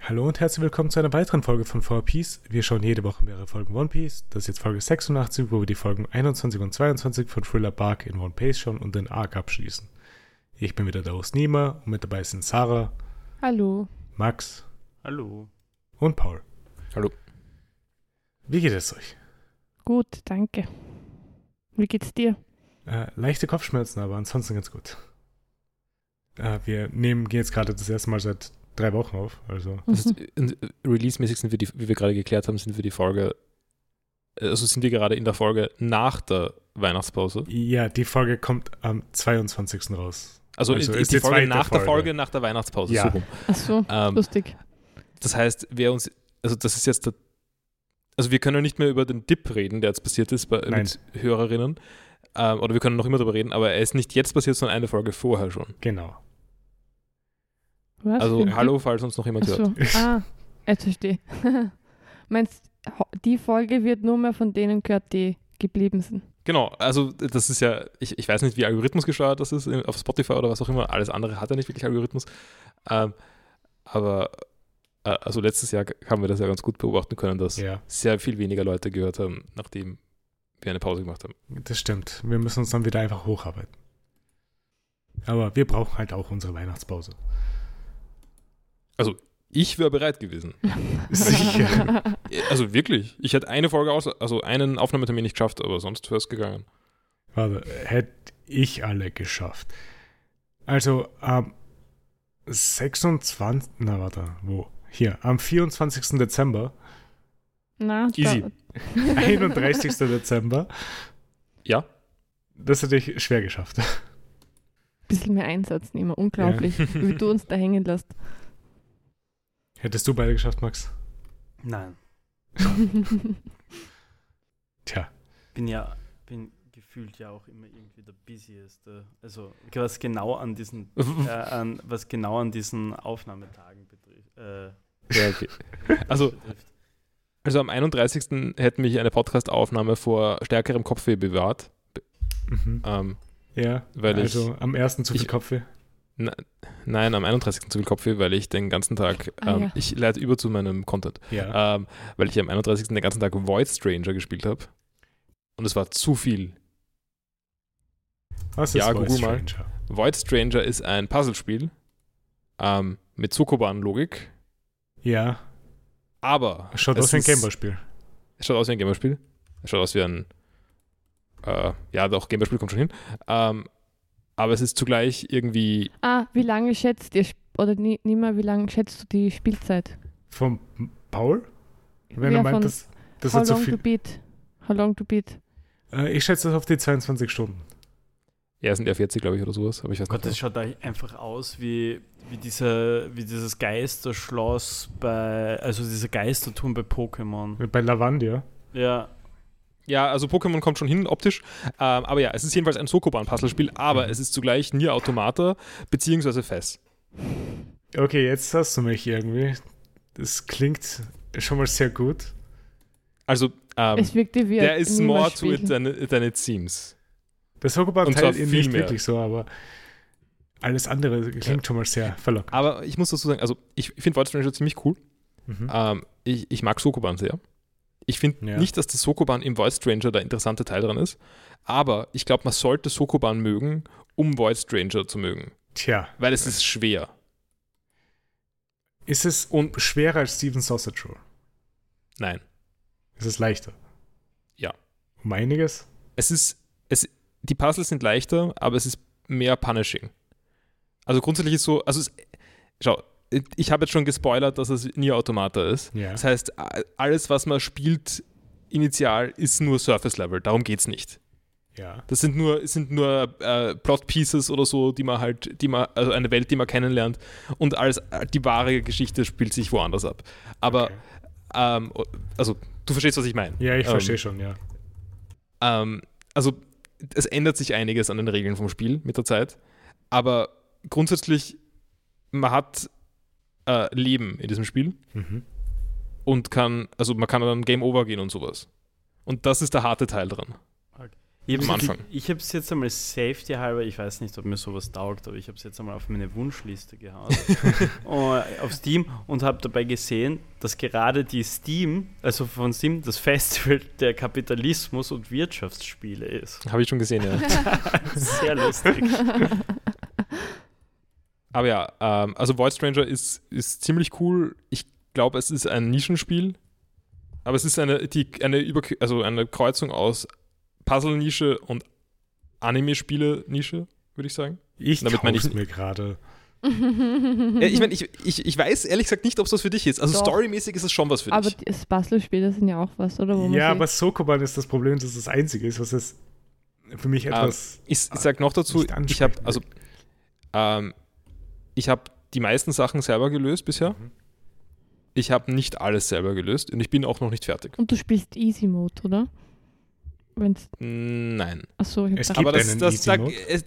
Hallo und herzlich willkommen zu einer weiteren Folge von 4 Piece. Wir schauen jede Woche mehrere Folgen One Piece. Das ist jetzt Folge 86, wo wir die Folgen 21 und 22 von Thriller Bark in One Piece schauen und den Arc abschließen. Ich bin wieder der Host Nima und mit dabei sind Sarah, Hallo. Max Hallo. und Paul. Hallo. Wie geht es euch? Gut, danke. Wie geht's dir? Äh, leichte Kopfschmerzen, aber ansonsten ganz gut. Äh, wir nehmen gehen jetzt gerade das erste Mal seit drei Wochen auf, also Das heißt, in- äh, Release-mäßig sind wir, die, wie wir gerade geklärt haben, sind wir die Folge, äh, also sind wir gerade in der Folge nach der Weihnachtspause. Ja, die Folge kommt am 22. raus. Also, Also ist, ist die, die Folge zweite nach der Folge. Folge nach der Weihnachtspause. Ja. So rum. Ach so, Ähm, lustig. das heißt, wer uns, also das ist jetzt der, also wir können nicht mehr über den Dip reden, der jetzt passiert ist bei Nein. Äh, mit Hörerinnen. Ähm, oder wir können noch immer darüber reden, aber er ist nicht jetzt passiert, sondern eine Folge vorher schon. Genau. Was? Also, für ein hallo, falls uns noch Dip? jemand Ach hört. so. Ah, jetzt verstehe. Meinst ho- die Folge wird nur mehr von denen gehört, die geblieben sind? Genau, also das ist ja, ich, ich weiß nicht, wie Algorithmus gesteuert das ist, in- auf Spotify oder was auch immer, alles andere hat ja nicht wirklich Algorithmus. Ähm, aber äh, also letztes Jahr g- haben wir das ja ganz gut beobachten können, dass Ja, sehr viel weniger Leute gehört haben, nachdem wir eine Pause gemacht haben. das stimmt. Wir müssen uns dann wieder einfach hocharbeiten. Aber wir brauchen halt auch unsere Weihnachtspause. Ich wäre bereit gewesen. Sicher. Äh, Also wirklich, ich hätte eine Folge aus, also einen Aufnahmetermin nicht geschafft, aber sonst wäre es gegangen. Warte, hätte ich alle geschafft. Also am 26. Na, warte, wo? Hier, am 24. Dezember, Na, Easy. Da, 31. Dezember, Ja, das hätte ich schwer geschafft. bisschen mehr Einsatz nehmen. Unglaublich, wie du uns da hängen lässt. Hättest du beide geschafft, Max? Nein. Tja, Bin ja, bin gefühlt ja auch immer irgendwie der busieste. Also was genau an diesen, äh, an, was genau an diesen Aufnahmetagen betrifft. Äh, ja okay. Also- betrifft. Also am 31. hätte mich eine Podcast-Aufnahme vor stärkerem Kopfweh bewahrt, mhm. ähm, ja. weil ich also am 1. zu viel ich- Kopfweh. Nein, am 31. zu viel Kopfweh, weil ich den ganzen Tag, Ah, ähm, ja. ich leite über zu meinem Content, Ja. ähm, weil ich am 31. den ganzen Tag Void Stranger gespielt habe. Und es war zu viel. Was Ja, Voice google mal. Stranger? Void Stranger ist ein Puzzlespiel ähm, mit Sokoban-Logik, Ja, aber. schaut es aus wie ein ist- Gameboy-Spiel. Es schaut aus wie ein Gamerspiel. Es schaut aus wie ein. Äh, ja, doch, Gamerspiel kommt schon hin. Ähm, aber es ist zugleich irgendwie. Ah, wie lange schätzt ihr, sp- oder nie, nimmer, wie lange schätzt du die Spielzeit? Vom Paul? Wenn Ja, er meint, von das, das How ist zu long to viel. beat? How long to beat? Äh, ich schätze das auf die 22 Stunden. Ja, es sind R40, glaube ich, oder sowas. Aber ich weiß Gott, das nicht. genau. schaut da einfach aus wie, wie, dieser, wie dieses Geisterschloss bei, also dieser Geisterturm bei Pokémon. Bei Lavandia. Ja, Ja, also Pokémon kommt schon hin, optisch. Ähm, aber ja, es ist jedenfalls ein Sokoban-Puzzlespiel, aber es ist zugleich Nier Automata beziehungsweise Fess. Okay, jetzt hast du mich irgendwie. Das klingt schon mal sehr gut. Also, ähm, es wirkte wie there ein is more to Nimmer-Spiel. it than, than it seems. Das Und zwar Hokoban-Teil nicht viel mehr. wirklich so, aber alles andere klingt schon mal sehr verlockend. Aber ich muss dazu sagen, also ich finde Void Stranger ziemlich cool. Mhm. Ähm, ich, ich mag Sokoban sehr. Ich finde Ja. nicht, dass das Sokoban im Void Stranger der interessante Teil dran ist, aber ich glaube, man sollte Sokoban mögen, um Void Stranger zu mögen. Tja, Weil es ist schwer. ist es Und- schwerer als Steven Sausage Roll? Nein. Ist es leichter? Ja. Um einiges? es ist, es, die Puzzles sind leichter, aber es ist mehr Punishing. Also grundsätzlich ist so, also es, schau, ich habe jetzt schon gespoilert, dass es nie Automata ist. Ja. Das heißt, a- alles, was man spielt initial, ist nur Surface Level. Darum geht es nicht. Ja. Das sind nur, es sind nur äh, Plot Pieces oder so, die man halt, die man, also eine Welt, die man kennenlernt. Und alles, äh, die wahre Geschichte spielt sich woanders ab. Aber, Okay. ähm, also, du verstehst, was ich meine. Ja, ich Ähm, verstehe schon, ja. ähm, also es ändert sich einiges an den Regeln vom Spiel mit der Zeit, aber grundsätzlich, man hat äh, Leben in diesem Spiel Mhm. und kann, also man kann dann Game Over gehen und sowas. Und das ist der harte Teil dran. Ich Am hab's- Anfang. Ich habe es jetzt einmal safety halber, ich weiß nicht, ob mir sowas taugt, aber ich habe es jetzt einmal auf meine Wunschliste gehauen, äh, auf Steam und habe dabei gesehen, dass gerade die Steam, also von Steam, das Festival der Kapitalismus und Wirtschaftsspiele ist. Habe ich schon gesehen, ja. Sehr lustig. Aber ja, ähm, also Void Stranger ist, ist ziemlich cool. Ich glaube, es ist ein Nischenspiel. Aber es ist eine, die, eine, Über also eine Kreuzung aus Puzzle-Nische und Anime-Spiele-Nische, würde ich sagen. Ich Damit meine ich- kauf's mir gerade. Äh, ich meine, ich, ich, ich weiß ehrlich gesagt nicht, ob es was für dich ist. Also Mhm. Doch. storymäßig ist es schon was für Aber dich. die Bastelspiele sind ja auch was, oder? Wo man Ja, sich- aber Sokoban ist das Problem, dass das Einzige ist, was es für mich Ah. etwas. Ich, ich sag noch dazu, Nicht ich habe ansprechen. also, ähm, ich hab die meisten Sachen selber gelöst bisher. Mhm. Ich habe nicht alles selber gelöst und ich bin auch noch nicht fertig. Und du spielst Easy Mode, oder? Wenn's, Nein. achso, ich hab Es gedacht- gibt aber das, einen das, Easy da, Mode? es,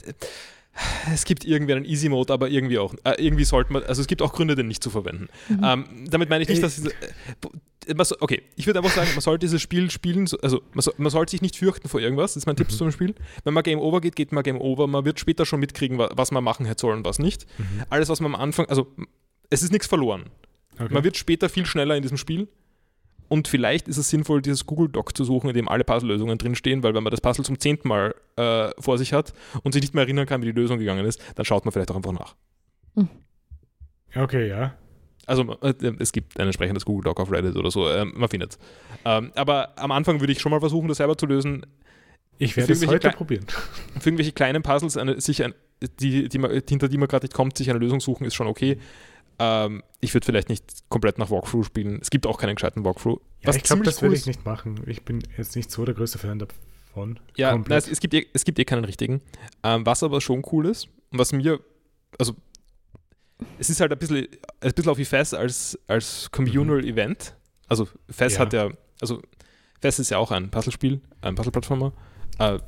es gibt irgendwie einen Easy Mode, aber irgendwie auch. Äh, irgendwie sollte man, also es gibt auch Gründe, den nicht zu verwenden. Ähm, damit meine ich nicht, dass. es- Äh, man so, okay, ich würde einfach sagen, man sollte dieses Spiel spielen, so- also man, so, man sollte sich nicht fürchten vor irgendwas, das ist mein Tipp zum Spiel. Wenn man Game Over geht, geht man Game Over. Man wird später schon mitkriegen, wa- was man machen hätte sollen und was nicht. Alles, was man am Anfang, also es ist nichts verloren. Okay. Man wird später viel schneller in diesem Spiel. Und vielleicht ist es sinnvoll, dieses Google Doc zu suchen, in dem alle Puzzle-Lösungen drinstehen, weil wenn man das Puzzle zum zehnten Mal äh, vor sich hat und sich nicht mehr erinnern kann, wie die Lösung gegangen ist, dann schaut man vielleicht auch einfach nach. okay, ja. Also äh, es gibt ein entsprechendes Google Doc auf Reddit oder so, ähm, man findet ähm, Aber am Anfang würde ich schon mal versuchen, das selber zu lösen. Ich Für werde es irgendwelche heute Kle- probieren. Für irgendwelche kleinen Puzzles, eine, sich ein, die, die man, hinter die man gerade nicht kommt, sich eine Lösung suchen, ist schon okay. Ähm, ich würde vielleicht nicht komplett nach Walkthrough spielen. Es gibt auch keinen gescheiten Walkthrough. Ja, ich glaube, ziemlich das will cool ich ist. nicht machen. Ich bin jetzt nicht so der größte Fan davon. Ja, Komplett. na, es, es, gibt eh, es gibt eh keinen richtigen. Ähm, was aber schon cool ist und was mir, also es ist halt ein bisschen, ein bisschen auf wie Fest als, als Communal Event. Also Mhm. Fest Ja. hat ja, also Fest ist ja auch ein Puzzlespiel, ein Puzzle-Plattformer, äh,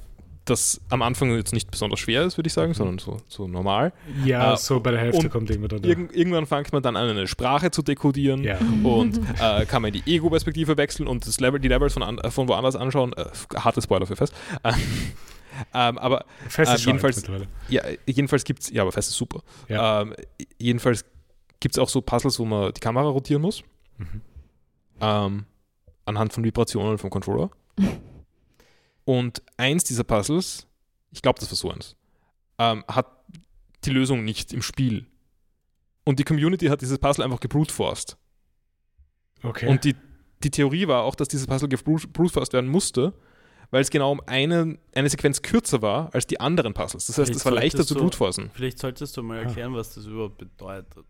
das am Anfang jetzt nicht besonders schwer ist, würde ich Mhm. sagen, sondern so, so normal. Ja, Äh, Ah, so bei der Hälfte und kommt irgendwann dann. Irgend, irgendwann fängt man dann an, eine Sprache zu dekodieren Ja. und äh, kann man in die Ego-Perspektive wechseln und das Level, die Levels von, an, von woanders anschauen. Äh, harte Spoiler für Fest. Äh, ähm, aber Fest äh, ist schon alt jedenfalls- mittlerweile. ja, jedenfalls gibt es, ja, aber Fest ist super. Ja. Ähm, jedenfalls gibt es auch so Puzzles, wo man die Kamera rotieren muss. Mhm. Ähm, anhand von Vibrationen vom Controller. Und eins dieser Puzzles, ich glaube, das war so eins, ähm, hat die Lösung nicht im Spiel. Und die Community hat dieses Puzzle einfach gebrutforced. Okay. Und die, die Theorie war auch, dass dieses Puzzle gebrutefast werden musste, weil es genau um eine, eine Sequenz kürzer war als die anderen Puzzles. Das heißt, Jetzt es war leichter solltest zu du- brutforcen. Vielleicht solltest du mal Ah. erklären, was das überhaupt bedeutet.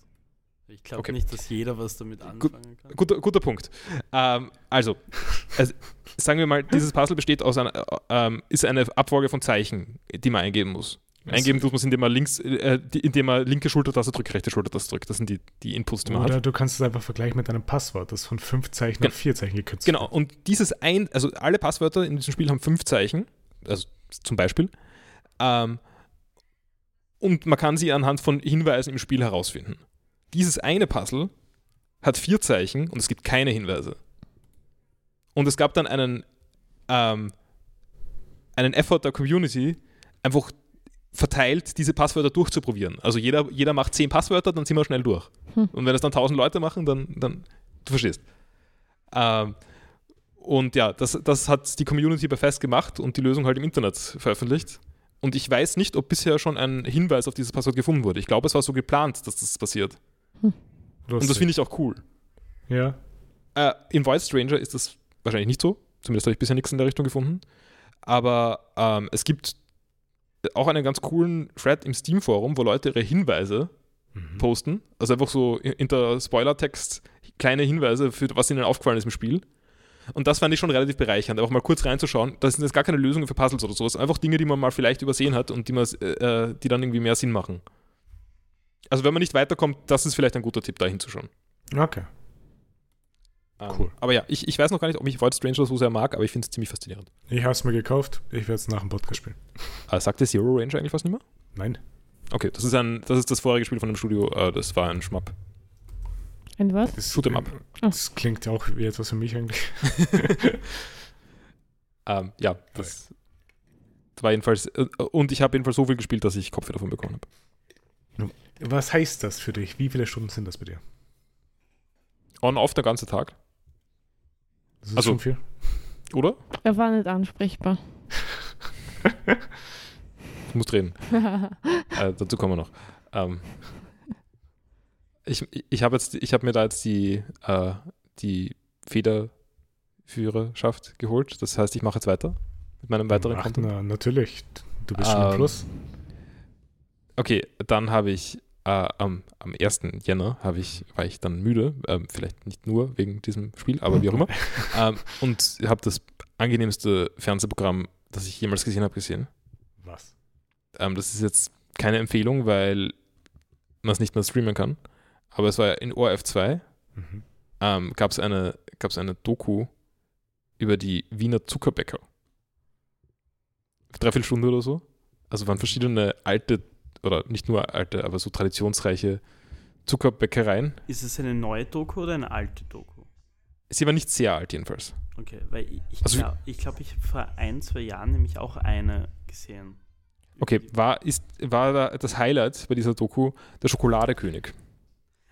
Ich glaube Okay. nicht, dass jeder was damit Gut- anfangen kann. Guter, guter Punkt. Ähm, also, also, sagen wir mal, dieses Puzzle besteht aus einer, äh, ähm, ist eine Abfolge von Zeichen, die man eingeben muss. Eingeben tut man es, indem man links, äh, die, indem man linke Schultertaste drückt, rechte Schultertaste drückt. Das sind die, die Inputs, die man hat. Oder du kannst es einfach vergleichen mit deinem Passwort, das von fünf Zeichen halt- Gen- auf vier Zeichen gekürzt Genau, und dieses ein, also alle Passwörter in diesem Spiel haben fünf Zeichen, also zum Beispiel. Ähm, und man kann sie anhand von Hinweisen im Spiel herausfinden. Dieses eine Puzzle hat vier Zeichen und es gibt keine Hinweise. Und es gab dann einen, ähm, einen Effort der Community, einfach verteilt diese Passwörter durchzuprobieren. Also jeder, jeder macht zehn Passwörter, dann sind wir schnell durch. Hm. Und wenn das dann tausend Leute machen, dann, dann du verstehst. Ähm, und ja, das, das hat die Community bei Fest gemacht und die Lösung halt im Internet veröffentlicht. Und ich weiß nicht, ob bisher schon ein Hinweis auf dieses Passwort gefunden wurde. Ich glaube, es war so geplant, dass das passiert. Und das finde ich auch cool. ich. Ja. Äh, in Void Stranger ist das wahrscheinlich nicht so. Zumindest habe ich bisher nichts in der Richtung gefunden. Aber ähm, es gibt auch einen ganz coolen Thread im Steam-Forum, wo Leute ihre Hinweise Mhm. posten. Also einfach so in- hinter Spoilertext kleine Hinweise für was ihnen aufgefallen ist im Spiel. Und das fand ich schon relativ bereichernd, einfach mal kurz reinzuschauen. Das sind jetzt gar keine Lösungen für Puzzles oder sowas, einfach Dinge, die man mal vielleicht übersehen hat und die, man, äh, äh, die dann irgendwie mehr Sinn machen. Also wenn man nicht weiterkommt, das ist vielleicht ein guter Tipp, da hinzuschauen. Okay. Ähm, Cool. Aber ja, ich, ich weiß noch gar nicht, ob ich Void Stranger so sehr mag, aber ich finde es ziemlich faszinierend. Ich habe es mir gekauft. Ich werde es nach dem Podcast spielen. Äh, sagt der Zero Range eigentlich was nicht mehr? Nein. Okay, das ist, ein, das ist das vorherige Spiel von dem Studio, äh, das war ein Schmapp. Ein was? Das, Shoot 'em up. Das klingt auch wie etwas für mich eigentlich. Ähm, ja, das war jedenfalls, äh, und ich habe jedenfalls so viel gespielt, dass ich Kopf davon bekommen habe. Was heißt das für dich? Wie viele Stunden sind das bei dir? On-off der ganze Tag, Das ist Also- schon viel. oder? Er war nicht ansprechbar. Ich muss reden. äh, dazu kommen wir noch. Ähm, ich ich habe jetzt- ich habe mir da jetzt die, äh, die Federführerschaft geholt. Das heißt, ich mache jetzt weiter mit meinem weiteren Ach, Content. na, natürlich. Du bist schon Ähm, im Plus. Okay, dann habe ich äh, am, am 1. Jänner habe ich, war ich dann müde, ähm, vielleicht nicht nur wegen diesem Spiel, aber wie auch immer. ähm, und habe das angenehmste Fernsehprogramm, das ich jemals gesehen habe, gesehen. Was? Ähm, das ist jetzt keine Empfehlung, weil man es nicht mehr streamen kann. Aber es war in ORF 2, Mhm. ähm, gab es eine, gab's eine Doku über die Wiener Zuckerbäcker. Dreiviertel Stunde oder so. Also waren verschiedene alte, oder nicht nur alte, aber so traditionsreiche Zuckerbäckereien. Ist es eine neue Doku oder eine alte Doku? Sie war nicht sehr alt jedenfalls. Okay, weil ich- ich Also- glaube, ich, glaub, ich habe vor ein, zwei Jahren nämlich auch eine gesehen. Okay, war, ist, war da das Highlight bei dieser Doku der Schokoladekönig.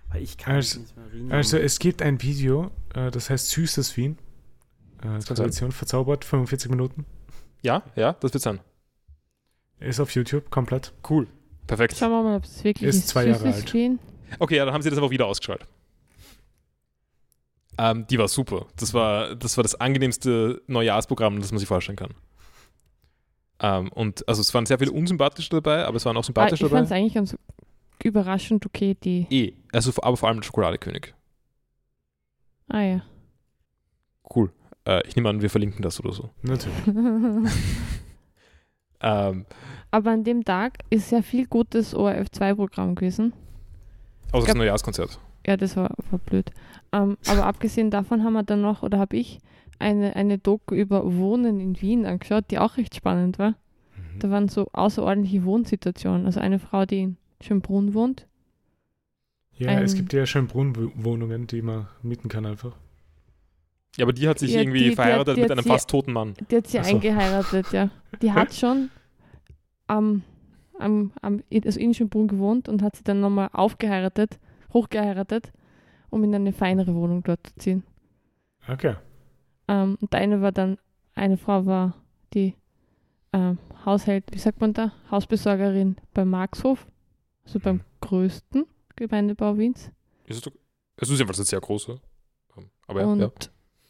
Weil ich kann mich Also- nicht mehr erinnern. Also es gibt ein Video, äh, das heißt Süßes Wien. Äh, kann Tradition verzaubert, 45 Minuten. Ja, ja, das wird sein. Ist auf YouTube komplett. Cool. Perfekt. Schauen wir mal, ob es wirklich Ist ist zwei Jahre alt. Wien. Okay, ja, dann haben sie das einfach wieder ausgestrahlt. Ähm, die war super. Das war, das war das angenehmste Neujahrsprogramm, das man sich vorstellen kann. Ähm, und also es waren sehr viele unsympathische dabei, aber es waren auch Ah, sympathische ich fand es dabei. eigentlich ganz überraschend okay, die. Eh, also vor- aber vor allem der Schokoladekönig. Ah ja. Cool. Äh, ich nehme an, wir verlinken das oder so. Natürlich. Ähm, Aber an dem Tag ist ja viel gutes ORF2-Programm gewesen. außer das Gab- Neujahrskonzert. Ja, das war, war blöd. Ähm, aber abgesehen davon haben wir dann noch, oder habe ich, eine, eine Doku über Wohnen in Wien angeschaut, die auch recht spannend war. Da waren so außerordentliche Wohnsituationen. Also eine Frau, die in Schönbrunn wohnt. Ja, Ähm, es gibt ja Schönbrunn-Wohnungen, die man mieten kann einfach. Ja, aber die hat sich Ja, irgendwie die- die verheiratet hat- die mit hat einem sie- fast toten Mann. Die hat sie Ach so. eingeheiratet, ja. Die hat schon am, am, am, also in Schönbrunn gewohnt und hat sie dann nochmal aufgeheiratet, hochgeheiratet, um in eine feinere Wohnung dort zu ziehen. Okay. Ähm, und eine war dann, eine Frau war die ähm, Haushalt, wie sagt man da, Hausbesorgerin beim Marxhof, also beim Mhm. größten Gemeindebau Wiens. Ist es, doch, es ist jedenfalls eine sehr große. Ähm, Aber ja, und, ja.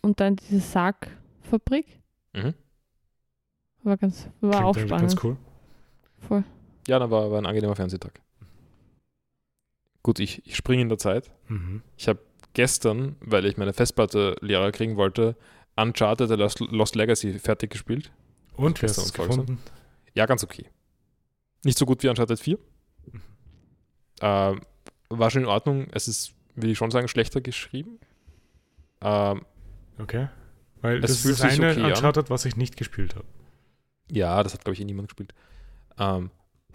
und dann diese Sargfabrik. Mhm. War ganz, war auch Klingt eigentlich spannend. ganz cool. Voll. Ja, dann war, war ein angenehmer Fernsehtag. Gut, ich, ich springe in der Zeit. Mhm. gestern, weil ich meine Festplatte leerer kriegen wollte, Uncharted The Lost, Lost Legacy fertig gespielt. Und wer hast Ist das es voll so? gefunden? Ja, ganz okay. Nicht so gut wie Uncharted 4. Mhm. Ähm, war schon in Ordnung. Es ist, will ich schon sagen, schlechter geschrieben. Ähm, Okay. Weil Es das fühlt ist das sich eine okay an. Uncharted, was ich nicht gespielt habe. ja, das hat, glaube ich, eh niemand gespielt. Ähm,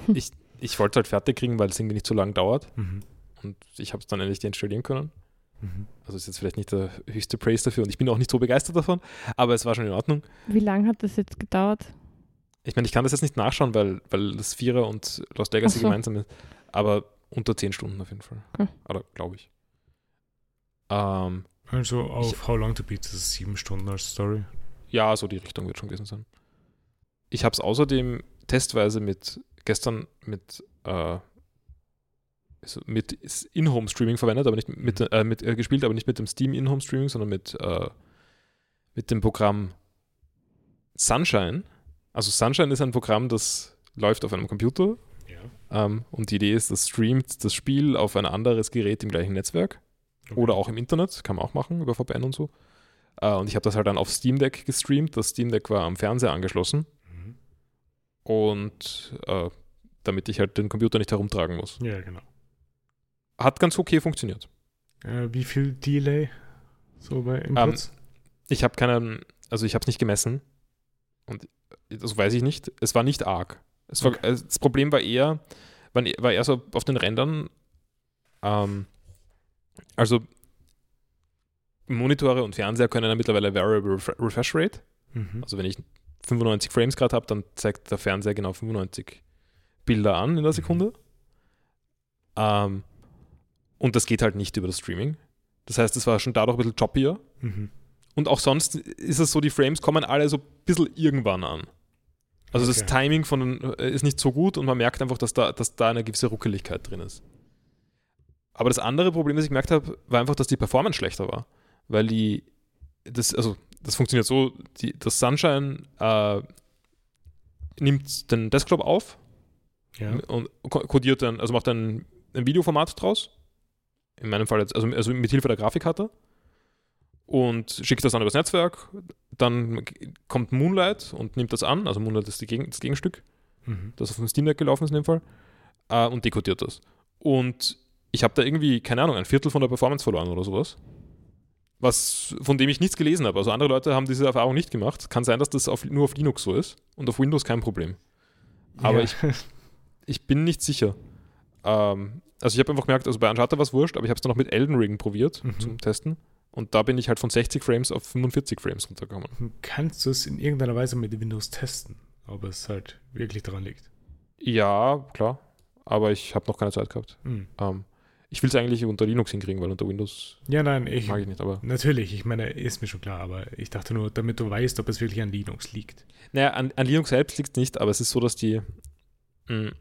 Hm. ich ich wollte es halt fertig kriegen, weil es irgendwie nicht so lange dauert. Mhm. Und ich habe es dann endlich deinstallieren können. Mhm. Also ist jetzt vielleicht nicht der höchste Praise dafür und ich bin auch nicht so begeistert davon, aber es war schon in Ordnung. Wie lange hat das jetzt gedauert? Ich meine, ich kann das jetzt nicht nachschauen, weil, weil das Vierer und Lost Legacy Ach so. Hm. gemeinsam ist. Aber unter 10 Stunden auf jeden Fall. Okay. Oder glaube ich. Ähm, Also auf How Long to Beat ist es sieben Stunden als Story. ja, so die Richtung wird schon gewesen sein. Ich habe es außerdem testweise mit gestern mit, äh, also mit ist In-Home-Streaming verwendet, aber nicht mit, äh, mit äh, gespielt, aber nicht mit dem Steam In-Home-Streaming, sondern mit, äh, mit dem Programm Sunshine. Also Sunshine ist ein Programm, das läuft auf einem Computer Ja. Ähm, und die Idee ist, das streamt das Spiel auf ein anderes Gerät im gleichen Netzwerk oder auch im Internet, kann man auch machen über VPN und so. Äh, und ich habe das halt dann auf Steam Deck gestreamt. Das Steam Deck war am Fernseher angeschlossen Mhm. und äh, damit ich halt den Computer nicht herumtragen muss. Ja, genau. Hat ganz okay funktioniert. Äh, wie viel Delay so bei Ähm, Inputs? Ich habe keinen, also ich habe es nicht gemessen und äh, das weiß ich nicht. Es war nicht arg. Es war, also Das Problem war eher, war, war eher so auf den Rändern. Ähm, also Monitore und Fernseher können ja mittlerweile Variable Refre- Refresh Rate. mhm. Also wenn ich 95 Frames gerade habe, dann zeigt der Fernseher genau 95 Bilder an in der Sekunde. Ähm, und das geht halt nicht über das Streaming. Das heißt, es war schon dadurch ein bisschen choppier. Mhm. Und auch sonst ist es so, die Frames kommen alle so ein bisschen irgendwann an. Also das Okay. Timing von, äh, ist nicht so gut und man merkt einfach, dass da, dass da eine gewisse Ruckeligkeit drin ist. Aber das andere Problem, das ich gemerkt habe, war einfach, dass die Performance schlechter war. Weil die, das, also das funktioniert so, die, das Sunshine äh, nimmt den Desktop auf Ja. und ko- kodiert dann, also macht dann ein Videoformat draus. In meinem Fall jetzt, also, also mit Hilfe der Grafikkarte. Und schickt das dann übers Netzwerk. Dann g- kommt Moonlight und nimmt das an. Also Moonlight ist die Gegen das Gegenstück, Mhm. das auf dem Steam Deck gelaufen ist in dem Fall. Äh, und dekodiert das. Und ich habe da irgendwie, keine Ahnung, ein Viertel von der Performance verloren oder sowas. Was, von dem ich nichts gelesen habe. Also andere Leute haben diese Erfahrung nicht gemacht. Kann sein, dass das auf, nur auf Linux so ist und auf Windows kein Problem. Aber ja. ich ich bin nicht sicher. Ähm, also ich habe einfach gemerkt, also bei Uncharted war es wurscht, aber ich habe es dann noch mit Elden Ring probiert Mhm. zum Testen. Und da bin ich halt von 60 Frames auf 45 Frames runtergekommen. Kannst du es in irgendeiner Weise mit Windows testen, ob es halt wirklich daran liegt? Ja, klar. Aber ich habe noch keine Zeit gehabt. Mhm. Ähm, ich will es eigentlich unter Linux hinkriegen, weil unter Windows Ja, nein, ich. mag ich nicht. Aber Natürlich, ich meine, ist mir schon klar, aber ich dachte nur, damit du weißt, ob es wirklich an Linux liegt. naja, an, an Linux selbst liegt es nicht, aber es ist so, dass die. Mh,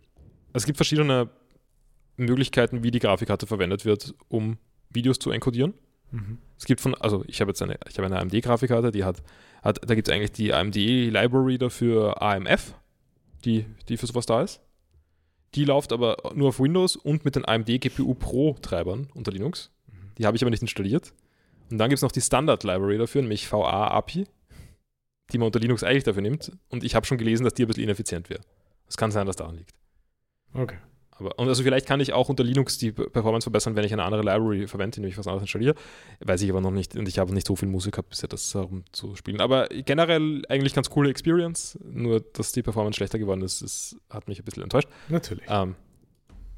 es gibt verschiedene Möglichkeiten, wie die Grafikkarte verwendet wird, um Videos zu enkodieren. Mhm. Es gibt von, also ich habe jetzt eine, ich habe eine AMD-Grafikkarte, die hat, hat da gibt es eigentlich die AMD-Library dafür AMF, die, die für sowas da ist. Die läuft aber nur auf Windows und mit den AMD GPU Pro-Treibern unter Linux. Mhm. Die habe ich aber nicht installiert. Und dann gibt es noch die Standard-Library dafür, nämlich VA-API, die man unter Linux eigentlich dafür nimmt. Und ich habe schon gelesen, dass die ein bisschen ineffizient wäre. Es kann sein, dass daran liegt. Okay. Aber, und also vielleicht kann ich auch unter Linux die P- Performance verbessern, wenn ich eine andere Library verwende, nämlich was anderes installiere. Weiß ich aber noch nicht. Und ich habe nicht so viel Musik gehabt bisher, das darum zu spielen. Aber generell eigentlich ganz coole Experience. Nur, dass die Performance schlechter geworden ist, das hat mich ein bisschen enttäuscht. Natürlich. Ähm,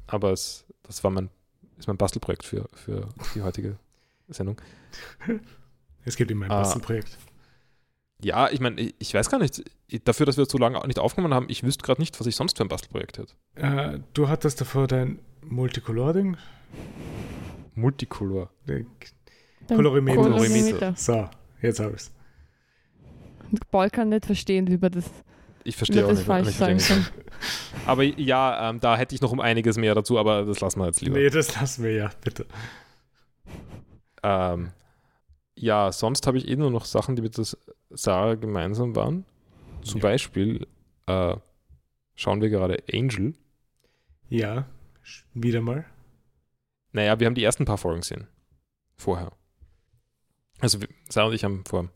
aber es, das war mein, ist mein Bastelprojekt für, für die heutige Sendung. Es gibt immer ein Ah. Bastelprojekt. Ja, ich meine, ich- ich weiß gar nicht. Dafür, dass wir so lange nicht aufgenommen haben, ich wüsste gerade nicht, was ich sonst für ein Bastelprojekt hätte. Äh, du hattest davor dein Multicolor-Ding. Multicolor. Äh, Dann Kolorimeter. Kolorimeter. So, jetzt habe ich es. Und Paul kann nicht verstehen, wie man das, Ich wie man verstehe auch das nicht. falsch ich verstehe sagen nicht. kann. Aber ja, ähm, da hätte ich noch um einiges mehr dazu, aber das lassen wir jetzt lieber. Nee, das lassen wir ja, bitte. Ähm, ja, sonst habe ich eh nur noch Sachen, die mit der Sarah gemeinsam waren. Zum Ja. Beispiel äh, schauen wir gerade Angel. Ja, sch- wieder mal. Naja, wir haben die ersten paar Folgen gesehen. Vorher. Also wir- Sarah und ich haben vor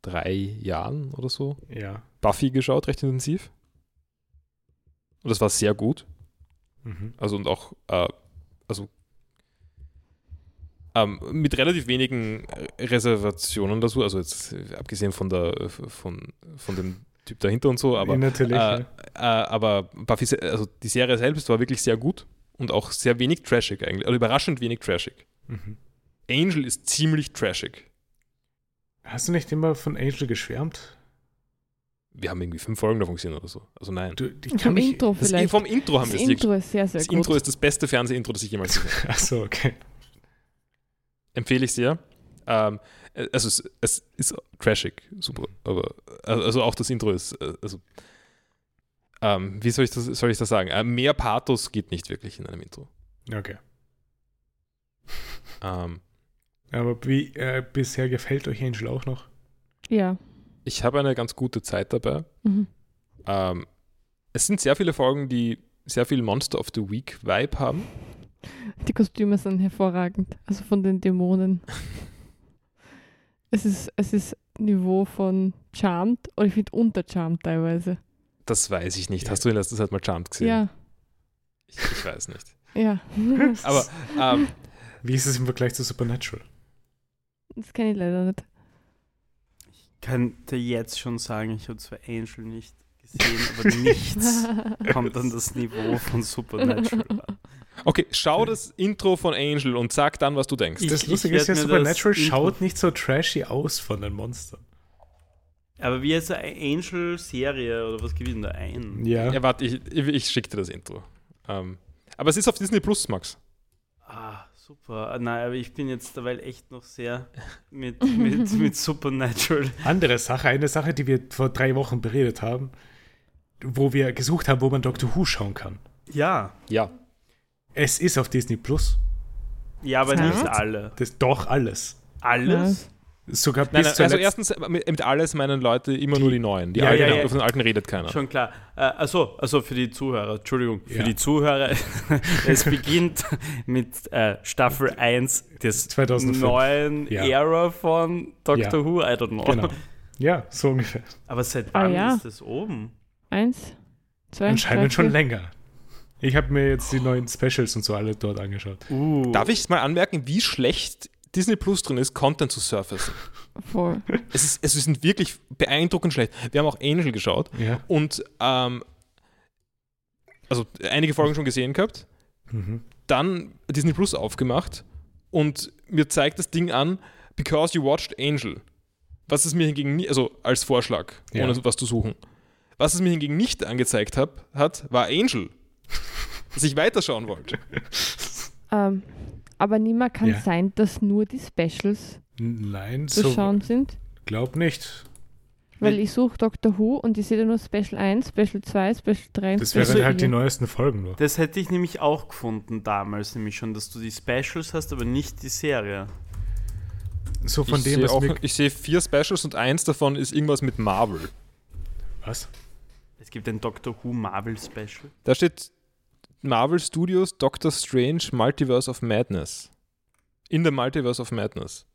drei Jahren oder so Ja. Buffy geschaut, recht intensiv. Und das war sehr gut. Mhm. Also und auch, äh, also ähm, mit relativ wenigen Reservationen dazu, also jetzt äh, abgesehen von der von, von dem Typ dahinter und so, aber, Ja, natürlich. äh, ja. äh, aber Buffy, se- also die Serie selbst war wirklich sehr gut und auch sehr wenig trashig eigentlich, also überraschend wenig trashig. Mhm. Angel ist ziemlich trashig. Hast du nicht immer von Angel geschwärmt? Wir haben irgendwie fünf Folgen davon gesehen oder so. Also nein. Du, ich kann Vom mich. Intro Das, vielleicht. vom Intro haben das wir es Intro ist sehr, sehr Das gut. Intro ist das beste Fernseh-Intro, das ich jemals gesehen habe. Achso, okay. empfehle ich sehr. Ähm, äh, also es, es ist trashig, super. Aber also also auch das Intro ist, äh, also ähm, wie soll ich das, soll ich das sagen? Äh, mehr Pathos geht nicht wirklich in einem Intro. Okay. Ähm, Aber wie äh, bisher gefällt euch Angel auch noch? ja. ich habe eine ganz gute Zeit dabei. Mhm. Ähm, es sind sehr viele Folgen, die sehr viel Monster of the Week Vibe haben. Die Kostüme sind hervorragend. Also von den Dämonen. es, ist, es ist Niveau von Charmed und ich finde untercharmed teilweise. Das weiß ich nicht. Hast du in letzter Zeit mal Charmed gesehen? Ja, Ich, ich weiß nicht. ja. Aber ähm, Wie ist es im Vergleich zu Supernatural? das kenne ich leider nicht. Ich könnte jetzt schon sagen, ich habe zwar Angel nicht gesehen, aber nichts kommt an das Niveau von Supernatural an. okay, schau das Intro von Angel und sag dann, was du denkst. Ich- das ich Lustige ist ja, werd mir das Supernatural Intro- schaut nicht so trashy aus von den Monstern. Aber wie jetzt eine Angel-Serie oder was gibt denn da ein? Ja. Ja, warte, ich, ich, ich schicke dir das Intro. Ähm, aber es ist auf Disney Plus, Max. Ah, super. Ah, Nein, aber ich bin jetzt dabei echt noch sehr mit, mit, mit Supernatural. Andere Sache, eine Sache, die wir vor drei Wochen beredet haben, wo wir gesucht haben, wo man Doctor Who schauen kann. Ja. Ja. Es ist auf Disney Plus. Ja, aber Ja. nicht alle. Das ist doch alles. Alles? Sogar bis Nein, nein, zur also letzten- erstens, mit, mit alles meinen Leute immer nur die Neuen. Die Ja, alten, ja, ja. Auf den Alten redet keiner. Schon klar. Äh, also, also für die Zuhörer, Entschuldigung, für Ja. die Zuhörer, es beginnt mit äh, Staffel 1 des 2005. neuen Ja. Ära von Doctor Ja. Who, I don't know. Genau. Ja, so ungefähr. Aber seit Ah, wann ja. ist das oben? Eins, zwei, drei, Anscheinend schon vier. länger. Ich habe mir jetzt die neuen Specials und so alle dort angeschaut. Uh. Darf ich mal anmerken, wie schlecht Disney Plus drin ist, Content zu surfacen? Voll. es, ist, es ist wirklich beeindruckend schlecht. Wir haben auch Angel geschaut Ja. und ähm, also einige Folgen schon gesehen gehabt. Mhm. dann Disney Plus aufgemacht und mir zeigt das Ding an, because you watched Angel. Was es mir hingegen nie, also als Vorschlag, Ja. ohne was zu suchen. Was es mir hingegen nicht angezeigt hab, hat, war Angel. dass ich weiterschauen wollte. Ähm, aber niemand kann Ja. sein, dass nur die Specials Nein, zu so schauen sind. glaub nicht. Weil ich suche Doctor Who und ich sehe da nur Special 1, Special 2, Special Also 3 und Das Special wären halt die 4. neuesten Folgen nur. Das hätte ich nämlich auch gefunden damals, nämlich schon, dass du die Specials hast, aber nicht die Serie. So von ich dem, sehe was auch- wir... ich sehe vier Specials und eins davon ist irgendwas mit Marvel. Was? Es gibt ein Doctor Who Marvel Special. Da steht Marvel Studios Doctor Strange Multiverse of Madness. In der Multiverse of Madness.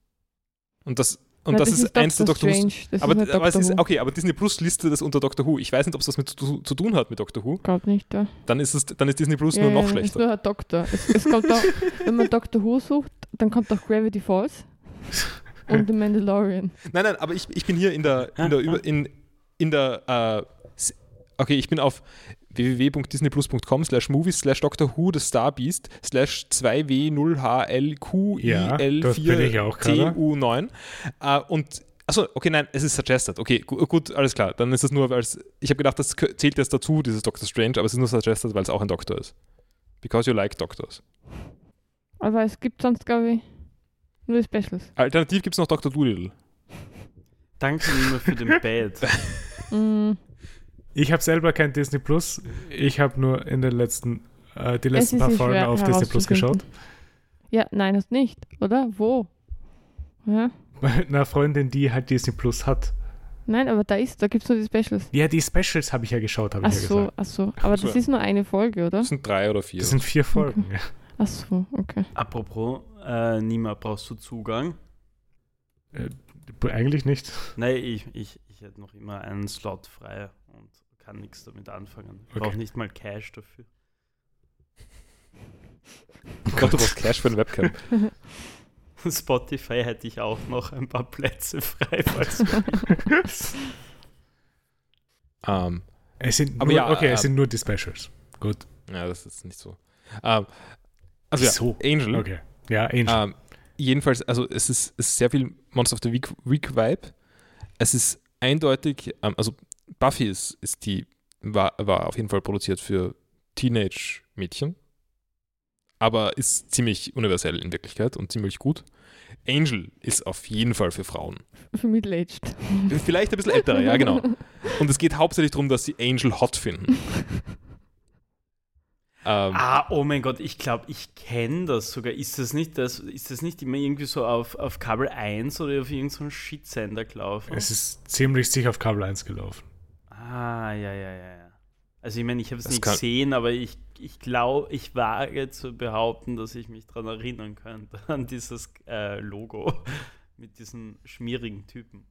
Und das, und Na, das, ist, eins der Doctor Who Strange. Das aber, ist nicht aber es Doctor ist, Who. okay, aber Disney Plus listet das unter Doctor Who. Ich weiß nicht, ob es das mit zu, zu tun hat mit Doctor Who. Glaub nicht, ja. Dann ist, es, dann ist Disney Plus nur noch Es ist schlechter. nur ein Doktor. Es, es kommt auch, wenn man Doctor Who sucht, dann kommt auch Gravity Falls und The Mandalorian. Nein, nein, aber ich, ich bin hier in der, in der, über, in, in der äh, s- okay, ich bin auf www.disneyplus.com slash movies slash Doctor Who, das Star Beast slash 2W0HLQIL4TU9 Ja, dort bin ich auch gerade. äh, und Achso, okay, nein, es ist suggested. Okay, gu gut, alles klar. Dann ist das nur, weil es. Ich habe gedacht, das kö- zählt jetzt dazu, dieses Doctor Strange, aber es ist nur suggested, weil es auch ein Doktor ist. Because you like Doctors. Aber es gibt sonst, glaube ich, nur die Specials. Alternativ gibt es noch Dr. Doolittle. Danke immer für den Bad. Mm, Ich habe selber kein Disney Plus. Ich habe nur in den letzten, äh, die letzten es paar ist Folgen schwer auf Disney Plus geschaut. herauszufinden. Ja, nein, hast nicht, oder? Wo? Ja. Bei einer Freundin, die halt Disney Plus hat. Nein, aber da ist, da gibt es nur die Specials. Ja, die Specials habe ich ja geschaut, habe Ach ich ja so, gesagt. ach so. Aber So, das ja. ist nur eine Folge, oder? Das sind drei oder vier. Das sind vier Folgen. ja. Ach so, okay. Apropos, äh, Nima, brauchst du Zugang? Eigentlich nicht. Nein, ich, ich, ich hätte noch immer einen Slot frei und kann nichts damit anfangen. Ich Okay. brauche nicht mal Cash dafür. Gott, du brauchst Cash für eine Webcam. Spotify hätte ich auch noch ein paar Plätze frei. Falls ähm, Es sind Aber nur, ja, okay, äh, es sind nur die Specials. Gut. ja, das ist nicht so. Ähm, also ja, So. Angel. Okay. Ja, Angel. Ähm, jedenfalls, also es ist, es ist sehr viel Monster of the Week, Week Vibe. Es ist eindeutig, ähm, also Buffy ist, ist die, war, war auf jeden Fall produziert für Teenage-Mädchen, aber ist ziemlich universell in Wirklichkeit und ziemlich gut. Angel ist auf jeden Fall für Frauen. Für Middle-Aged. Vielleicht ein bisschen ältere, ja, genau. Und es geht hauptsächlich darum, dass sie Angel hot finden. Ähm, ah, oh mein Gott, ich glaube, ich kenne das sogar. Ist das nicht das, ist das nicht immer irgendwie so auf, auf Kabel 1 oder auf irgendeinem Shitsender gelaufen? es ist ziemlich sicher auf Kabel 1 gelaufen. Ah, ja, ja, ja. ja. Also ich meine, ich habe es Das nicht kann- gesehen, aber ich, ich glaube, ich wage zu behaupten, dass ich mich daran erinnern könnte, an dieses äh, Logo mit diesen schmierigen Typen.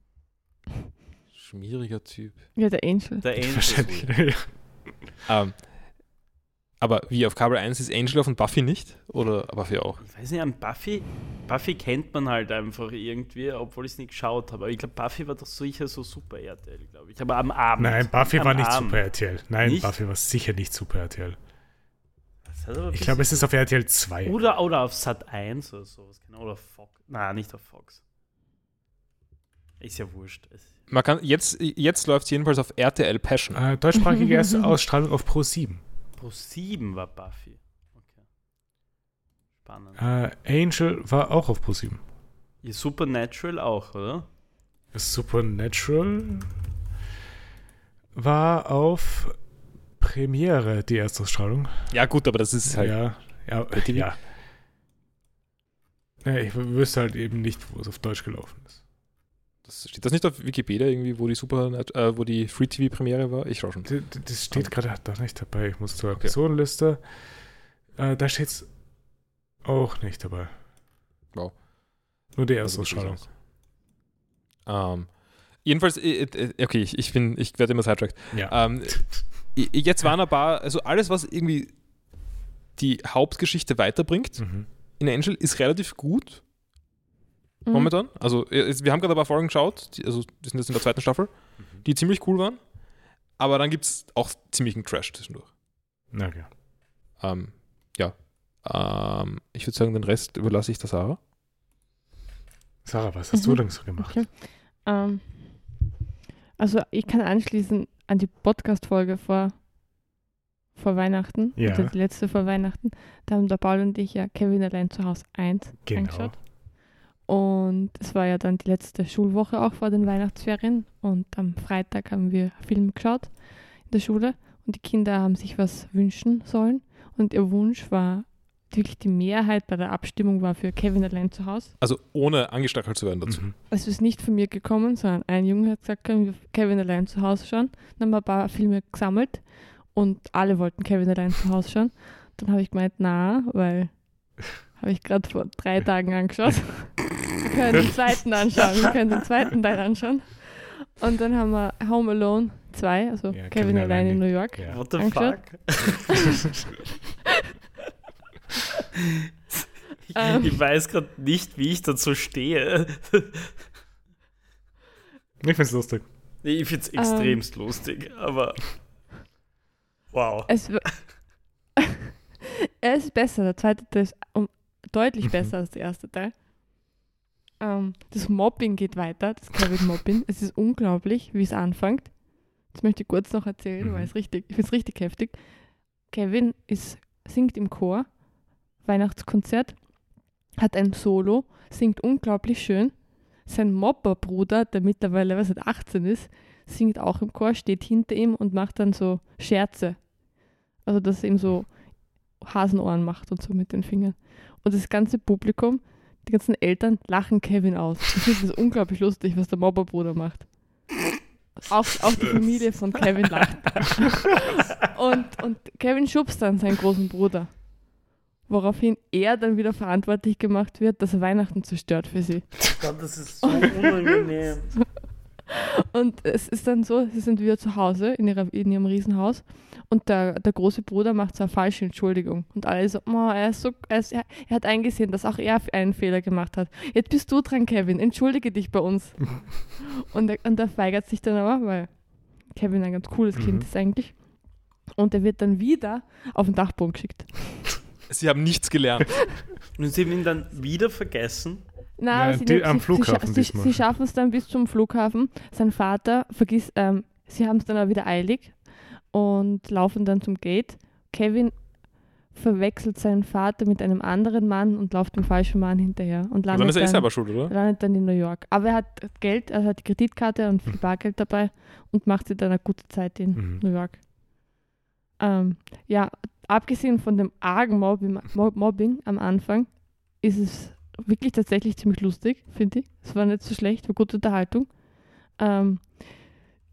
Schmieriger Typ. Ja, der Angel. Der Angel. Wahrscheinlich. Ja. Ähm, aber wie auf Kabel 1 ist Angel auf und Buffy nicht? Oder Buffy auch? Ich weiß nicht, an Buffy, Buffy kennt man halt einfach irgendwie, obwohl ich es nicht geschaut habe. Aber ich glaube, Buffy war doch sicher so super RTL, glaube ich. Aber am Abend. Nein, Buffy am war nicht Abend. Super RTL. Nein, Nicht? Buffy war sicher nicht Super RTL. Das hat aber ein Ich glaube, es ist auf RTL 2. bisschen- Oder, oder auf Sat 1 oder sowas. Genau, oder Fox. Nein, nicht auf Fox. Ist ja wurscht. Es- Man kann, jetzt jetzt läuft es jedenfalls auf RTL Passion. Äh, deutschsprachige erste Ausstrahlung auf Pro 7. Pro 7 war Buffy. Okay. Spannend. Äh, Angel war auch auf Pro 7. Ihr Supernatural auch, oder? Supernatural war auf Premiere die Erstausstrahlung. Ja, gut, aber das ist halt. Ja, ja, TV? ja. ja. Ich wüsste halt eben nicht, wo es auf Deutsch gelaufen ist. Das, steht das nicht auf Wikipedia irgendwie, wo die Super, äh, wo die Free TV Premiere war? Ich schau schon. D- d- Das Ah. steht gerade doch nicht dabei. Ich muss zur Episodenliste. Äh, da steht es auch nicht dabei. Wow. Nur die Also, Erstausstrahlung. Ähm, jedenfalls, äh, äh, okay, ich, ich bin, ich werde immer sidetracked. Ja. Ähm, i- jetzt waren ein paar, also alles, was irgendwie die Hauptgeschichte weiterbringt Mhm. in Angel, ist relativ gut Mhm. momentan. Also äh, es- wir haben gerade ein paar Folgen geschaut, die, also die sind jetzt in der zweiten Staffel, die ziemlich cool waren. Aber dann gibt es auch ziemlichen Trash zwischendurch. Na ja. Ähm, ja. Ähm, ich würde sagen, den Rest überlasse ich der Sarah. Sarah, was hast Mhm. du denn so gemacht? Okay. Ähm, also ich kann anschließen an die Podcast-Folge vor, vor Weihnachten, Ja. also die letzte vor Weihnachten. Da haben der Paul und ich ja Kevin allein zu Hause 1 Genau. angeschaut. Und es war ja dann die letzte Schulwoche auch vor den Weihnachtsferien. Und am Freitag haben wir Film geschaut in der Schule. Und die Kinder haben sich was wünschen sollen. Und ihr Wunsch war, wirklich die Mehrheit bei der Abstimmung war für Kevin allein zu Hause. Also ohne angestachelt zu werden dazu. Mhm. Es ist nicht von mir gekommen, sondern ein Junge hat gesagt, können wir Kevin allein zu Hause schauen. Dann haben wir ein paar Filme gesammelt und alle wollten Kevin allein zu Hause schauen. Dann habe ich gemeint, na, weil habe ich gerade vor drei Tagen angeschaut. Wir können den zweiten anschauen, wir können den zweiten Teil anschauen. Und dann haben wir Home Alone 2, also Ja, Kevin, allein in New York. Ja. What the Angeschaut? fuck? ich, Ähm. ich weiß gerade nicht, wie ich dazu stehe. Ich finde es lustig. Nee, ich find's extremst lustig, aber. Wow. Es, w- er ist besser, der zweite Teil ist um, deutlich besser als der erste Teil. Ähm, das Mobbing geht weiter, das Covid-Mobbing. es ist unglaublich, wie es anfängt. Das möchte ich kurz noch erzählen, Mhm. weil es richtig, ich finde es richtig heftig. Kevin ist, singt im Chor, Weihnachtskonzert, hat ein Solo, singt unglaublich schön. Sein Mopper-Bruder, der mittlerweile was seit 18 ist, singt auch im Chor, steht hinter ihm und macht dann so Scherze. Also, dass er ihm so Hasenohren macht und so mit den Fingern. Und das ganze Publikum, die ganzen Eltern lachen Kevin aus. Ich finde das unglaublich lustig, was der Mopperbruder macht. Auch, auch die Familie von Kevin lacht. Und, und Kevin schubst dann seinen großen Bruder. Woraufhin er dann wieder verantwortlich gemacht wird, dass er Weihnachten zerstört für sie. Oh Gott, das ist so unangenehm. Und es ist dann so, sie sind wieder zu Hause in, ihrer, in ihrem Riesenhaus und der, der große Bruder macht so eine falsche Entschuldigung. Und alle so, oh, er, ist so er, ist, er hat eingesehen, dass auch er einen Fehler gemacht hat. Jetzt bist du dran, Kevin, entschuldige dich bei uns. und, er, und er weigert sich dann aber, weil Kevin ein ganz cooles Mhm. Kind ist eigentlich. Und er wird dann wieder auf den Dachboden geschickt. Sie haben nichts gelernt. Und sie haben ihn dann wieder vergessen. Na, Ja, sie, die- nehmen- am sie, Flughafen sie, scha- diesmal. sie, sie schaffen es dann bis zum Flughafen. Sein Vater vergisst, ähm, sie haben es dann auch wieder eilig und laufen dann zum Gate. Kevin verwechselt seinen Vater mit einem anderen Mann und läuft dem falschen Mann hinterher und Und dann landet ist er eh dann, selber schuld, oder? landet dann in New York. Aber er hat Geld, er hat die Kreditkarte und viel Bargeld dabei und macht sich dann eine gute Zeit in Mhm. New York. Ähm, ja, abgesehen von dem argen Mobbing, Mob- Mobbing am Anfang ist es wirklich tatsächlich ziemlich lustig, finde ich. Es war nicht so schlecht, war gute Unterhaltung. Ähm,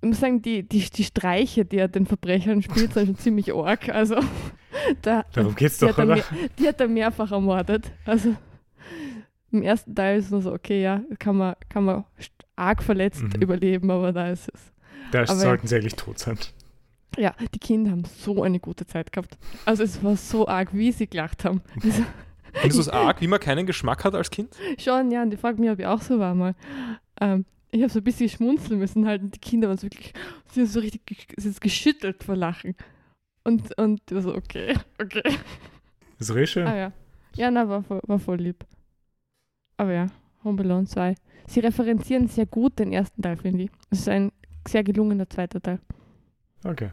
ich muss sagen, die, die, die Streiche, die er den Verbrechern spielt, sind schon ziemlich arg. Also, da, Darum geht's die doch, hat, er oder? mehr, die hat er mehrfach ermordet. Also im ersten Teil ist nur so, okay, ja, kann man, kann man st- arg verletzt Mhm. überleben, aber da ist es. Da aber- sollten sie eigentlich tot sein. Ja, die Kinder haben so eine gute Zeit gehabt. Also es war so arg, wie sie gelacht haben. Also, Findest du es arg, wie man keinen Geschmack hat als Kind? schon, ja, und die fragen mich, ob ich auch so war mal. Ähm, ich habe so ein bisschen schmunzeln müssen halt und die Kinder waren so wirklich, sind so richtig ge- sind geschüttelt vor Lachen. Und, und ich war so, okay, okay. Ist richtig schön. Ah ja. Ja, na, war voll, war voll lieb. Aber ja, Home Alone 2. Sie referenzieren sehr gut den ersten Teil, finde ich. Es ist ein sehr gelungener zweiter Teil. Okay.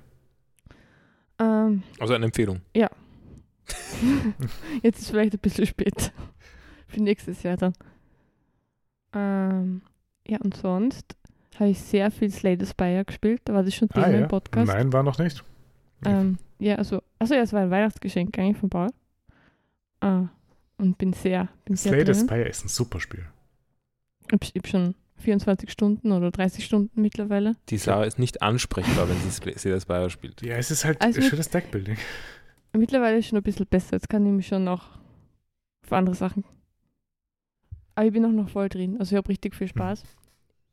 Ähm, Also eine Empfehlung. Jetzt ist vielleicht ein bisschen spät. Für nächstes Jahr dann. Ähm, ja, und sonst habe ich sehr viel Slay the Spire gespielt. Da war das schon Thema Ah, ja. im Podcast. Nein, war noch nicht. Ähm, ja, also, also ja, es war ein Weihnachtsgeschenk eigentlich von Paul. Ah, und bin sehr, bin sehr Slay the drinnen. Spire ist ein super Spiel. Ich habe schon 24 Stunden oder 30 Stunden mittlerweile. Die Sarah ist nicht ansprechbar, wenn sie Sl- Slay the Spire spielt. Ja, es ist halt Also- ein schönes Deckbuilding. Mittlerweile ist schon ein bisschen besser. Jetzt kann ich mich schon auch auf andere Sachen. Aber ich bin auch noch voll drin. Also ich habe richtig viel Spaß.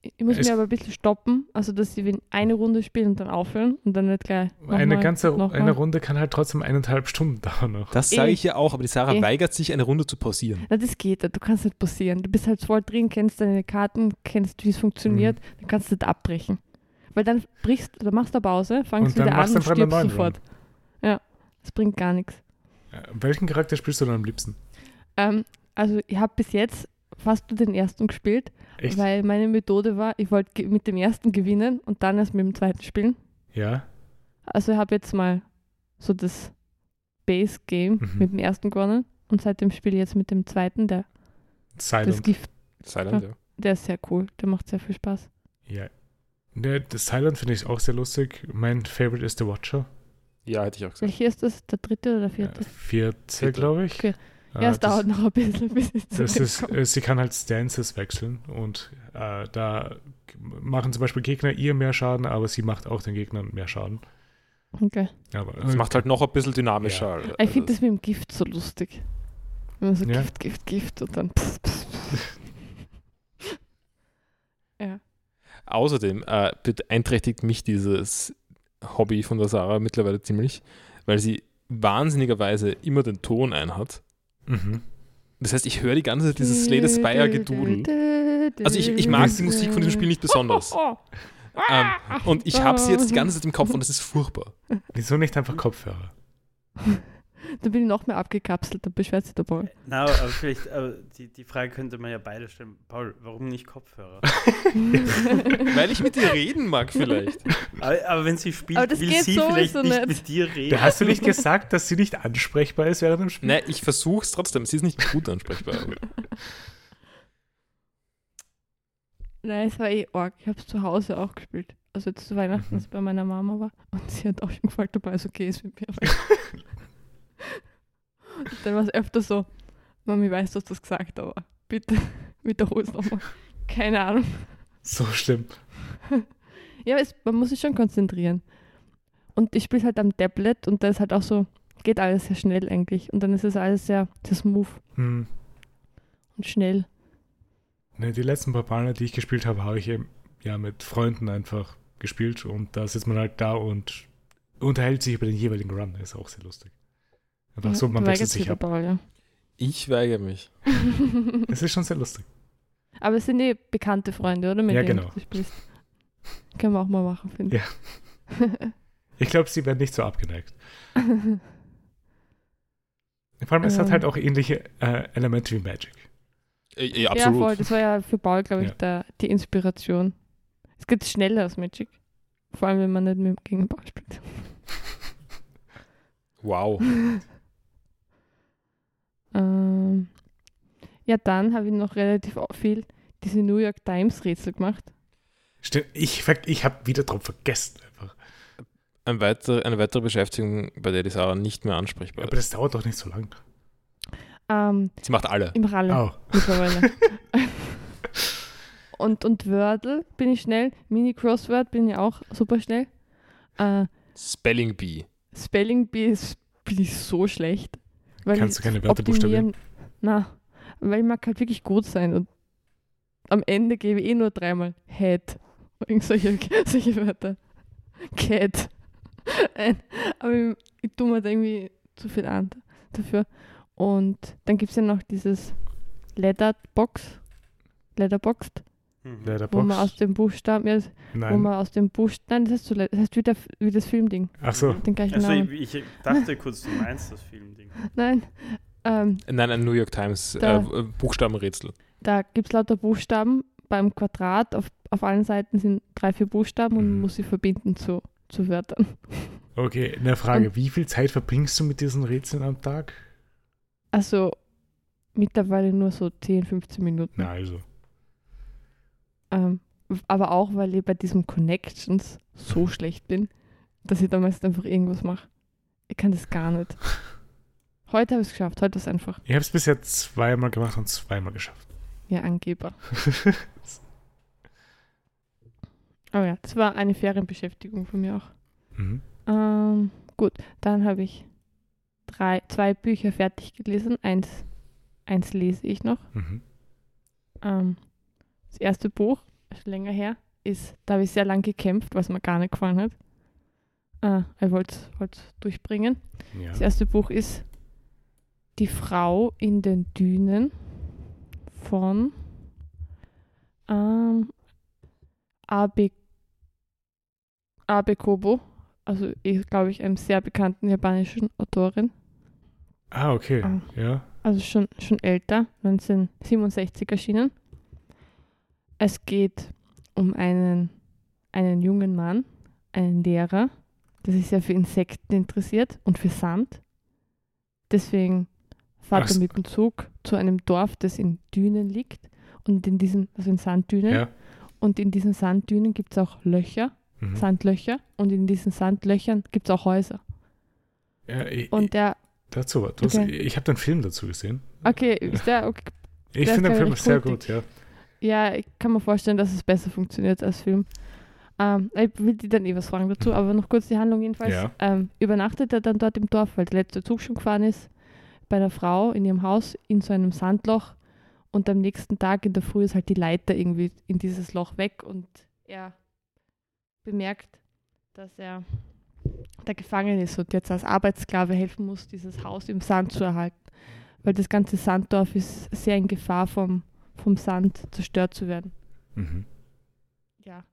Ich ich muss Mhm. Es- mir aber ein bisschen stoppen, also dass sie wenn eine Runde spielen und dann aufhören und dann nicht gleich. Nochmal, eine ganze nochmal. eine Runde kann halt trotzdem eineinhalb Stunden dauern noch. Das Eh. sage ich ja auch, aber die Sarah Eh. weigert sich, eine Runde zu pausieren. Na, das geht, du kannst nicht passieren. Du bist halt voll drin, kennst deine Karten, kennst, wie es funktioniert, Mhm. dann kannst du nicht abbrechen. Weil dann brichst dann machst du eine Pause, fangst Und dann wieder an machst und einfach einen stirbst neuen sofort. Ja, das bringt gar nichts. Äh, Welchen Charakter spielst du denn am liebsten? Ähm, also ich habe bis jetzt fast nur den ersten gespielt, Echt? weil meine Methode war, ich wollte ge- mit dem ersten gewinnen und dann erst mit dem zweiten spielen. ja. Also ich habe jetzt mal so das Base-Game Mhm. mit dem ersten gewonnen und seitdem spiele ich jetzt mit dem zweiten, der, das Silent. Gift, Silent, ja. der ist sehr cool, der macht sehr viel Spaß. Ja. Ne, das Silent finde ich auch sehr lustig. Mein Favorite ist The Watcher. Ja, hätte ich auch gesagt. Welcher ist das? Der dritte oder der vierte? Äh, Vierte, Vierte. glaube ich. Okay. Ja, Ah, Äh, es dauert noch ein bisschen, bis ich zu Das dem ist, komme. äh, sie kann halt Stances wechseln und äh, da g- machen zum Beispiel Gegner ihr mehr Schaden, aber sie macht auch den Gegnern mehr Schaden. Okay. Aber Das macht halt noch ein bisschen dynamischer. äh, Ich finde das mit dem Gift so lustig. Wenn man so Ja. Gift, Gift, Gift und dann. Pff, pff, pff. ja. Außerdem äh, beeinträchtigt mich dieses Hobby von der Sarah mittlerweile ziemlich, weil sie wahnsinnigerweise immer den Ton einhat. Mhm. Das heißt, ich höre die ganze Zeit dieses Slay the Spire Gedudel. Also ich, ich mag die Musik von dem Spiel nicht besonders. Oh, Ähm, und ich habe sie jetzt die ganze Zeit im Kopf und das ist furchtbar. Wieso nicht einfach Kopfhörer? Dann bin ich noch mehr abgekapselt, dann beschwert sich der Paul. Na, aber aber vielleicht, aber die, die Frage könnte man ja beide stellen. Paul, warum nicht Kopfhörer? Weil ich mit dir reden mag vielleicht. Aber, aber wenn sie spielt, Aber das will geht sie sowieso vielleicht nicht, nicht. mit dir reden. Da hast du nicht gesagt, dass sie nicht ansprechbar ist während dem Spiel? Nein, ich versuch's trotzdem. Sie ist nicht gut ansprechbar. aber- Nein, es war eh arg. Ich habe es zu Hause auch gespielt. Also jetzt zu Weihnachten, Mhm. als ich bei meiner Mama war. Und sie hat auch schon gefragt, ob alles okay ist mit mir. Und dann war es öfter so, Mami weiß, dass du das gesagt aber bitte wiederhol es nochmal. Keine Ahnung. So schlimm. Ja, es, man muss sich schon konzentrieren. Und ich spiele halt am Tablet und da ist halt auch so, geht alles sehr schnell eigentlich. Und dann ist es alles sehr, sehr smooth Hm. und schnell. Ne, die letzten paar Partner, die ich gespielt habe, habe ich eben, ja mit Freunden einfach gespielt und da sitzt man halt da und unterhält sich über den jeweiligen Run. Ist auch sehr lustig. Einfach so, man Da wechselt weigert's sich wieder ab. Paul, ja. Ich weigere mich. Es ist schon sehr lustig. Aber es sind eh bekannte Freunde, oder? Mit Ja, denen genau. Du spielst. Können wir auch mal machen, finde Ich glaube, sie werden nicht so abgeneigt. ich. Vor allem, es hat Ähm. halt auch ähnliche äh, Elemente wie Magic. Äh, äh, ja, absolut. voll. Das war ja für Paul, glaube ich, Ja. der, die Inspiration. Es geht schneller als Magic. Vor allem, wenn man nicht mit, gegen Paul spielt. wow. Ähm, ja, dann habe ich noch relativ au- viel diese New York Times Rätsel gemacht. Stimmt, ich, ver- ich habe wieder drauf vergessen einfach. Ein weiter, eine weitere Beschäftigung, bei der die Sarah nicht mehr ansprechbar Aber ist. das dauert doch nicht so lang. Ähm, Sie macht alle. Im Ralle Oh. mittlerweile. und, und Wordle bin ich schnell. Mini-Crossword bin ich auch super schnell. Äh, Spelling Bee. Spelling Bee ist, bin ich so schlecht. Weil Kannst du ich keine Wörter optimieren- Na, weil ich mag halt wirklich gut sein und am Ende gebe ich eh nur dreimal Head. Irgend solche, solche Wörter. Cat. Nein, Aber ich, ich tue mir da irgendwie zu viel an dafür. Und dann gibt es ja noch dieses Letterbox. Letterboxd, wo Mhm. man aus Letterbox. dem Buchstaben, ja, wo Nein. man aus dem Buchstaben, nein, das heißt, so, das heißt wie, der, wie das Filmding, Ach so. den gleichen Also Namen. ich, ich dachte kurz, du meinst das Filmding. Nein, ähm, Nein, ein New York Times äh, Da. Buchstabenrätsel. da gibt es lauter Buchstaben. Beim Quadrat auf, auf allen Seiten sind drei, vier Buchstaben und man muss sie verbinden zu, zu Wörtern. Okay, eine Frage. Wie viel Zeit verbringst du mit diesen Rätseln am Tag? Also mittlerweile nur so 10, 15 Minuten. Na, also. Ähm, aber auch, weil ich bei diesem Connections so schlecht bin, dass ich da meist einfach irgendwas mache. Ich kann das gar nicht. Heute habe ich es geschafft, heute ist einfach. Ich habe es bisher zweimal gemacht und zweimal geschafft. Ja, Angeber. Oh ja, das war eine Ferienbeschäftigung von mir auch. mhm. Ähm, gut, dann habe ich drei, zwei Bücher fertig gelesen. Eins, eins lese ich noch. Mhm. Ähm, das erste Buch, schon länger her, ist, da habe ich sehr lange gekämpft, was mir gar nicht gefallen hat. Äh, ich wollte es durchbringen. Das Ja. erste Buch ist Die Frau in den Dünen von ähm, Abe, Abe Kobo, also ich glaube ich einem sehr bekannten japanischen Autorin, Ah, okay. Ah. Ja. also schon, schon älter, 1967 erschienen. Es geht um einen, einen jungen Mann, einen Lehrer, der sich sehr für Insekten interessiert und für Sand. Deswegen fährt Ach er so. mit dem Zug zu einem Dorf, das in Dünen liegt und in diesen, also in Sanddünen. Ja. Und in diesen Sanddünen gibt es auch Löcher, Mhm. Sandlöcher. Und in diesen Sandlöchern gibt es auch Häuser. ja ich, Und der, dazu was. Du hast- Okay. Ich habe den Film dazu gesehen. okay, ist der okay, Ich Der finde den ist, glaub Film ich, sehr kultig. gut, ja. Ja, ich kann mir vorstellen, dass es besser funktioniert als Film. Ähm, ich will dir dann eh was fragen dazu, aber noch kurz die Handlung jedenfalls. Ja. Ähm, übernachtet er dann dort im Dorf, weil der letzte Zug schon gefahren ist, bei der Frau in ihrem Haus in so einem Sandloch und am nächsten Tag in der Früh ist halt die Leiter irgendwie in dieses Loch weg und er bemerkt, dass er da gefangen ist und jetzt als Arbeitssklave helfen muss, dieses Haus im Sand zu erhalten, weil das ganze Sanddorf ist sehr in Gefahr vom, vom Sand zerstört zu werden. Mhm. Ja.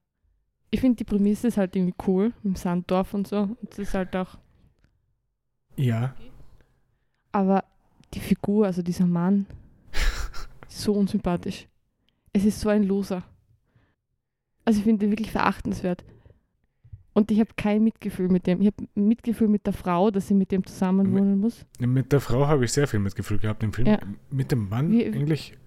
Ich finde die Prämisse ist halt irgendwie cool, im Sanddorf und so. Und es ist halt auch. Ja. Aber die Figur, also dieser Mann, ist so unsympathisch. Es ist so ein Loser. Also ich finde ihn wirklich verachtenswert. Und ich habe kein Mitgefühl mit dem. Ich habe Mitgefühl mit der Frau, dass sie mit dem zusammen Mi- wohnen muss. Mit der Frau habe ich sehr viel Mitgefühl gehabt im Film. Ja. Mit dem Mann Wie- eigentlich.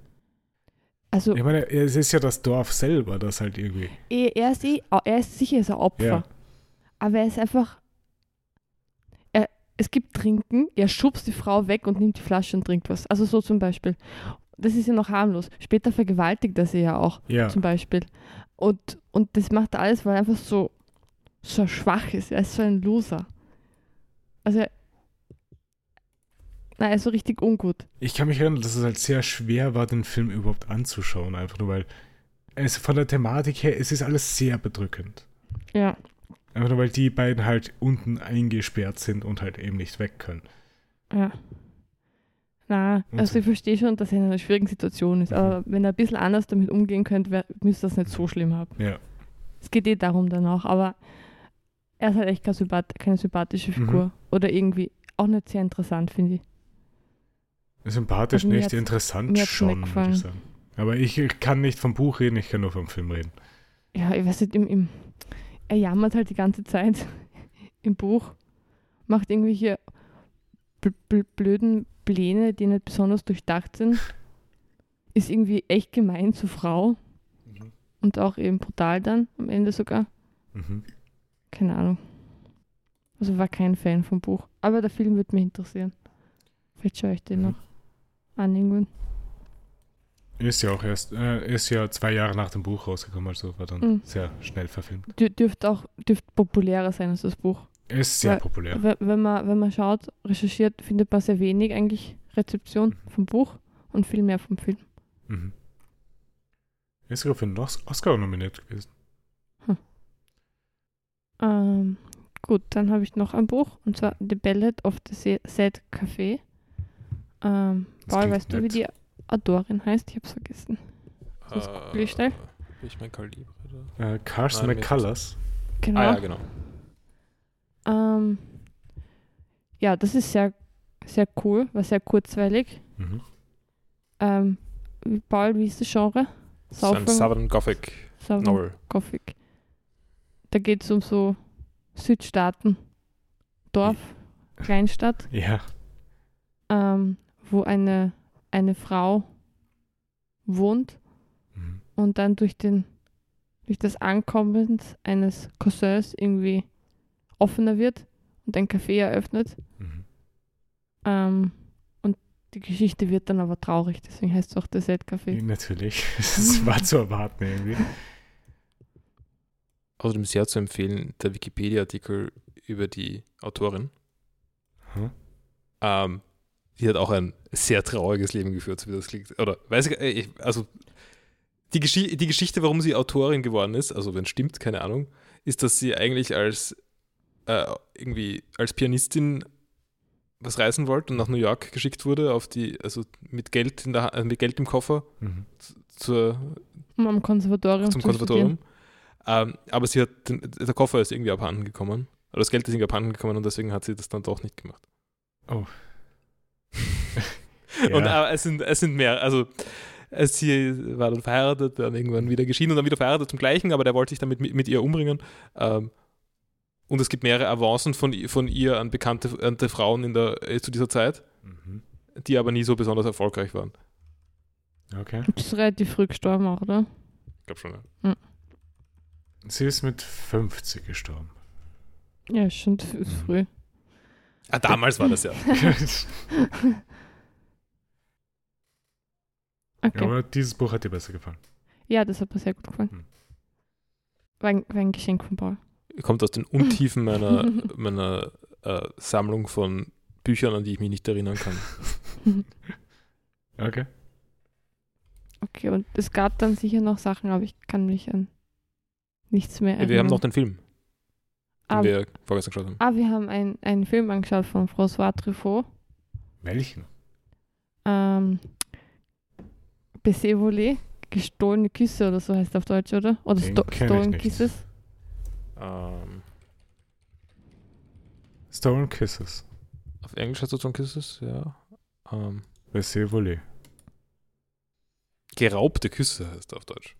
Also Ich meine, es ist ja das Dorf selber, das halt irgendwie. eh, er ist eh, er ist sicher ist er Opfer. Ja. Aber er ist einfach. Er, es gibt Trinken, er schubst die Frau weg und nimmt die Flasche und trinkt was. Also so zum Beispiel. Das ist ja noch harmlos. Später vergewaltigt er sie ja auch, Ja. zum Beispiel. Und, und das macht er alles, weil er einfach so, so schwach ist. Er ist so ein Loser. Also. er- Nein, er ist so richtig ungut. Ich kann mich erinnern, dass es halt sehr schwer war, den Film überhaupt anzuschauen, einfach nur weil es von der Thematik her, es ist alles sehr bedrückend. Ja. Einfach nur weil die beiden halt unten eingesperrt sind und halt eben nicht weg können. Ja. Na, Und also so. ich verstehe schon, dass er in einer schwierigen Situation ist, aber wenn er ein bisschen anders damit umgehen könnte, wär- müsste das nicht so schlimm haben. Ja. Es geht eh darum dann auch, aber er ist halt echt keine, Sympath keine sympathische Mhm. Figur oder irgendwie auch nicht sehr interessant, finde ich. Sympathisch Also mir nicht, hat's- interessant mir hat's schon, nicht würde ich sagen. Aber ich, ich kann nicht vom Buch reden, ich kann nur vom Film reden. Ja, ich weiß nicht, im, im, er jammert halt die ganze Zeit im Buch, macht irgendwelche bl bl blöden Pläne, die nicht besonders durchdacht sind, ist irgendwie echt gemein zur Frau. Mhm. Und auch eben brutal dann, am Ende sogar. Mhm. Keine Ahnung. Also war kein Fan vom Buch. Aber der Film würde mich interessieren. Vielleicht schaue ich den Mhm. noch an irgendwann. Ist ja auch erst, äh, ist ja zwei Jahre nach dem Buch rausgekommen, also war dann Mhm. sehr schnell verfilmt. Dür dürfte auch dürft populärer sein als das Buch. Ist sehr Weil- populär. We- Wenn, man, wenn man schaut, recherchiert, findet man sehr wenig eigentlich Rezeption vom Buch und viel mehr vom Film. Mhm. Ist sogar für einen Os- Oscar nominiert gewesen. Ähm, gut, dann habe ich noch ein Buch und zwar The Ballad of the Se- Sad Café. Ähm, Das Paul, klingt weißt du, wie nett. die Autorin heißt? Ich habe es vergessen. Das google ich schnell. Bin Äh, ich mein Kaliber? Oder? Äh, Carson Nein, mir- McCullers. Genau. Ah ja, genau. Ähm, ja, das ist sehr, sehr cool, war sehr kurzweilig. Mhm. Ähm, Paul, wie ist das Genre? Das ist ein Southern- Southern Gothic Southern Novel. Gothic. Da geht es um so Südstaaten, Dorf, Kleinstadt, Ja. ähm, wo eine, eine Frau wohnt Mhm. und dann durch, den, durch das Ankommen eines Cousins irgendwie offener wird und ein Café eröffnet. Mhm. Ähm, und die Geschichte wird dann aber traurig, deswegen heißt es auch The Sad Café. Mhm. Natürlich. Das war zu erwarten irgendwie. Außerdem sehr zu empfehlen, der Wikipedia-Artikel über die Autorin. Hm. Ähm, die hat auch ein sehr trauriges Leben geführt, so wie das klingt. Oder weiß ich, äh, ich also die, Geschi die Geschichte, warum sie Autorin geworden ist, also wenn es stimmt, keine Ahnung, ist, dass sie eigentlich als äh, irgendwie als Pianistin was reisen wollte und nach New York geschickt wurde, auf die, also mit Geld in der Ha- äh, mit Geld im Koffer Mhm. zur, Um am Konservatorium zum zu studieren. Konservatorium. Ähm, aber sie hat den, der Koffer ist irgendwie abhanden gekommen. Oder das Geld ist irgendwie abhanden gekommen und deswegen hat sie das dann doch nicht gemacht. Oh. Und Ja. äh, es, sind, es sind mehr. Also äh, sie war dann verheiratet, dann irgendwann wieder geschieden und dann wieder verheiratet zum gleichen, aber der wollte sich dann mit, mit ihr umbringen. Ähm, und es gibt mehrere Avancen von, i- von ihr an bekannte, an die Frauen in der, äh, zu dieser Zeit, Mhm. die aber nie so besonders erfolgreich waren. Okay. Das ist relativ früh gestorben auch, oder? Ich glaube schon. Ja. Sie ist mit 50 gestorben. Ja, ist schon f- ist Mhm. früh. Ah, damals war das ja. Ja, Okay. aber dieses Buch hat dir besser gefallen. Ja, das hat mir sehr gut gefallen. Mhm. War ein, war ein Geschenk von Paul. Kommt aus den Untiefen meiner, meiner äh, Sammlung von Büchern, an die ich mich nicht erinnern kann. Okay. Okay, und es gab dann sicher noch Sachen, aber ich kann mich an nichts mehr erinnern. Wir haben noch den Film, den genau. ah, wir vorgestern geschaut haben. ah, wir haben ein, einen Film angeschaut von François Truffaut. Welchen? Ähm, Baiser volé, gestohlene Küsse oder so heißt er auf Deutsch, oder? Oder Den Sto kenn ich Stolen nicht. Kisses. Ähm, Stolen Kisses. auf Englisch hast du John Kisses, ja. Ähm, Laissez voler. Geraubte Küsse heißt er auf Deutsch.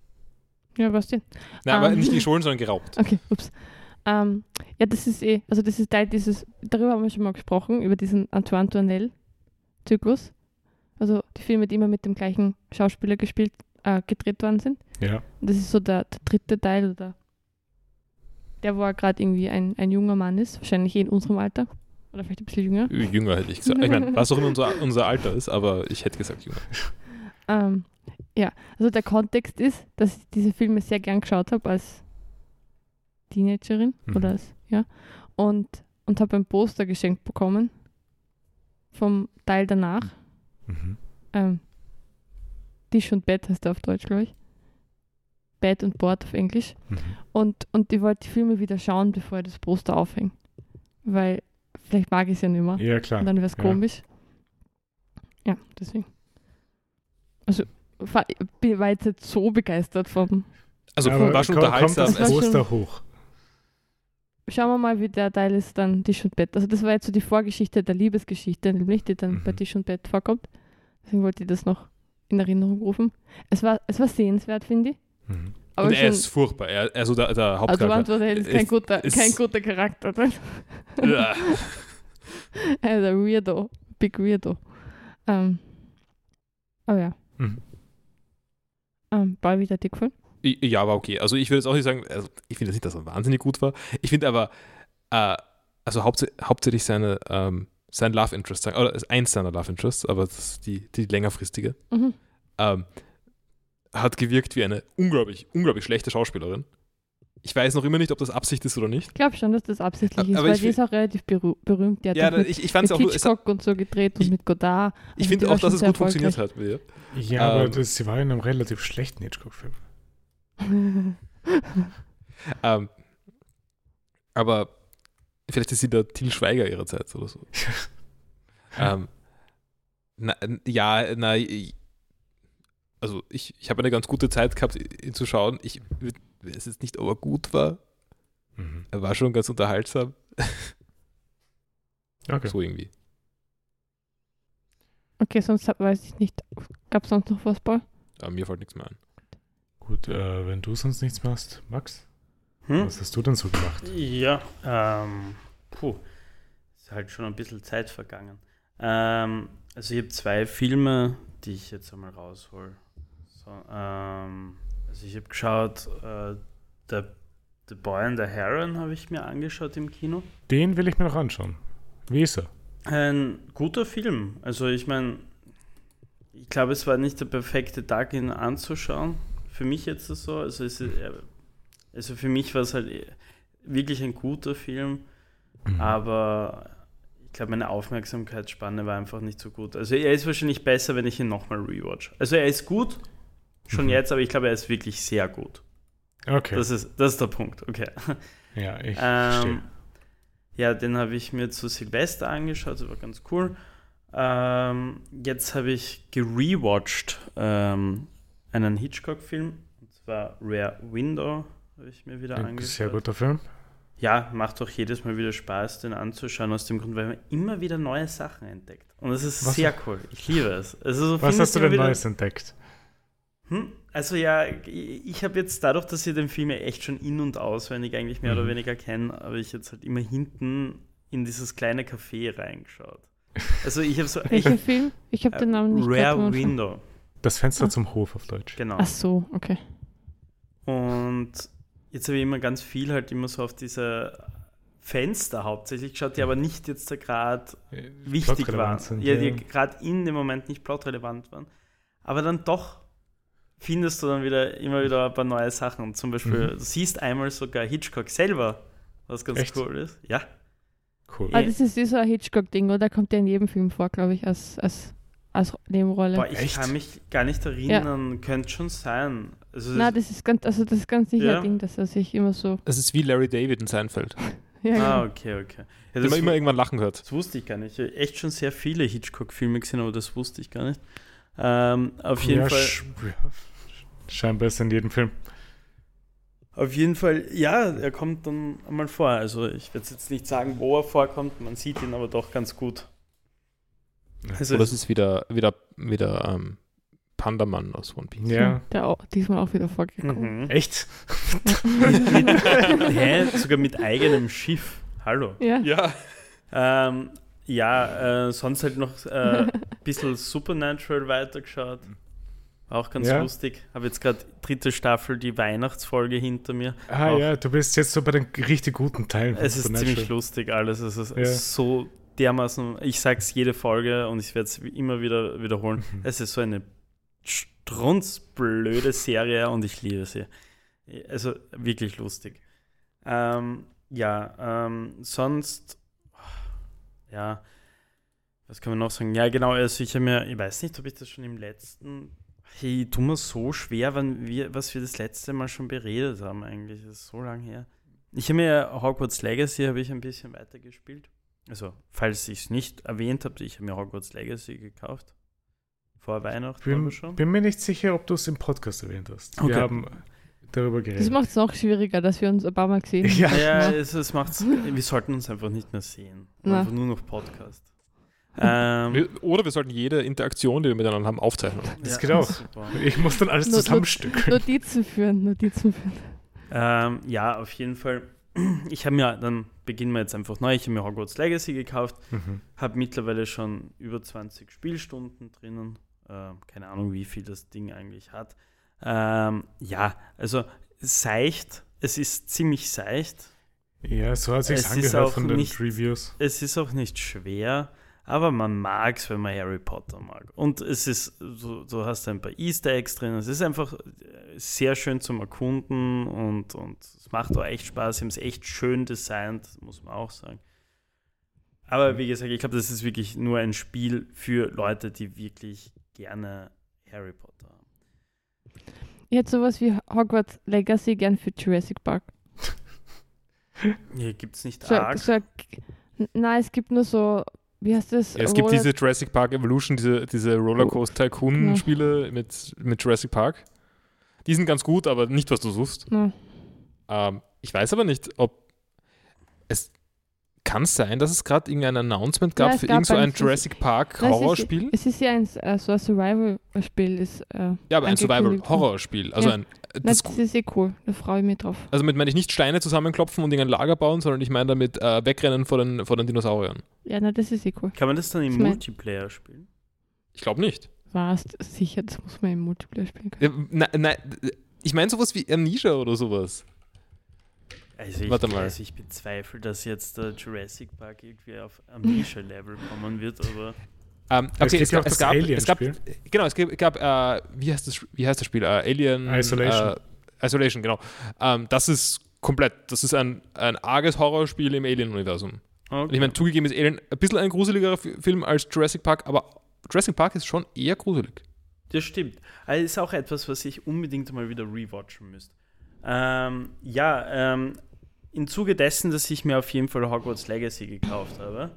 Ja, was denn? Nein, aber Ähm. nicht gestohlen, sondern geraubt. Okay, ups. Ähm, ja, das ist eh, also das ist Teil dieses, darüber haben wir schon mal gesprochen, über diesen Antoine Tournel-Zyklus. Also die Filme, die immer mit dem gleichen Schauspieler gespielt, äh, gedreht worden sind. Ja. Und das ist so der, der dritte Teil oder der, wo er gerade irgendwie ein, ein junger Mann ist, wahrscheinlich eh in unserem Alter. Oder vielleicht ein bisschen jünger. Jünger hätte ich gesagt. Ich meine, was auch immer unser, unser Alter ist, aber ich hätte gesagt jünger. Ähm, ja, also der Kontext ist, dass ich diese Filme sehr gern geschaut habe als Teenagerin Mhm. oder als, ja, und, und habe ein Poster geschenkt bekommen vom Teil danach. Mhm. Ähm, Tisch und Bett heißt der auf Deutsch, glaube ich. Bed und Board auf Englisch. Mhm. Und, und ich wollte die Filme wieder schauen, bevor ich das Poster aufhänge. Weil vielleicht mag ich es ja nicht mehr. Ja, Und klar. dann wäre es ja. komisch. Ja, deswegen. Also, fa- bin- war jetzt nicht so begeistert vom. Also Aber war schon komm- unterhaltsam. Kommt das Es war Poster schon- hoch. Schauen wir mal, wie der Teil ist, dann Tisch und Bett. Also, das war jetzt so die Vorgeschichte der Liebesgeschichte, nämlich die dann Mhm. bei Tisch und Bett vorkommt. Deswegen wollte ich das noch in Erinnerung rufen. Es war, es war sehenswert, finde ich. Mhm. Aber und er schon, ist furchtbar. Er, also der, der also Hauptcharakter. Antoine ist kein Ist- guter, ist- kein guter Charakter. ne? Ja. Er ist ein Äh, Weirdo, Big Weirdo. Ähm, aber ja, Mhm. ähm, Ball wieder dick voll. I- Ja, war okay. Also ich würde jetzt auch nicht sagen, also ich finde jetzt nicht, dass er wahnsinnig gut war. Ich finde aber, äh, also hauptsä hauptsächlich seine, ähm, sein Love Interest, sein- oder ist eins seiner Love Interests, aber das ist die, die längerfristige, Mhm. ähm, hat gewirkt wie eine unglaublich, unglaublich schlechte Schauspielerin. Ich weiß noch immer nicht, ob das Absicht ist oder nicht. Ich glaube schon, dass das absichtlich Aber- ist, aber weil ich die ist auch relativ berüh berühmt. Die hat Ja, doch da- mit, ich, ich fand mit es auch nur, es, Hitchcock und so gedreht Ich- und mit Godard. also ich finde die war auch, dass schon es sehr gut funktioniert hat mit ihr. Ja, aber Ähm. das, sie war in einem relativ schlechten Hitchcock-Film. Ähm, aber vielleicht ist sie der Til Schweiger ihrer Zeit oder so. ähm, na, ja, na, ich- also ich, ich habe eine ganz gute Zeit gehabt, ihn zu schauen. Ich würd- weiß jetzt nicht, ob er gut war. Mhm. Er war schon ganz unterhaltsam. Okay. Also So irgendwie. Okay, sonst hab, weiß ich nicht. Gab es sonst noch was, Paul? Äh, mir fällt nichts mehr ein. Gut, äh, wenn du sonst nichts machst, Max, Hm? was hast du denn so gemacht? Ja, ähm, puh, ist halt schon ein bisschen Zeit vergangen. Ähm, also ich habe zwei Filme, die ich jetzt einmal raushol. So, ähm, also ich habe geschaut, äh, The, The Boy and the Heron habe ich mir angeschaut im Kino. Den will ich mir noch anschauen. Wie ist er? Ein guter Film. Also ich meine, ich glaube, es war nicht der perfekte Tag, ihn anzuschauen. Für mich jetzt ist so. Also, es, ist- also für mich war es halt eh- wirklich ein guter Film, Mhm. Ah, aber ich glaube, meine Aufmerksamkeitsspanne war einfach nicht so gut. Also er ist wahrscheinlich besser, wenn ich ihn nochmal rewatch. Also er ist gut, schon Mhm. jetzt, aber ich glaube, er ist wirklich sehr gut. Okay. Das, ist, das ist der Punkt, okay. ja, ich Ähm, verstehe. ja, den habe ich mir zu Silvester angeschaut, das war ganz cool. Ähm, jetzt habe ich gerewatcht ähm, einen Hitchcock-Film, und zwar Rare Window, habe ich mir wieder Ein angeschaut. sehr guter Film. Ja, macht doch jedes Mal wieder Spaß, den anzuschauen, aus dem Grund, weil man immer wieder neue Sachen entdeckt. Und es ist Was- sehr cool. Ich liebe es. Also, so Was Filme, hast du die man denn wieder- Neues entdeckt? Hm? Also ja, ich ich habe jetzt dadurch, dass ich den Film ja echt schon in- und auswendig eigentlich mehr oder Mhm. weniger kenne, habe ich jetzt halt immer hinten in dieses kleine Café reingeschaut. Also ich habe so echt Welcher Film? Ich habe äh, den Namen nicht gehört, Rare muss man- Window, Das Fenster zum Hof auf Deutsch. genau. Ach so, okay. Und jetzt habe ich immer ganz viel halt immer so auf diese Fenster hauptsächlich geschaut, die aber nicht jetzt da gerade Äh, wichtig Plot-relevant waren. sind, ja, die gerade in dem Moment nicht plotrelevant waren. Aber dann doch findest du dann wieder immer wieder ein paar neue Sachen. Zum Beispiel, Mhm. du siehst einmal sogar Hitchcock selber, was ganz Echt? cool ist. Ja. Cool. Ah, Ja. das ist eh so ein Hitchcock-Ding, oder? Kommt der in jedem Film vor, glaube ich, als, als, als Nebenrolle. Boah, ich Echt? kann mich gar nicht erinnern, könnte schon sein. Also, Na, das ist ganz, also das ist ganz sicher Ja. ein Ding, dass er sich immer so. Das ist wie Larry David in Seinfeld, Ja, genau. ah, okay, okay. Ja, den das, man immer irgendwann lachen hört. das wusste ich gar nicht. Ich habe echt schon sehr viele Hitchcock-Filme gesehen, aber das wusste ich gar nicht. Ähm, auf jeden ja, Fall. sch- ja, scheinbar ist in jedem Film. Auf jeden Fall, ja, er kommt dann einmal vor. Also ich werde jetzt nicht sagen, wo er vorkommt, man sieht ihn aber doch ganz gut. Also Oder es ist wieder, wieder, wieder ähm, Pandaman aus One Piece. Ja. Hm, Der auch, diesmal auch wieder vorgekommen. mhm. Echt? mit, hä, sogar mit eigenem Schiff. Hallo. Ja. Ja. Ähm, ja, äh, sonst halt noch ein äh, bisschen Supernatural weitergeschaut. War Auch ganz Ja. lustig. Habe jetzt gerade dritte Staffel, die Weihnachtsfolge hinter mir. Ah Auch. ja, du bist jetzt so bei den richtig guten Teilen. von Es ist Supernatural. ziemlich lustig alles. Es ist Ja. so dermaßen, ich sag's jede Folge und ich werde es immer wieder wiederholen. Es ist so eine strunzblöde Serie und ich liebe sie. Also wirklich lustig. Ähm, ja, ähm, sonst, ja, was kann man noch sagen? Ja, genau, also ich habe mir, ich weiß nicht, ob ich das schon im letzten, hey, tu mir so schwer, wann wir, was wir das letzte Mal schon beredet haben eigentlich, das ist so lang her. Ich habe mir Hogwarts Legacy habe ich ein bisschen weitergespielt. Also, falls ich es nicht erwähnt habe, ich habe mir Hogwarts Legacy gekauft. Vor Weihnachten aber Bin, schon. bin mir nicht sicher, ob du es im Podcast erwähnt hast. Okay. Wir haben darüber Das geredet. macht es noch schwieriger, dass wir uns ein paar Mal gesehen haben. Ja. Ja, Ja. es, es macht's, wir sollten uns einfach nicht mehr sehen. Na. Einfach nur noch Podcast. Ähm, Wir, oder wir sollten jede Interaktion, die wir miteinander haben, aufzeichnen. Das ja, geht auch. super. Ich muss dann alles Not- not- zusammenstückeln. Notizen führen, Notizen führen. Ähm, ja, auf jeden Fall. Ich habe mir, dann beginnen wir jetzt einfach neu. Ich habe mir Hogwarts Legacy gekauft, Mhm. habe mittlerweile schon über 20 Spielstunden drinnen. Ähm, keine Ahnung, wie viel das Ding eigentlich hat. Ähm, ja, also seicht. Es ist ziemlich seicht. Ja, so hat sich's Es ist angehört auch von den nicht- Reviews. Es ist auch nicht schwer, aber man mag es, wenn man Harry Potter mag. Und es ist, du, du hast ein paar Easter Eggs drin. Es ist einfach äh, sehr schön zum Erkunden und, und es macht auch echt Spaß. Sie haben es echt schön designt, muss man auch sagen. Aber wie gesagt, ich glaube, das ist wirklich nur ein Spiel für Leute, die wirklich gerne Harry Potter haben. Ich hätte sowas wie Hogwarts Legacy gern für Jurassic Park. Hier gibt es nicht So, arg. so, nein, es gibt nur so, wie heißt das? Ja, es gibt Roller- diese Jurassic Park Evolution, diese, diese Rollercoaster Tycoon Spiele mit, mit Jurassic Park. Die sind ganz gut, aber nicht, was du suchst. Nein. Ähm, ich weiß aber nicht, ob es Kann es sein, dass es gerade irgendein Announcement gab Ja, es für gab irgend so ein eins, das- Jurassic Park Nein, es ist- Horrorspiel? Es ist ja ein, S- äh, so ein Survival-Spiel. Ist, äh, Ja, aber ein Survival angekündigt. Horrorspiel. Also Ja. ein Nein, das, das ist eh cool. Da freue ich mich drauf. also mit meine ich nicht Steine zusammenklopfen und irgendein Lager bauen, sondern ich meine damit äh, wegrennen vor den, vor den Dinosauriern. Ja, na, das ist eh cool. Kann man das dann im Ich mein- Multiplayer spielen? Ich glaube nicht. Warst sicher, das muss man im Multiplayer spielen können. Ja, nein, nein, ich meine sowas wie Amnesia oder sowas. Also ich, Warte mal. Also ich bezweifle, dass jetzt der Jurassic Park irgendwie auf Amnesia-Level kommen wird, aber Ähm, Es okay, gibt es, ja auch gab, das es, gab, es gab, Alien-Spiel. genau, es gab, gab äh, wie, heißt das, wie heißt das Spiel? Äh, Alien Isolation. Äh, Isolation, genau. Ähm, das ist komplett, das ist ein, ein arges Horrorspiel im Alien-Universum. Und okay. Ich meine, zugegeben ist Alien ein bisschen ein gruseligerer Fi- Film als Jurassic Park, aber Jurassic Park ist schon eher gruselig. das stimmt. Also ist auch etwas, was ich unbedingt mal wieder rewatchen müsste. Ähm, ja, ähm, im Zuge dessen, dass ich mir auf jeden Fall Hogwarts Legacy gekauft habe,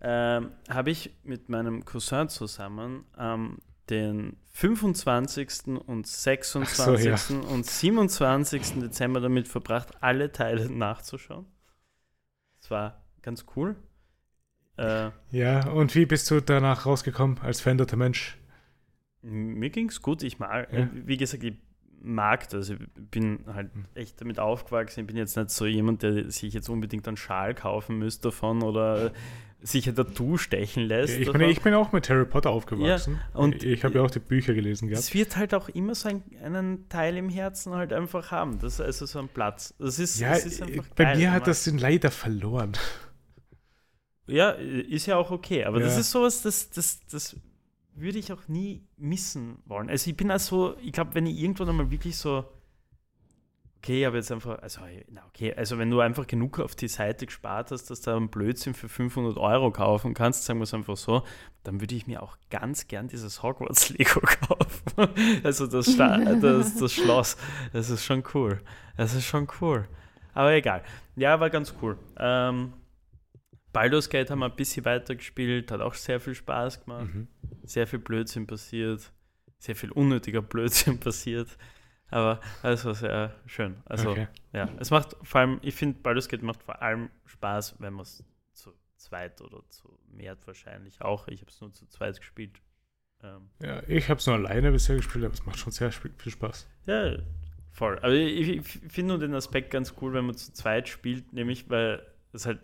ähm, habe ich mit meinem Cousin zusammen am den 25. und 26. Ach so, und 27. Dezember damit verbracht, alle Teile nachzuschauen. Es war ganz cool. Äh, Ja, und wie bist du danach rausgekommen als veränderter Mensch? Mir ging es gut. Ich mag, Ja. wie gesagt, ich mag das. Ich bin halt Hm. echt damit aufgewachsen. Ich bin jetzt nicht so jemand, der sich jetzt unbedingt einen Schal kaufen müsste davon oder äh, sich ein Tattoo stechen lässt. Ich bin, davon. ich bin auch mit Harry Potter aufgewachsen. Ja, und- ich habe ja auch die Bücher gelesen gehabt. es wird halt auch immer so ein, einen Teil im Herzen halt einfach haben. Das ist also so ein Platz. Das ist, Ja, das ist einfach bei geil. mir Man- hat das den leider verloren. Ja, ist ja auch okay. Aber das Ja. ist sowas, das, das, das würde ich auch nie missen wollen. Also ich bin da so, ich glaube, wenn ich irgendwann einmal wirklich so, okay, aber jetzt einfach, also, na okay, also wenn du einfach genug auf die Seite gespart hast, dass du einen Blödsinn für 500 Euro kaufen kannst, sagen wir es einfach so, dann würde ich mir auch ganz gern dieses Hogwarts-Lego kaufen. Also das, Sta das, das Schloss. Das ist schon cool. Das ist schon cool. Aber egal. Ja, war ganz cool. Ähm, Baldur's Gate haben wir ein bisschen weitergespielt, hat auch sehr viel Spaß gemacht Mhm. sehr viel Blödsinn passiert, sehr viel unnötiger Blödsinn passiert. Aber es war sehr schön. Also Okay. ja, es macht vor allem, ich finde, Baldur's Gate macht vor allem Spaß, wenn man es zu zweit oder zu mehr wahrscheinlich auch. Ich habe es nur zu zweit gespielt. Ähm, Ja, ich habe es nur alleine bisher gespielt, aber es macht schon sehr sp- viel Spaß. ja, voll. Aber ich, ich finde nur den Aspekt ganz cool, wenn man zu zweit spielt, nämlich weil es halt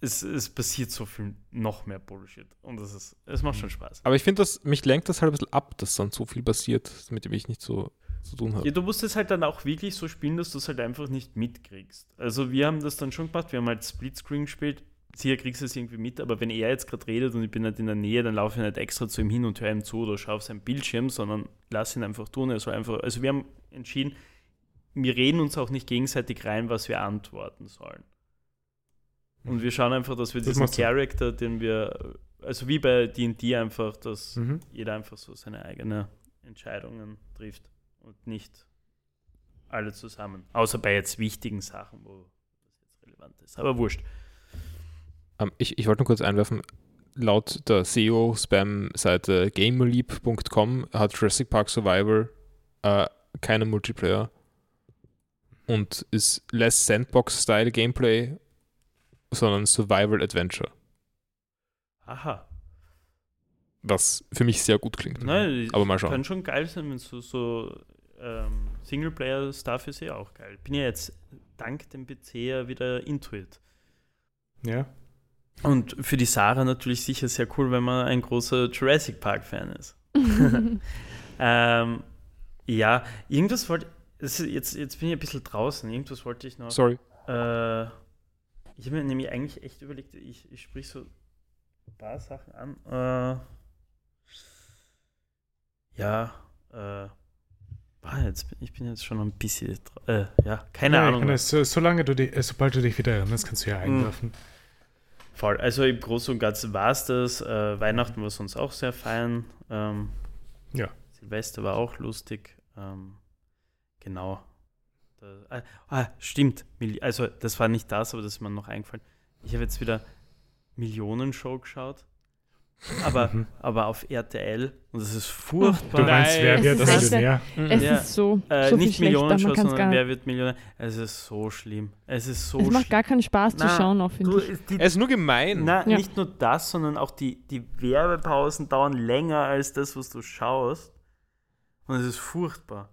es, es passiert so viel noch mehr Bullshit und es ist es macht schon Spaß. Aber ich finde, das- mich lenkt das halt ein bisschen ab, dass dann so viel passiert, mit dem ich nicht so zu tun habe. Ja, du musst es halt dann auch wirklich so spielen, dass du es halt einfach nicht mitkriegst. Also wir haben das dann schon gemacht, wir haben halt Splitscreen gespielt. Sicher kriegst du es irgendwie mit, aber wenn er jetzt gerade redet und ich bin halt in der Nähe, dann laufe ich nicht extra zu ihm hin und höre ihm zu oder schaue auf seinen Bildschirm, sondern lass ihn einfach tun. Er soll einfach, also wir haben entschieden, wir reden uns auch nicht gegenseitig rein, was wir antworten sollen. Und wir schauen einfach, dass wir Das diesen macht Sinn. Charakter, den wir, also wie bei D&D einfach, dass Mhm. jeder einfach so seine eigenen Entscheidungen trifft und nicht alle zusammen. Außer bei jetzt wichtigen Sachen, wo das jetzt relevant ist. Aber wurscht. Ähm, ich ich wollte nur kurz einwerfen, laut der E SEO-Spam-Seite gameleap.com hat Jurassic Park Survival äh, keinen Multiplayer und ist less Sandbox-Style Gameplay, sondern Survival Adventure, Aha. was für mich sehr gut klingt. Nein, Mhm. Aber mal schauen. kann schon geil sein, wenn so, so ähm, Singleplayer-Stuff ist ja auch geil. Bin ja jetzt dank dem PC ja wieder Intuit. Ja. Und für die Sarah natürlich sicher sehr cool, wenn man ein großer Jurassic Park-Fan ist. Ähm, ja, irgendwas wollte. es ist- Jetzt, jetzt bin ich ein bisschen draußen. Irgendwas wollte ich noch. Sorry. Äh, ich habe mir nämlich eigentlich echt überlegt, ich, ich sprich so ein paar Sachen an. Äh, ja, äh, boah, jetzt, bin- ich bin jetzt schon ein bisschen. dra- Äh, ja, keine Ja, ich Ahnung. Mhm. kann das, so, solange du dich, äh, sobald du dich wieder erinnerst, kannst du ja einwerfen. Voll. Also im Großen und Ganzen war es das. Äh, Weihnachten war sonst auch sehr fein. Ähm, Ja. Silvester war auch lustig. Ähm, genau. Da, ah, ah, stimmt. Mil- Also das war nicht das, aber das ist mir noch eingefallen. Ich habe jetzt wieder Millionenshow geschaut. aber, Mhm. aber auf RTL und das ist furchtbar. Du meinst, wer Es wird ist echt- Millionär? Es Ja. ist so, äh, so viel nicht schlechter, man Millionenshow, kann es gar sondern nicht. wer wird Millionär? Es ist so schlimm. Es ist so Es macht schlimm. gar keinen Spaß zu Na, schauen, auch Du, finde ich. es- die, Er ist nur gemein. na, Ja. nicht nur das, sondern auch die, die Werbepausen dauern länger als das, was du schaust. Und es ist furchtbar.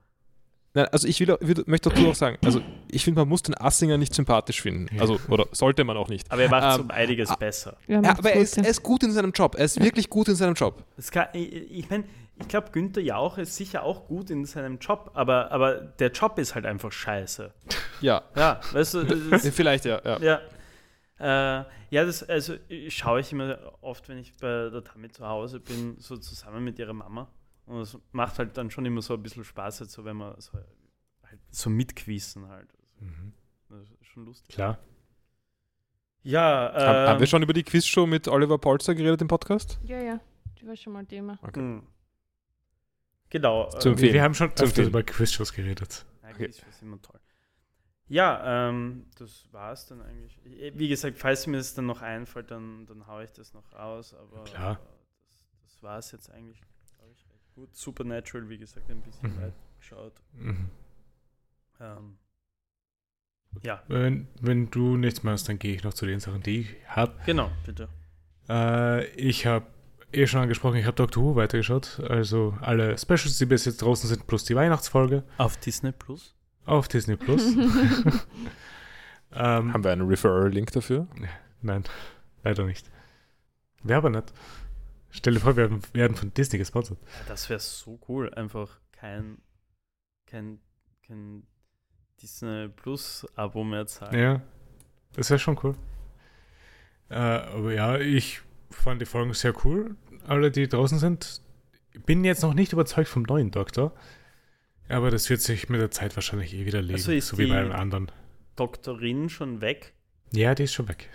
Nein, also ich will, auch- würde- möchte dazu auch sagen, also ich finde, man muss den Assinger nicht sympathisch finden. Ja. Also, oder sollte man auch nicht. Aber er macht es Ähm, um einiges ah, besser. Ja, Ja, macht's aber er gut, ist, ja. er ist gut in seinem Job. Er ist wirklich gut in seinem Job. Das kann, ich ich meine, ich glaube, Günther Jauch ist sicher auch gut in seinem Job, aber, aber der Job ist halt einfach scheiße. Ja. Ja, weißt du, das ist, Vielleicht, ja. ja. ja. Äh, ja, das also äh, schaue ich immer oft, wenn ich bei der Tami zu Hause bin, so zusammen mit ihrer Mama. Und es macht halt dann schon immer so ein bisschen Spaß, halt so, wenn man so, halt so mitquissen halt. Mhm. Das ist schon lustig. Klar. Ja, Haben, haben wir ähm, schon über die Quizshow mit Oliver Polzer geredet im Podcast? Ja, ja, die war schon mal Thema. mh. hm. Genau. Zu äh, Empfehlen. Wir haben schon Zu öfters empfehlen. über Quizshows geredet. Eigentlich ist das immer toll. Ja, ähm, das war es dann eigentlich. Äh, Wie gesagt, falls mir das dann noch einfällt, dann, dann haue ich das noch raus. Aber Klar. äh, das, das war es jetzt eigentlich, glaube ich, recht gut. Supernatural, wie gesagt, ein bisschen Mhm. weit geschaut. Mhm. Ähm, ja, Wenn, wenn du nichts mehr hast, dann gehe ich noch zu den Sachen, die ich habe. genau, bitte. Äh, ich habe eh schon angesprochen, ich habe Doctor Who weitergeschaut. Also alle Specials, die bis jetzt draußen sind, plus die Weihnachtsfolge Auf Disney Plus? auf Disney Plus. ähm, Haben wir einen Referral-Link dafür? nein, leider nicht. Wäre aber nicht. Stell dir vor, wir werden- werden von Disney gesponsert. Ja, Das wäre so cool. Einfach kein, kein, kein Disney Plus-Abo mehr zahlen. Ja, das wäre schon cool. Äh, aber ja, ich fand die Folgen sehr cool, alle die draußen sind. Bin jetzt noch nicht überzeugt vom neuen Doktor, aber das wird sich mit der Zeit wahrscheinlich eh wieder legen, Also ist so wie die- bei allen anderen. Doktorin schon weg? Ja, die ist schon weg.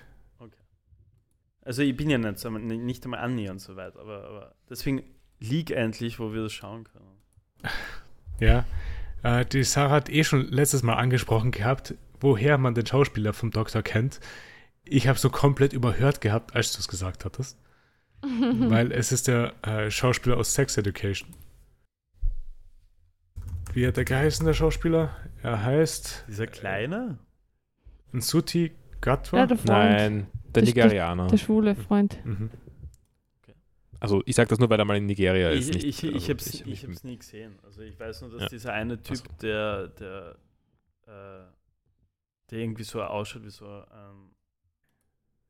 Also ich bin ja nicht, so- nicht einmal annähernd so weit, aber, aber deswegen lieg endlich, wo wir das schauen können. Ja, äh, die Sarah hat eh schon letztes Mal angesprochen gehabt, woher man den Schauspieler vom Doktor kennt. Ich habe so komplett überhört gehabt, als du es gesagt hattest, Mhm. weil es ist der äh, Schauspieler aus Sex Education. Wie hat er geheißen, der Schauspieler? Er heißt Dieser Kleine? Nsuti Gatwa. ja, der Freund, der Das- Nigerianer. der schwule Freund. Mhm. Also ich sage das nur, weil er mal in Nigeria Ich, ist. Nicht, ich, ich, also, hab's, ich, hab mich- hab's nie gesehen. Also ich weiß nur, dass Ja. dieser eine Typ, Ach der, der, äh, der irgendwie so ausschaut wie so, ähm,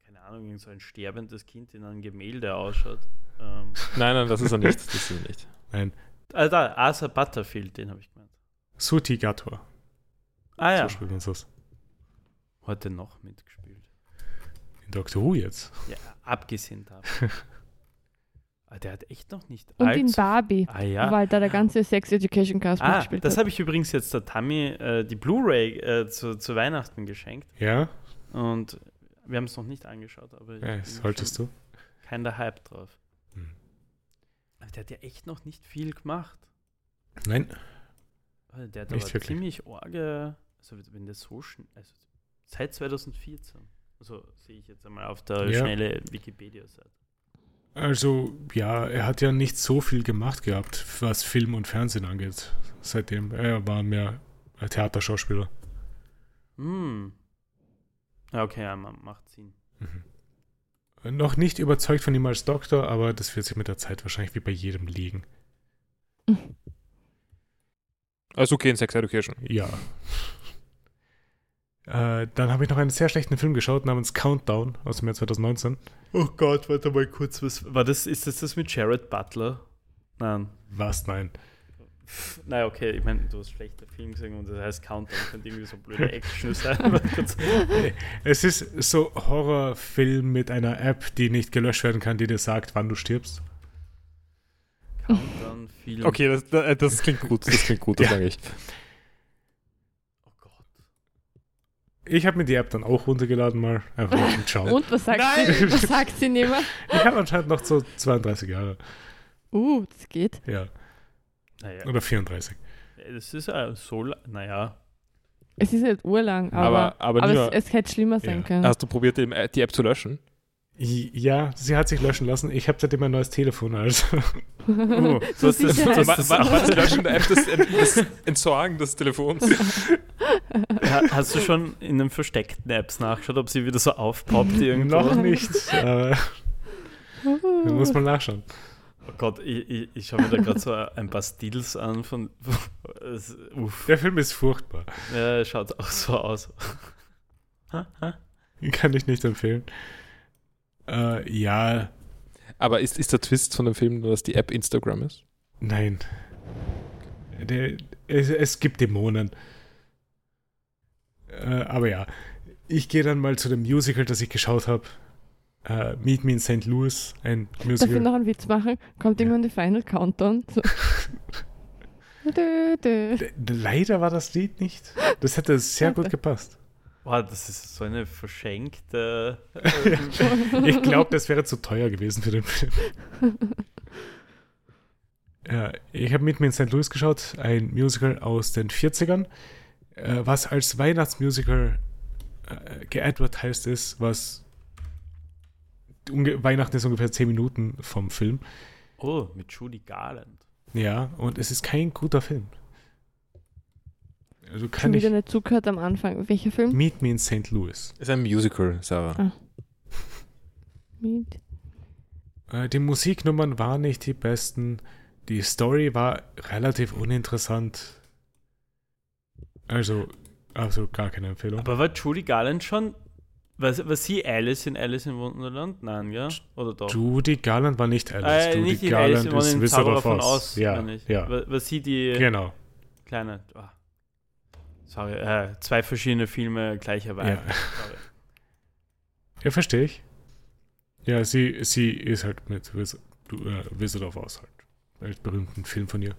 keine Ahnung, irgend so ein sterbendes Kind in einem Gemälde ausschaut. Ähm, Nein, nein, das ist er nicht. Das ist er nicht. ah, da, Asa Butterfield, den habe ich gemeint. Suti Gatwa. Ah So ja, spielt man das. heute noch mitgespielt. In Doctor Who jetzt. Ja, abgesehen davon. Ah, der hat echt noch nicht Und in allzu Barbie, Ah ja. weil da der ganze Sex Education Cast Ah, mitgespielt das hat. habe ich übrigens jetzt der Tammy äh, die Blu-ray äh, zu, zu Weihnachten geschenkt Ja, und wir haben es noch nicht angeschaut, aber ich ja bin das solltest schon du. kein der Hype drauf. Hm. Aber der hat ja echt noch nicht viel gemacht. Nein, Also Der hat Nicht aber wirklich. ziemlich Orge, also wenn der so schn- also seit 2014. Also sehe ich jetzt einmal auf der Ja. schnelle Wikipedia-Seite. Also, ja, er hat ja nicht so viel gemacht gehabt, was Film und Fernsehen angeht. Seitdem er war mehr ein Theaterschauspieler. Hm. Ja, Okay, ja, ma- macht Sinn. Mhm. Noch nicht überzeugt von ihm als Doktor, aber das wird sich mit der Zeit wahrscheinlich wie bei jedem liegen. Also okay, in Sex Education. Ja. Äh, dann habe ich noch einen sehr schlechten Film geschaut namens Countdown aus dem Jahr 2019. Oh Gott, warte mal kurz, was war das? Ist das das mit Jared Butler? Nein. Was? Nein. Pff, Naja, okay, ich meine, du hast schlechter Film gesehen und das heißt Countdown könnte irgendwie so blöde Action sein. aber kurz- Es ist so Horrorfilm mit einer App, die nicht gelöscht werden kann, die dir sagt, wann du stirbst. Countdown, Film. Okay, das, das, das klingt gut. Das klingt gut, das Ja. sage ich. Oh Gott. Ich habe mir die App dann auch runtergeladen mal, einfach um zu schauen. Und was sagt sie? Was sagt sie nimmer? Ich habe anscheinend noch so 32 Jahre. Uh, das geht. Ja. Naja, Oder 34. das ist äh, so, la- naja. Es ist nicht urlang, aber, Aber- äh, aber aber, Nina- es, es hätte schlimmer sein Ja. Also, können. Hast du probiert, die App die App zu löschen? Ja, sie hat sich löschen lassen. Ich habe seitdem ein neues Telefon. Also. uh. Oh, du hast das, Sicherheit. du Wa- hast das, wa- Was löschen der App das, das Entsorgen des Telefons? Ha- hast du schon in den versteckten Apps nachgeschaut, ob sie wieder so aufpoppt irgendwo? Noch nicht. Aber da muss man nachschauen. Oh Gott, ich, ich, ich schaue mir da gerade so ein paar Stils an von. Es, uff, Der Film ist furchtbar. ja, schaut auch so aus. Kann ich nicht empfehlen. Äh, ja, Aber ist, ist der Twist von dem Film, nur, dass die App Instagram ist? nein. Der, es, es gibt Dämonen. Äh, aber ja, ich gehe dann mal zu dem Musical, das ich geschaut habe. Äh, Meet Me in St. Louis, ein Darf ich Musical. noch einen Witz machen? Kommt Ja. irgendwann die Final Countdown? So. dö, dö. Le- Leider war das Lied nicht. Das hätte sehr gut gepasst. Boah, das ist so eine verschenkte. ähm, Ich glaube, das wäre zu teuer gewesen für den Film. Ja, ich habe mit mir in St. Louis geschaut, ein Musical aus den 40ern, äh, was als Weihnachtsmusical äh, geadvertised ist, was unge Weihnachten ist ungefähr 10 Minuten vom Film. Oh, mit Judy Garland. Ja, und es ist kein guter Film. Also Schon kann ich wieder nicht zugehört am Anfang. Welcher Film? Meet Me in St. Louis. Ist ein Musical, Sarah. Mit. Äh, Die Musiknummern waren nicht die besten. Die Story war relativ uninteressant. Also, absolut gar keine Empfehlung. Aber war Judy Garland schon. War, war sie Alice in Alice im Wunderland? Nein, ja? Oder doch? Judy Garland war nicht Alice. äh, Judy nicht in Alice Garland im Wunderland, ist im Wizard Zauberer of von Oz. Oz. ja, meine ich. ja. War, war sie die Genau. kleine. Ah. Sorry, äh, zwei verschiedene Filme gleicher Weise. Ja. ja, verstehe ich. Ja, sie, sie ist halt mit Wiz du- äh, Wizard of Oz halt. Als berühmten Film von ihr.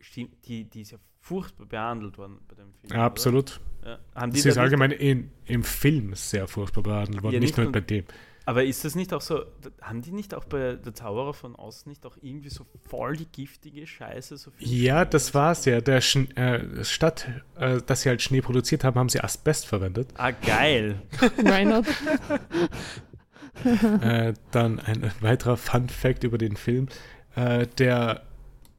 Stimmt, die, die ist ja furchtbar behandelt worden bei dem Film. Absolut. Oder? Ja. Haben die Sie ist da nicht, allgemein in, im Film sehr furchtbar behandelt worden. Ja, nicht nicht nur nur- bei dem. aber ist das nicht auch so, d- haben die nicht auch bei der Zauberer von Ost nicht auch irgendwie so voll die giftige Scheiße? So viel Ja, das war. war's ja. Der Schn äh, statt, äh, dass sie halt Schnee produziert haben, haben sie Asbest verwendet. Ah, geil. Reinhard. äh, dann ein weiterer Fun Fact über den Film: äh, Der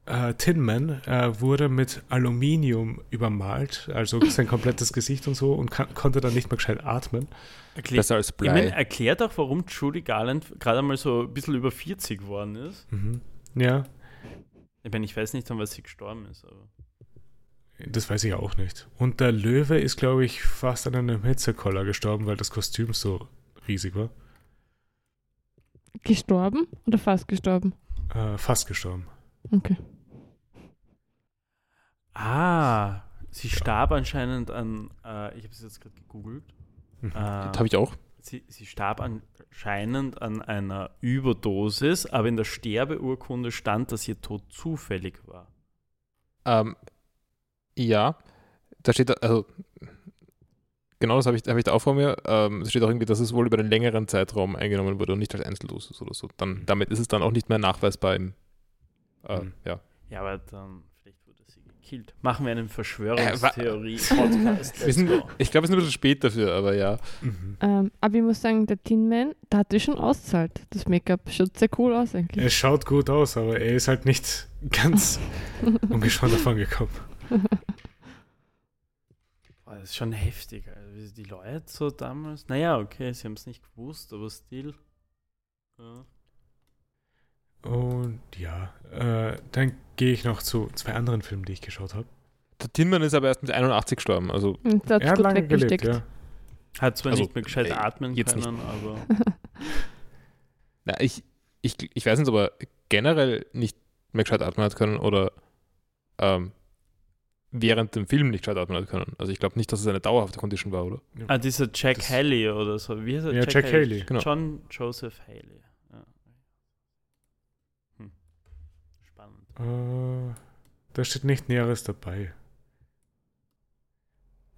äh, Tin Man äh, wurde mit Aluminium übermalt, also sein komplettes Gesicht und so, und kann, konnte dann nicht mehr gescheit atmen. Erklärt, Besser als ich äh, meine, Blei. erklärt auch, warum Judy Garland gerade mal so ein bisschen über 40 geworden ist. Mhm. Ja, Ich meine, ich weiß nicht, an was sie gestorben ist, aber. das weiß ich auch nicht. Und der Löwe ist, glaube ich, fast an einem Hitzekoller gestorben, weil das Kostüm so riesig war. Gestorben oder fast gestorben? Äh, fast gestorben. Okay. Ah, sie starb anscheinend an, äh, ich habe es jetzt gerade gegoogelt. Mhm. Ähm, Das habe ich auch. Sie, sie starb anscheinend an einer Überdosis, aber in der Sterbeurkunde stand, dass ihr Tod zufällig war. Ähm, ja, da steht, da- also genau das habe ich, habe ich da auch vor mir. Ähm, es steht auch irgendwie, dass es wohl über einen längeren Zeitraum eingenommen wurde und nicht als Einzeldosis oder so. Dann, Mhm. damit ist es dann auch nicht mehr nachweisbar im, äh, Mhm. ja. Ja, aber dann vielleicht wurde sie gekillt. Machen wir einen Verschwörungstheorie-Podcast. Äh, Wir sind, ich glaube, es ist ein bisschen spät dafür, aber ja. Mhm. Ähm, aber ich muss sagen, der Tin Man, der hat das schon auszahlt. Das Make-up schaut sehr cool aus eigentlich. Er schaut gut aus, aber er ist halt nicht ganz ungeschoren davon gekommen. Boah, das ist schon heftig. Also, wie die Leute so damals. Naja, okay, sie haben es nicht gewusst, aber still. Ja. Und ja, äh, dann gehe ich noch zu zwei anderen Filmen, die ich geschaut habe. Der Tinman ist aber erst mit 81 gestorben. Also Und der Er hat es hat gut lange gelebt, weggesteckt. ja. Hat zwar Also, nicht mehr gescheit äh, atmen jetzt können, aber. na, ich, ich, ich weiß nicht, ob er generell nicht mehr gescheit atmen hat können oder ähm, während dem Film nicht gescheit atmen hat können. Also ich glaube nicht, dass es eine dauerhafte Condition war, oder? Ah, dieser Jack Das- Haley oder so. Wie heißt er? Ja, Jack Haley, genau. John Joseph Haley. Ja. Hm. Spannend. Äh, da steht nicht Näheres dabei.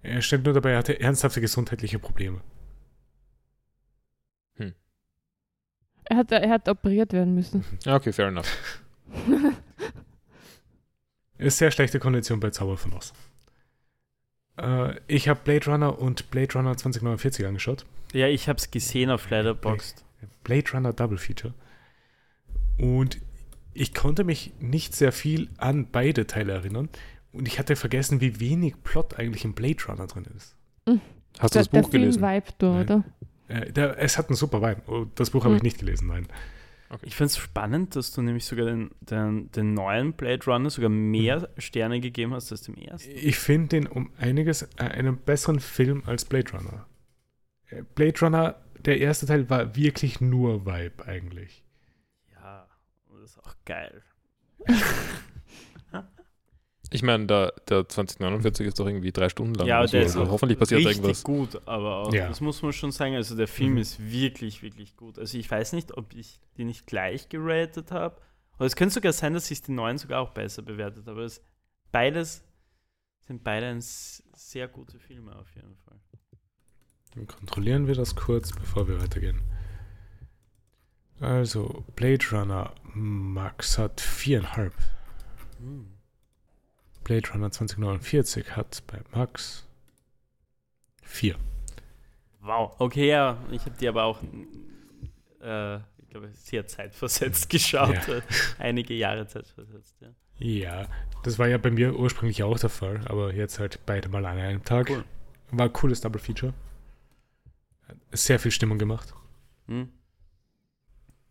Er steht nur dabei, er hatte ernsthafte gesundheitliche Probleme. Er hat, er hat operiert werden müssen. Ah, Ja, okay, fair enough. Ist sehr schlechte Kondition bei Zauber von Oz. Äh, Äh, ich habe Blade Runner und Blade Runner 2049 angeschaut. Ja, ich habe es gesehen auf Letterboxd. Blade Runner Double Feature. Und ich konnte mich nicht sehr viel an beide Teile erinnern. Und ich hatte vergessen, wie wenig Plot eigentlich in Blade Runner drin ist. Hast du Der, das der Buch Film gelesen? vibet du, Nein. oder? Äh, der, es hat einen super Vibe. Oh, das Buch habe ich Hm. nicht gelesen, nein. Ich finde es spannend, dass du nämlich sogar den, den, den neuen Blade Runner sogar mehr Sterne gegeben hast als dem ersten. Ich finde den um einiges äh, einen besseren Film als Blade Runner. Äh, Blade Runner, der erste Teil war wirklich nur Vibe eigentlich. Ja, das ist auch geil. Ich meine, der, der 2049 ist doch irgendwie drei Stunden lang. Ja, oder aber so. der ist also auch hoffentlich passiert Richtig irgendwas. gut, aber auch, Ja. das muss man schon sagen. Also der Film Mhm. ist wirklich, wirklich gut. Also ich weiß nicht, ob ich den nicht gleich geratet habe. Aber es könnte sogar sein, dass ich den neuen sogar auch besser bewertet habe. Es, beides sind beide ein s- sehr gute Filme auf jeden Fall. Dann kontrollieren wir das kurz, bevor wir weitergehen. Also, Blade Runner Max hat viereinhalb. Mhm. Blade Runner 2049 hat bei Max vier. Wow. Okay, ja, ich habe die aber auch, n- äh, ich glaube, sehr zeitversetzt geschaut. Einige Jahre zeitversetzt, ja. Ja, das war ja bei mir ursprünglich auch der Fall, aber jetzt halt beide mal an einem Tag. Cool. War ein cooles Double Feature. Hat Sehr viel Stimmung gemacht. Hm?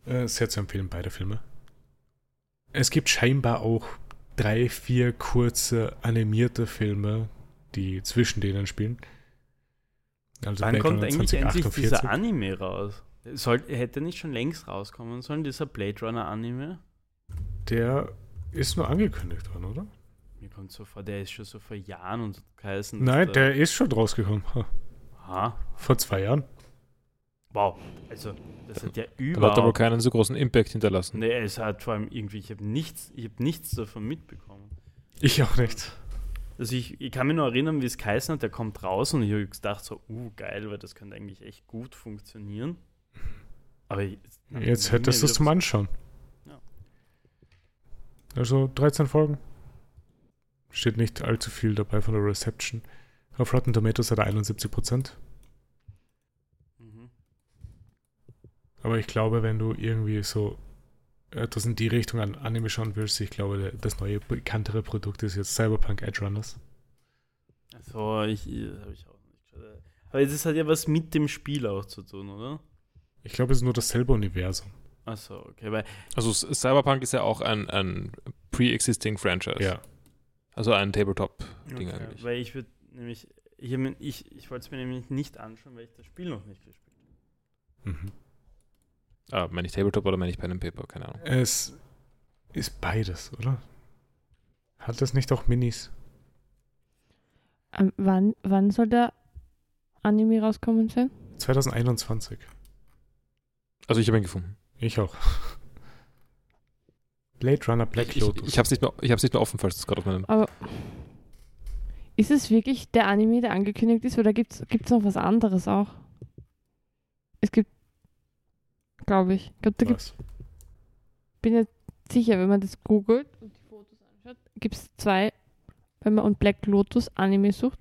Äh, Sehr zu empfehlen, beide Filme. Es gibt scheinbar auch drei, vier kurze animierte Filme, die zwischen denen spielen. Also Wann Blade kommt Runner eigentlich endlich 2048. dieser Anime raus? Soll, hätte nicht schon längst rauskommen sollen, dieser Blade Runner Anime? Der ist nur angekündigt worden, oder? Mir kommt so vor, der ist schon so vor Jahren und hat geheißen. dass Nein, der ist schon rausgekommen. Ha, Aha. Vor zwei Jahren. Wow. Also, das hat ja Aber hat aber überhaupt. keinen so großen Impact hinterlassen. Nee, es hat vor allem irgendwie, ich habe nichts, ich hab nichts davon mitbekommen. Ich auch nicht. Also ich, ich kann mich nur erinnern, wie es geheißen hat, der kommt raus und ich habe gedacht so, uh, geil, weil das könnte eigentlich echt gut funktionieren. Aber ich- Jetzt hättest du es zum Anschauen. Ja. Also 13 Folgen. Steht nicht allzu viel dabei von der Reception. Auf Rotten Tomatoes hat er 71%. Mhm. Aber ich glaube, wenn du irgendwie so etwas in die Richtung an Anime schauen willst, ich glaube, der- das neue, bekanntere Produkt ist jetzt Cyberpunk Edge Runners. Also ich, das habe ich auch nicht geschaut. Aber das hat ja was mit dem Spiel auch zu tun, oder? Ich glaube, es ist nur dasselbe Universum. Achso, okay, weil Also S- Cyberpunk ist ja auch ein, ein pre-existing Franchise. Ja. Also ein Tabletop-Ding Okay, eigentlich. Weil ich würde nämlich, ich, hab mir- ich, ich wollte es mir nämlich nicht anschauen, weil ich das Spiel noch nicht gespielt Mhm. Ah, meine ich Tabletop oder meine ich Pen and Paper, keine Ahnung. Es ist beides, oder? Hat das nicht auch Minis? Ähm, wann, wann soll der Anime rauskommen sein? 2021. Also ich habe ihn gefunden. Ich auch. Blade Runner Black Ich, ich, Lotus. ich habe es nicht, mehr- ich hab's nicht mehr offen, falls das gerade auf meinem... Aber ist es wirklich der Anime, der angekündigt ist, oder gibt es noch was anderes auch? Es gibt, glaube ich, ich glaub, da gibt's, Was? bin jetzt sicher, wenn man das googelt und die Fotos anschaut, gibt es zwei, wenn man und Black Lotus Anime sucht,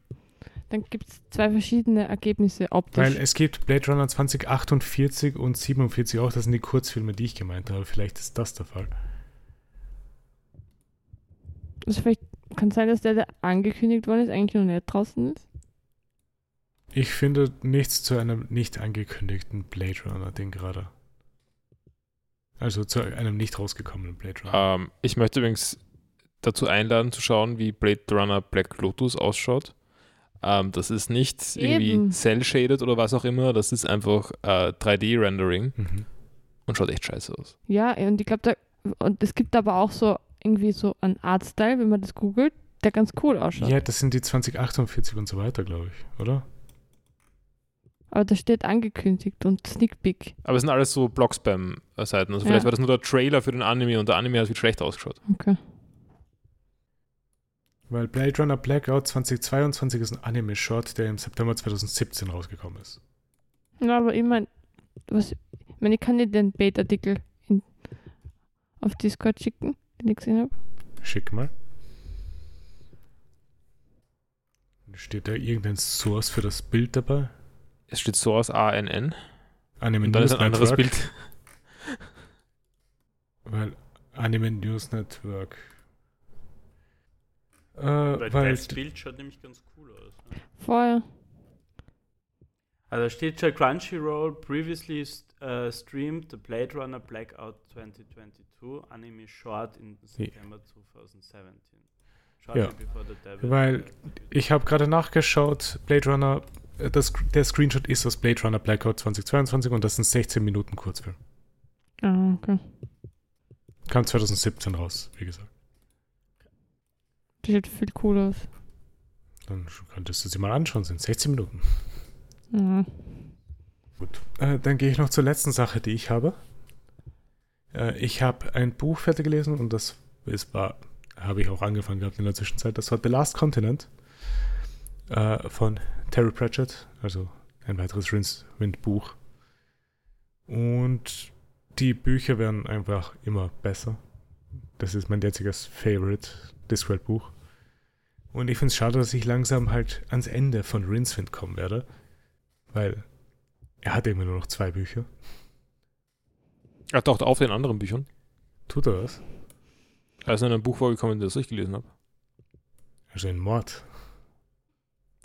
dann gibt es zwei verschiedene Ergebnisse optisch. Weil äh, es gibt Blade Runner 2048 und 47 auch. Das sind die Kurzfilme, die ich gemeint habe. Vielleicht ist das der Fall. also vielleicht kann sein, dass der, der angekündigt worden ist, eigentlich noch nicht draußen ist. Ich finde nichts zu einem nicht angekündigten Blade Runner-Ding gerade. Also zu einem nicht rausgekommenen Blade Runner. Ähm, ich möchte übrigens dazu einladen, zu schauen, wie Blade Runner Black Lotus ausschaut. Ähm, das ist nicht Eben. irgendwie cell-shaded oder was auch immer. Das ist einfach äh, 3D-Rendering Mhm. und schaut echt scheiße aus. Ja, äh, und ich glaube, da, und es gibt aber auch so irgendwie so einen Artstyle, wenn man das googelt, der ganz cool ausschaut. Ja, das sind die 2048 und so weiter, glaube ich, oder? Aber da steht angekündigt und Sneak Peek. Aber es sind alles so Blogspam-Seiten. Also vielleicht Ja. war das nur der Trailer für den Anime und der Anime hat viel schlecht ausgeschaut. Weil Blade Runner Blackout 2022 ist ein Anime-Short, der im September 2017 rausgekommen ist. Ja, aber ich meine, was, ich meine, ich kann dir den Beta-Artikel in- auf Discord schicken, den ich gesehen habe. Schick mal. Steht da irgendein Source für das Bild dabei? Es steht Source ANN Anime und dann News ist ein anderes Network? Bild. Weil Anime News Network. Äh, Weil, weil das Bild schaut nämlich ganz cool aus. Ne? Voll. Also da steht schon Crunchyroll previously st äh, streamed The Blade Runner Blackout 2022 Anime Short in September 2017. Shortly Ja. before the devil. Weil ich habe gerade nachgeschaut, Blade Runner, äh, das, der Screenshot ist aus Blade Runner Blackout 2022 und das sind 16 Minuten Kurzfilm. Ah, okay. Kam 2017 raus, wie gesagt. Das sieht viel cooler aus. Dann könntest du sie mal anschauen, sind 16 Minuten. Ja. Gut. Äh, dann gehe ich noch zur letzten Sache, die ich habe. Äh, ich habe ein Buch fertig gelesen und das es war, habe ich auch angefangen gehabt in der Zwischenzeit. Das war The Last Continent äh, von Terry Pratchett, also ein weiteres Rincewind-Buch. Und die Bücher werden einfach immer besser. Das ist mein jetziges Favorite Discworld-Buch. Und ich finde es schade, dass ich langsam halt ans Ende von Rincewind kommen werde, weil er hat immer nur noch zwei Bücher. Er taucht auf in anderen Büchern. Tut er das? Er ist in einem Buch vorgekommen, das ich gelesen habe. Also in Mord.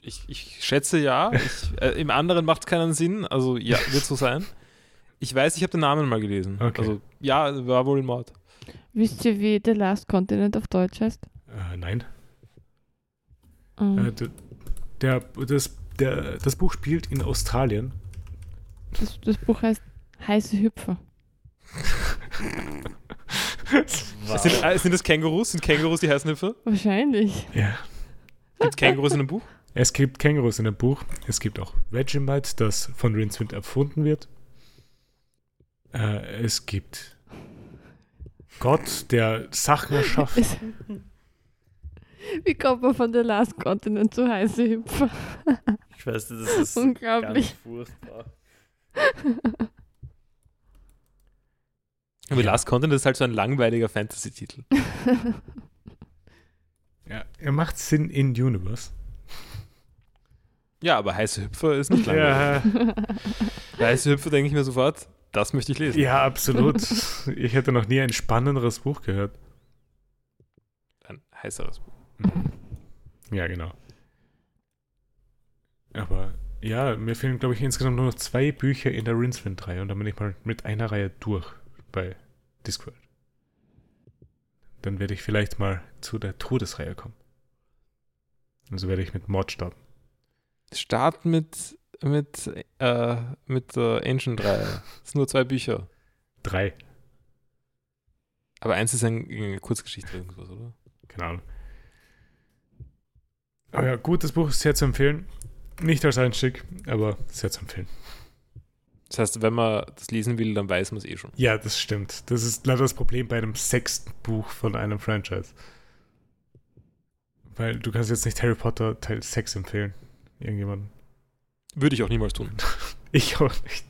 Ich, ich schätze ja. Ich, äh, Im anderen macht es keinen Sinn. Also ja, wird so sein. Ich weiß, ich habe den Namen mal gelesen. Okay. Also ja, war wohl in Mord. Wisst ihr, wie The Last Continent auf Deutsch heißt? Äh, nein. Ähm, Äh, d- der, das, der, das Buch spielt in Australien. das, das Buch heißt Heiße Hüpfer. Sind, äh, sind das Kängurus? Sind Kängurus die heißen Hüpfer? Wahrscheinlich. Ja. Gibt Kängurus in einem Buch? Es gibt Kängurus in dem Buch. Es gibt auch Vegemite, das von Rincewind erfunden wird. Äh, es gibt Gott, der Sachen erschafft. Es- Wie kommt man von The Last Continent zu Heiße Hüpfer? ich weiß nicht, das ist ganz Unglaublich. furchtbar. Aber Last Content ist halt so ein langweiliger Fantasy-Titel. Ja, er macht Sinn in Universe. Ja, aber heiße Hüpfer ist nicht langweilig. Ja, Heiße Hüpfer denke ich mir sofort, das möchte ich lesen. ja, absolut. Ich hätte noch nie ein spannenderes Buch gehört. Ein heißeres Buch. Ja, genau. Aber ja, mir fehlen, glaube ich, insgesamt nur noch zwei Bücher in der Rincewind-Reihe und dann bin ich mal mit einer Reihe durch bei Discworld. Dann werde ich vielleicht mal zu der Todesreihe kommen. Also werde ich mit Mord starten. Start mit, mit, äh, mit äh, Ancient 3. Das sind nur zwei Bücher. Drei, Aber eins ist ein, eine Kurzgeschichte oder irgendwas, oder? keine Ahnung. Aber ja, gutes Buch, sehr zu empfehlen. Nicht als Einstieg, aber sehr zu empfehlen. Das heißt, wenn man das lesen will, dann weiß man es eh schon. Ja, das stimmt. Das ist leider das Problem bei einem sechsten Buch von einem Franchise. Weil du kannst jetzt nicht Harry Potter Teil 6 empfehlen. Irgendjemandem. Würde ich auch niemals tun. Ich auch nicht.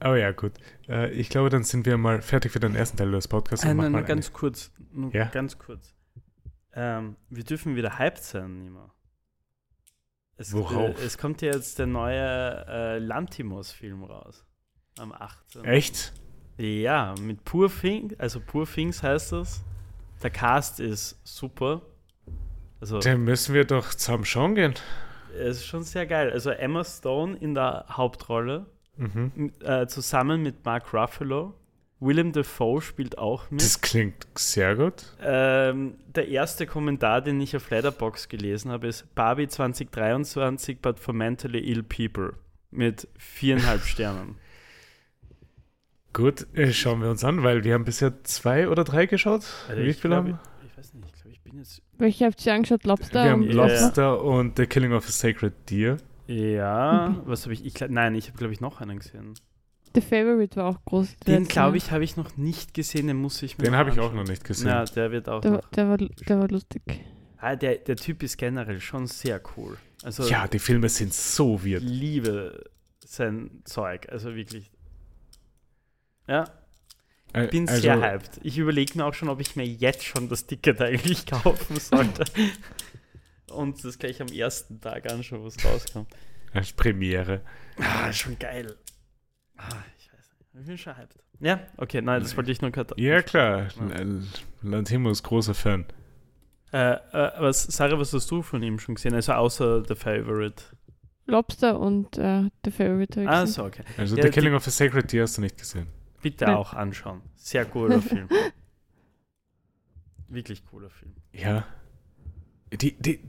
Aber ja, gut. Äh, ich glaube, dann sind wir mal fertig für den ersten Teil des Podcasts. und Nein, machen nein, mal Äh, nur ganz kurz. Nur Ja? ganz kurz. Ähm, wir dürfen wieder hyped sein, Nima. Es, Worauf? Äh, es kommt ja jetzt der neue äh, Lantimos-Film raus. Am 18. eine- Echt? Ja, mit Poor Things, also Poor Things heißt das. Der Cast ist super. Also, Dann müssen wir doch zusammen schauen gehen. es ist schon sehr geil. Also, Emma Stone in der Hauptrolle, Mhm. m- äh, zusammen mit Mark Ruffalo. Willem Dafoe spielt auch mit. Das klingt sehr gut. Ähm, der erste Kommentar, den ich auf Letterbox gelesen habe, ist Barbie 2023, but for mentally ill people. Mit viereinhalb Sternen. Gut, äh, schauen wir uns an, weil wir haben bisher zwei oder drei geschaut. Also Wie ich viele glaub, haben wir? Ich, ich weiß nicht, ich glaube, ich bin jetzt. Welche habt ihr angeschaut? Lobster? Wir haben und- Ja. Lobster und The Killing of a Sacred Deer. Mhm. Ja, was habe ich, ich? glaub- Nein, ich habe, glaube ich, noch einen gesehen. The Favorite war auch groß. Den, glaube ich, habe ich noch nicht gesehen, den muss ich mir Den habe ich auch anschauen. noch nicht gesehen. Ja, der wird auch. Der, war- noch. der, war, der war lustig. Ah, der, der Typ ist generell schon sehr cool. Also, ja, die Filme sind so ich weird. liebe sein Zeug. Also wirklich. Ja. Äh, bin also, sehr hyped. Ich überlege mir auch schon, ob ich mir jetzt schon das Ticket eigentlich kaufen sollte. Und das gleich am ersten Tag anschauen, wo es rauskommt. Als Premiere. Ah, schon geil. Ah, ich weiß nicht. Ich bin schon hyped. Ja, okay, nein, das wollte ich nur gerade. Ja, klar. Lantimo ist großer Fan. Äh, äh, was, Sarah, was hast du von ihm schon gesehen? Also außer The Favorite. Lobster und äh, The Favorite. habe ich Ah, gesehen. so, okay. Also, Ja, The die- Killing of a Sacred Deer hast du nicht gesehen. Bitte Ja. auch anschauen. Sehr cooler Film. Wirklich cooler Film. Ja. Die, die,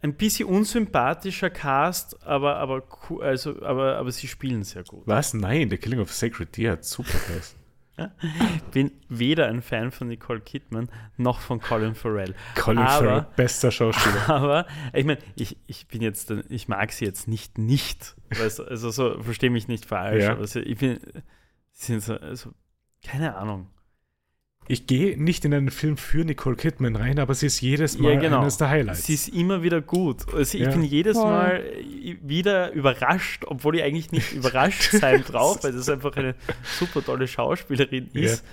Ein bisschen unsympathischer Cast, aber, aber, cool- also, aber, aber sie spielen sehr gut. was? Nein, The Killing of a Sacred Deer hat super geheißen. Bin weder ein Fan von Nicole Kidman noch von Colin Farrell. Colin Aber- Farrell, bester Schauspieler. Aber ich meine, ich, ich bin jetzt, ein- ich mag sie jetzt nicht nicht. Weißt, du, also so, verstehe mich nicht falsch, Ja. aber sie, ich bin, sie sind so, also, keine Ahnung. Ich gehe nicht in einen Film für Nicole Kidman rein, aber sie ist jedes Mal Ja, genau. eines der Highlights. Sie ist immer wieder gut. Also ich Ja. bin jedes Voll. Mal äh, wieder überrascht, obwohl ich eigentlich nicht überrascht sein brauche, weil das einfach eine super tolle Schauspielerin Ja. ist.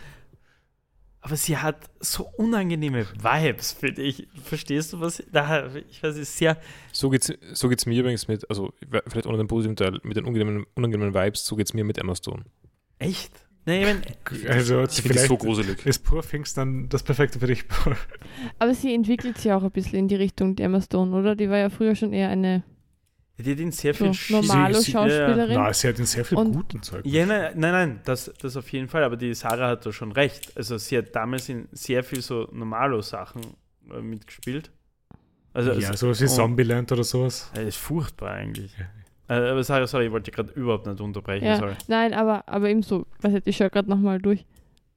Aber sie hat so unangenehme Vibes, finde ich. Verstehst du was? Da, ich weiß, es ist sehr. So geht's, so geht's mir übrigens mit, also vielleicht ohne den positiven Teil, mit den unangenehmen, unangenehmen Vibes, so geht's mir mit Emma Stone. Echt? Nee, ich mein, also Ich finde die vielleicht so gruselig. ist Poor Things dann das Perfekte für dich, Paul. Aber sie entwickelt sich auch ein bisschen in die Richtung die Emma Stone, oder? Die war ja früher schon eher eine die hat ihn sehr so viel Schiss. normale sie- Schauspielerin. Na, sie hat in sehr viel Und- guten Zeug. Ja, nein, nein, nein das, das auf jeden Fall. Aber die Sarah hat da schon recht. Also sie hat damals in sehr viel so Normalo-Sachen äh, mitgespielt. Also, ja, sowas wie und- Zombieland oder sowas. Das ist furchtbar eigentlich. Äh, aber Sarah, sorry, ich wollte dich gerade überhaupt nicht unterbrechen. Ja. Sorry. Nein, aber, aber eben so, weiß nicht, ich schaue gerade nochmal durch.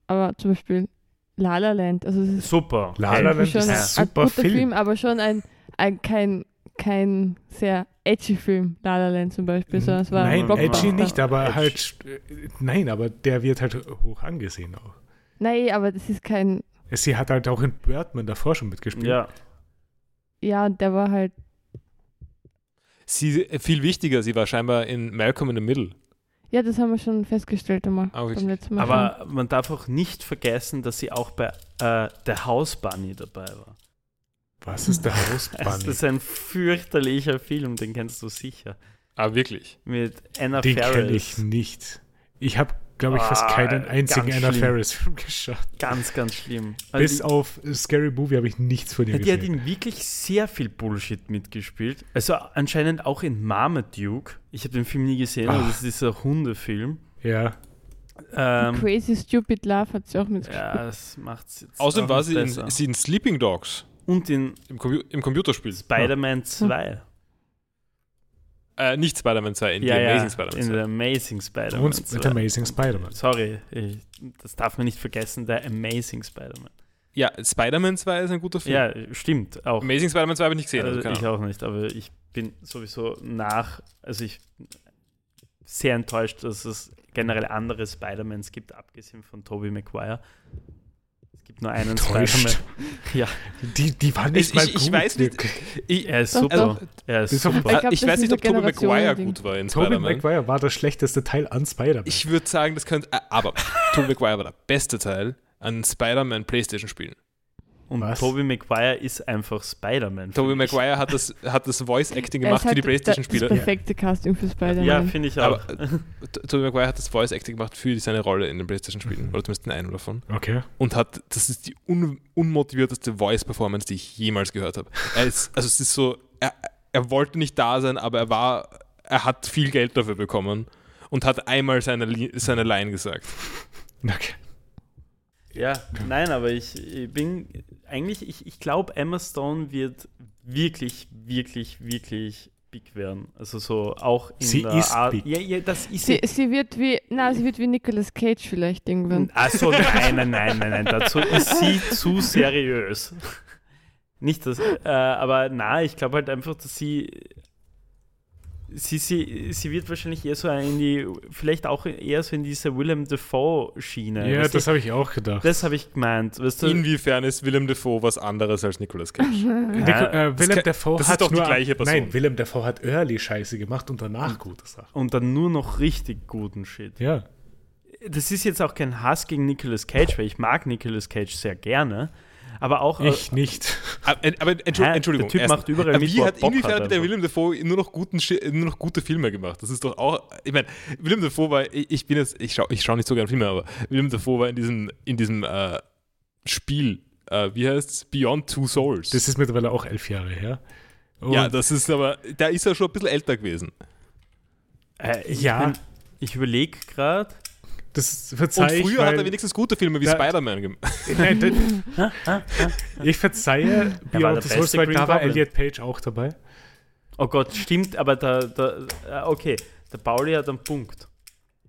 Aber zum Beispiel La La Land, also es ist Super. La La Land schon ist ein, ein super guter Film. Film. aber schon ein, ein kein, kein sehr edgy Film, La La Land zum Beispiel. Hm. So, es war Nein, ein Blockbuster. Edgy nicht, aber halt. äh, Nein, aber der wird halt hoch angesehen auch. Nein, aber das ist kein, Sie hat halt auch in Birdman davor schon mitgespielt. Ja. ja, und der war halt, Sie, viel wichtiger, sie war scheinbar in Malcolm in the Middle. ja, das haben wir schon festgestellt einmal Ah, wirklich? beim letzten Mal. schon. Aber man darf auch nicht vergessen, dass sie auch bei äh, der House Bunny dabei war. Was ist der Das Hausband? ist ein fürchterlicher Film, den kennst du sicher. Ah, wirklich? Mit Anna Den kenne ich Ferris. nicht. Ich habe, glaube ich, fast Ah, keinen einzigen ganz Anna schlimm. Ferris-Film geschaut. Ganz, ganz schlimm. Also Bis auf Scary Movie habe ich nichts von ihr die, die hat gesehen. ihn wirklich sehr viel Bullshit mitgespielt. Also anscheinend auch in Marmaduke. Ich habe den Film nie gesehen, aber Ah. das ist dieser Hundefilm. Ja. Ähm, Crazy Stupid Love hat sie auch mitgespielt. also ja, das macht's jetzt. Außerdem auch war nicht sie in, besser. sie in Sleeping Dogs Und in im, Compu- im Computerspiel. Spider-Man 2. Äh, nicht Spider-Man 2, in Ja, The ja, Amazing Spider-Man in 2. The Amazing Spider-Man Und mit 2. Amazing Spider-Man. Sorry, ich, das darf man nicht vergessen, der Amazing Spider-Man. Ja, Spider-Man 2 ist ein guter Film. Ja, stimmt, auch. Amazing Spider-Man 2 habe ich nicht gesehen. Also, also keine ich Ahnung. auch nicht, aber ich bin sowieso nach, also ich sehr enttäuscht, dass es generell andere Spider-Mans gibt, abgesehen von Tobey Maguire. Es gibt nur einen Enttäuscht. Spider-Man. Ja, Die, die war nicht Ich- mal ich- gut. ich weiß nicht. wirklich. ich, er ist Doch, super. doch. Er Das ist ist auf- super. Ich glaub, ich das weiß ist nicht, ein ob Tobey Maguire Generationending. gut war in Tobey Spider-Man. Maguire war der schlechteste Teil an Spider-Man. Ich würde sagen, das könnte. Äh, aber Tobey Maguire war der beste Teil an Spider-Man Playstation-Spielen. Und Was? Tobey Maguire ist einfach Spider-Man. Tobey finde ich. Maguire hat das, hat das Voice-Acting Er ist gemacht für die halt Das Playstation-Spieler. perfekte Casting für Spider-Man. Ja, finde ich auch. Aber äh, To- Tobey Maguire hat das Voice-Acting gemacht für seine Rolle in den Playstation-Spielen. Oder zumindest den einen davon. Okay. Und hat, das ist die un unmotivierteste Voice-Performance, die ich jemals gehört habe. Er ist, also es ist so, er, er wollte nicht da sein, aber er war, er hat viel Geld dafür bekommen und hat einmal seine, Li- seine Line gesagt. okay. Ja, nein, aber ich, ich bin eigentlich, ich, ich glaube, Emma Stone wird wirklich, wirklich, wirklich big werden. Also so auch in Sie der ist Art. big. Ja, ja, das ist Sie, sie wird wie, na, sie wird wie Nicolas Cage vielleicht irgendwann. Achso, nein, nein, nein, nein, nein, dazu ist sie zu seriös. Nicht das, äh, aber na, ich glaube halt einfach, dass sie, sie, sie, sie wird wahrscheinlich eher so in die, vielleicht auch eher so in diese Willem Dafoe-Schiene. Ja, weißt du? das habe ich auch gedacht. das habe ich gemeint. Weißt du, Inwiefern ist Willem Dafoe was anderes als Nicolas Cage? Nico, Ja, äh, Willem kann- Dafoe das ist hat doch die nur, gleiche Person. Hm. Nein, Willem Dafoe hat Early Scheiße gemacht und danach gute Sachen. und dann nur noch richtig guten Shit. Ja. das ist jetzt auch kein Hass gegen Nicolas Cage, weil ich mag Nicolas Cage sehr gerne. Aber auch Äh, Ich nicht. Aber, Ah, aber Entschu- Hä? Entschuldigung, Der Typ erstens, macht überall mit, Wie wo er hat, Bock inwiefern hat hat der einfach. Willem Dafoe nur noch, guten, Schi- nur noch gute Filme gemacht? Das ist doch auch, ich meine, Willem Dafoe war, ich, ich bin jetzt, ich schaue ich schau nicht so gerne Filme, aber Willem Dafoe war in diesem, in diesem äh, Spiel, äh, wie heißt es, Beyond Two Souls. Das ist mittlerweile auch elf Jahre her. Und ja, das ist aber, da ist er schon ein bisschen älter gewesen. äh, ich Ja. bin- Ich überlege gerade. das Und verzeih ich, früher hat weil, er wenigstens gute Filme wie Ja. Spider-Man gemacht. Nein, das- ich verzeihe war Beyond der the Source, beste weil Green da war Goblin. Elliot Page auch dabei. Oh Gott, stimmt, aber da, da, äh, okay, der Pauli hat einen Punkt.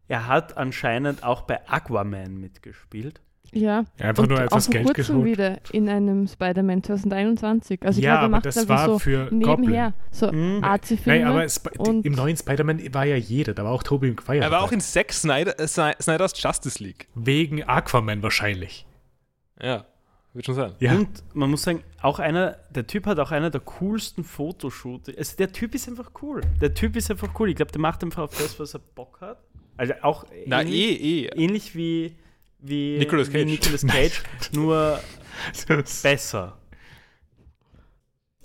Er hat anscheinend auch bei Aquaman mitgespielt. Ja. Ja, einfach und nur etwas auch vor Geld kurzem geholt. wieder in einem Spider-Man 2021. Also ich ja, glaube, er aber macht das glaub war ich, so für Goblin. Hm. nebenher. So Mhm. Arzi-Filme. Nein, aber Sp ne? und- im neuen Spider-Man war ja jeder, da war auch Tobey Maguire. Er war auch dabei. in Zack Snyder, äh, Sny- Snyder's Justice League. wegen Aquaman wahrscheinlich. Ja, wird schon sein. Ja. Und man muss sagen, auch einer, der Typ hat auch einer der coolsten Fotoshoote. Also der Typ ist einfach cool. Der Typ ist einfach cool. Ich glaube, der macht einfach auf das, was er Bock hat. Also auch Na, ähnlich, eh, eh. ähnlich wie, wie Nicolas wie Cage. Nicolas Cage nur Das- besser.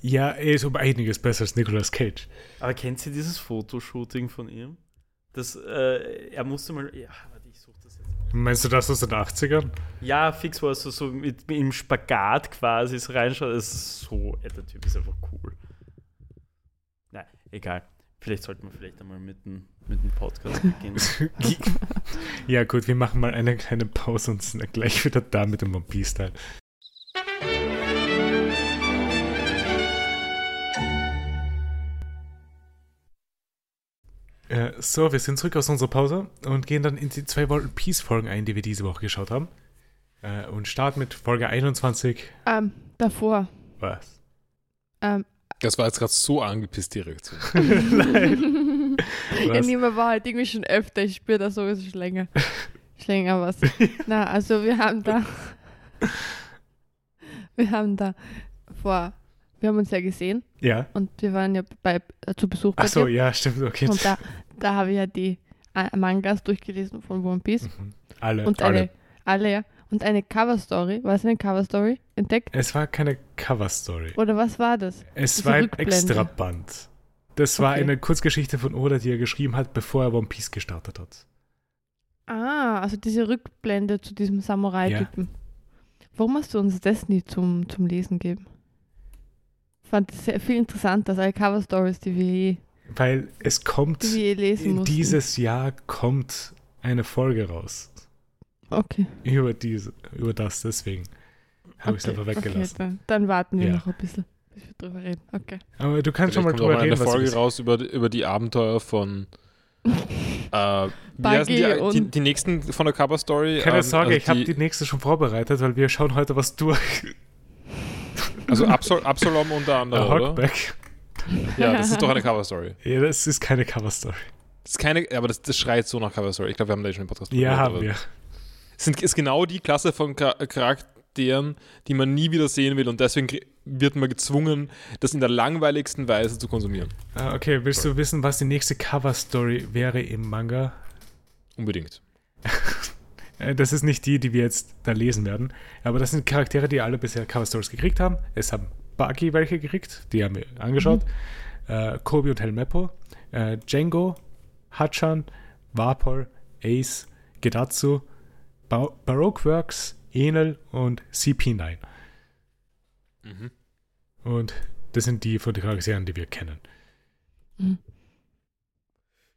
ja, er ist um einiges besser als Nicolas Cage. Aber kennt ihr dieses Fotoshooting von ihm? Das, äh, er musste mal. Ja, warte, ich suche das jetzt. Meinst du das aus den 80ern? Ja, fix war es so, so mit, mit im Spagat quasi so reinschaut. Das ist so, ey, der Typ ist einfach cool. Na, egal. Vielleicht sollten wir vielleicht einmal mit dem, mit dem Podcast beginnen. ja, gut, wir machen mal eine kleine Pause und sind dann gleich wieder da mit dem One Piece-Teil. Äh, So, wir sind zurück aus unserer Pause und gehen dann in die zwei One Piece-Folgen ein, die wir diese Woche geschaut haben. Äh, Und starten mit Folge 21. ähm, davor. Was? Ähm, Das war jetzt gerade so angepisst, die Reaktion. ja, niemand war halt irgendwie schon öfter. Ich spüre da sowieso schon länger. Schlänger was. Na, also wir haben da. wir haben da vor. Wir haben uns ja gesehen Ja. und wir waren ja bei, äh, zu Besuch bei Ach so, dir. ja, stimmt, okay. Und da, da habe ich ja die äh, Mangas durchgelesen von One Piece. Mhm. Alle. und eine, alle, ja. Und eine Coverstory. War es eine Coverstory? Entdeckt? Es war keine Cover-Story. Oder was war das? Es Diese war ein Rückblende. Extraband. Das war Okay. eine Kurzgeschichte von Oda, die er geschrieben hat, bevor er One Piece gestartet hat. Ah, also diese Rückblende zu diesem Samurai-Typen. Warum hast du uns das nie zum, zum Lesen gegeben? Fand es sehr viel interessanter als alle Coverstories, die wir je, Weil es kommt, die wir je eh lesen mussten. dieses Jahr kommt eine Folge raus. Okay. Über, diese, über das, deswegen habe ich es okay, einfach weggelassen. Okay, dann, dann warten wir Ja. noch ein bisschen, bis wir drüber reden. Okay. Aber du kannst Vielleicht kommt schon mal auch drüber reden, eine was du Folge bist. raus über, über die Abenteuer von äh, wie Buggy heißen die, die, und- die nächsten von der Cover Story. Keine ähm, Sorge, also ich habe die nächste schon vorbereitet, weil wir schauen heute was durch. Also Absol Absalom unter anderem, oder? Hogback. Ja, das ist doch eine Cover Story. Ja, das ist keine Cover-Story. Das ist keine, aber das, das schreit so nach Cover Story. Ich glaube, wir haben da eh schon im Podcast Ja, drüber haben geredet, wir. aber Es sind, ist genau die Klasse von Char- Charakteren, die man nie wieder sehen will und deswegen krie- wird man gezwungen, das in der langweiligsten Weise zu konsumieren. Ah, okay, willst du wissen, was die nächste Cover-Story wäre im Manga? Unbedingt. Äh, Das ist nicht die, die wir jetzt da lesen werden. Aber das sind Charaktere, die alle bisher Cover Stories gekriegt haben. Es haben Baki welche gekriegt, die haben wir angeschaut. Äh, Kobi und Helmeppo. Äh, Django, Hachan, Vapor, Ace, Gedatsu, ba Baroque Works, Enel und CP9. Mhm. Und das sind die von den Charakteren, die wir kennen. Mhm.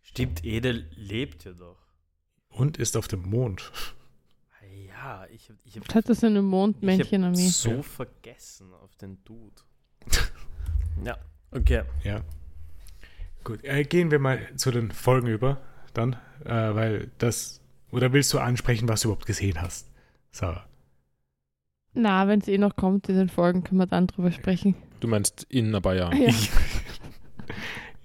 Stimmt, Edel lebt ja doch. Und ist auf dem Mond. Ja, ich habe ich hab, Hat das eine ich hab Mondmännchenarmee? so Ja. vergessen auf den Dude. ja, okay. Ja. Gut, äh, gehen wir mal zu den Folgen über, dann, äh, weil das. Oder willst du ansprechen, was du überhaupt gesehen hast? Sarah. Na, wenn es eh noch kommt in den Folgen, können wir dann drüber sprechen. Du meinst in ein paar Jahren. Ja.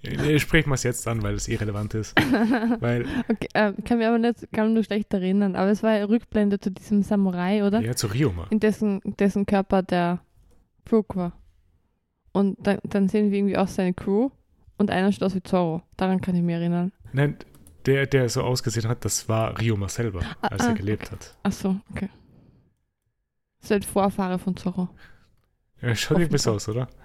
Äh, Sprich mal es jetzt an, weil es irrelevant ist. Weil, Okay, ähm, kann mir aber nicht, kann mich nur schlecht erinnern, aber es war eine Rückblende zu diesem Samurai, oder? ja, zu Ryoma. In dessen, dessen Körper der Brook war. Und dann, dann sehen wir irgendwie auch seine Crew und einer schaut aus wie Zorro. Daran kann ich mich erinnern. Nein, der, der so ausgesehen hat, das war Ryoma selber, Ah, als er ah, gelebt hat. Achso, okay. Das ist halt Vorfahre von Zorro. Er schaut irgendwie so Offenbar. aus, oder?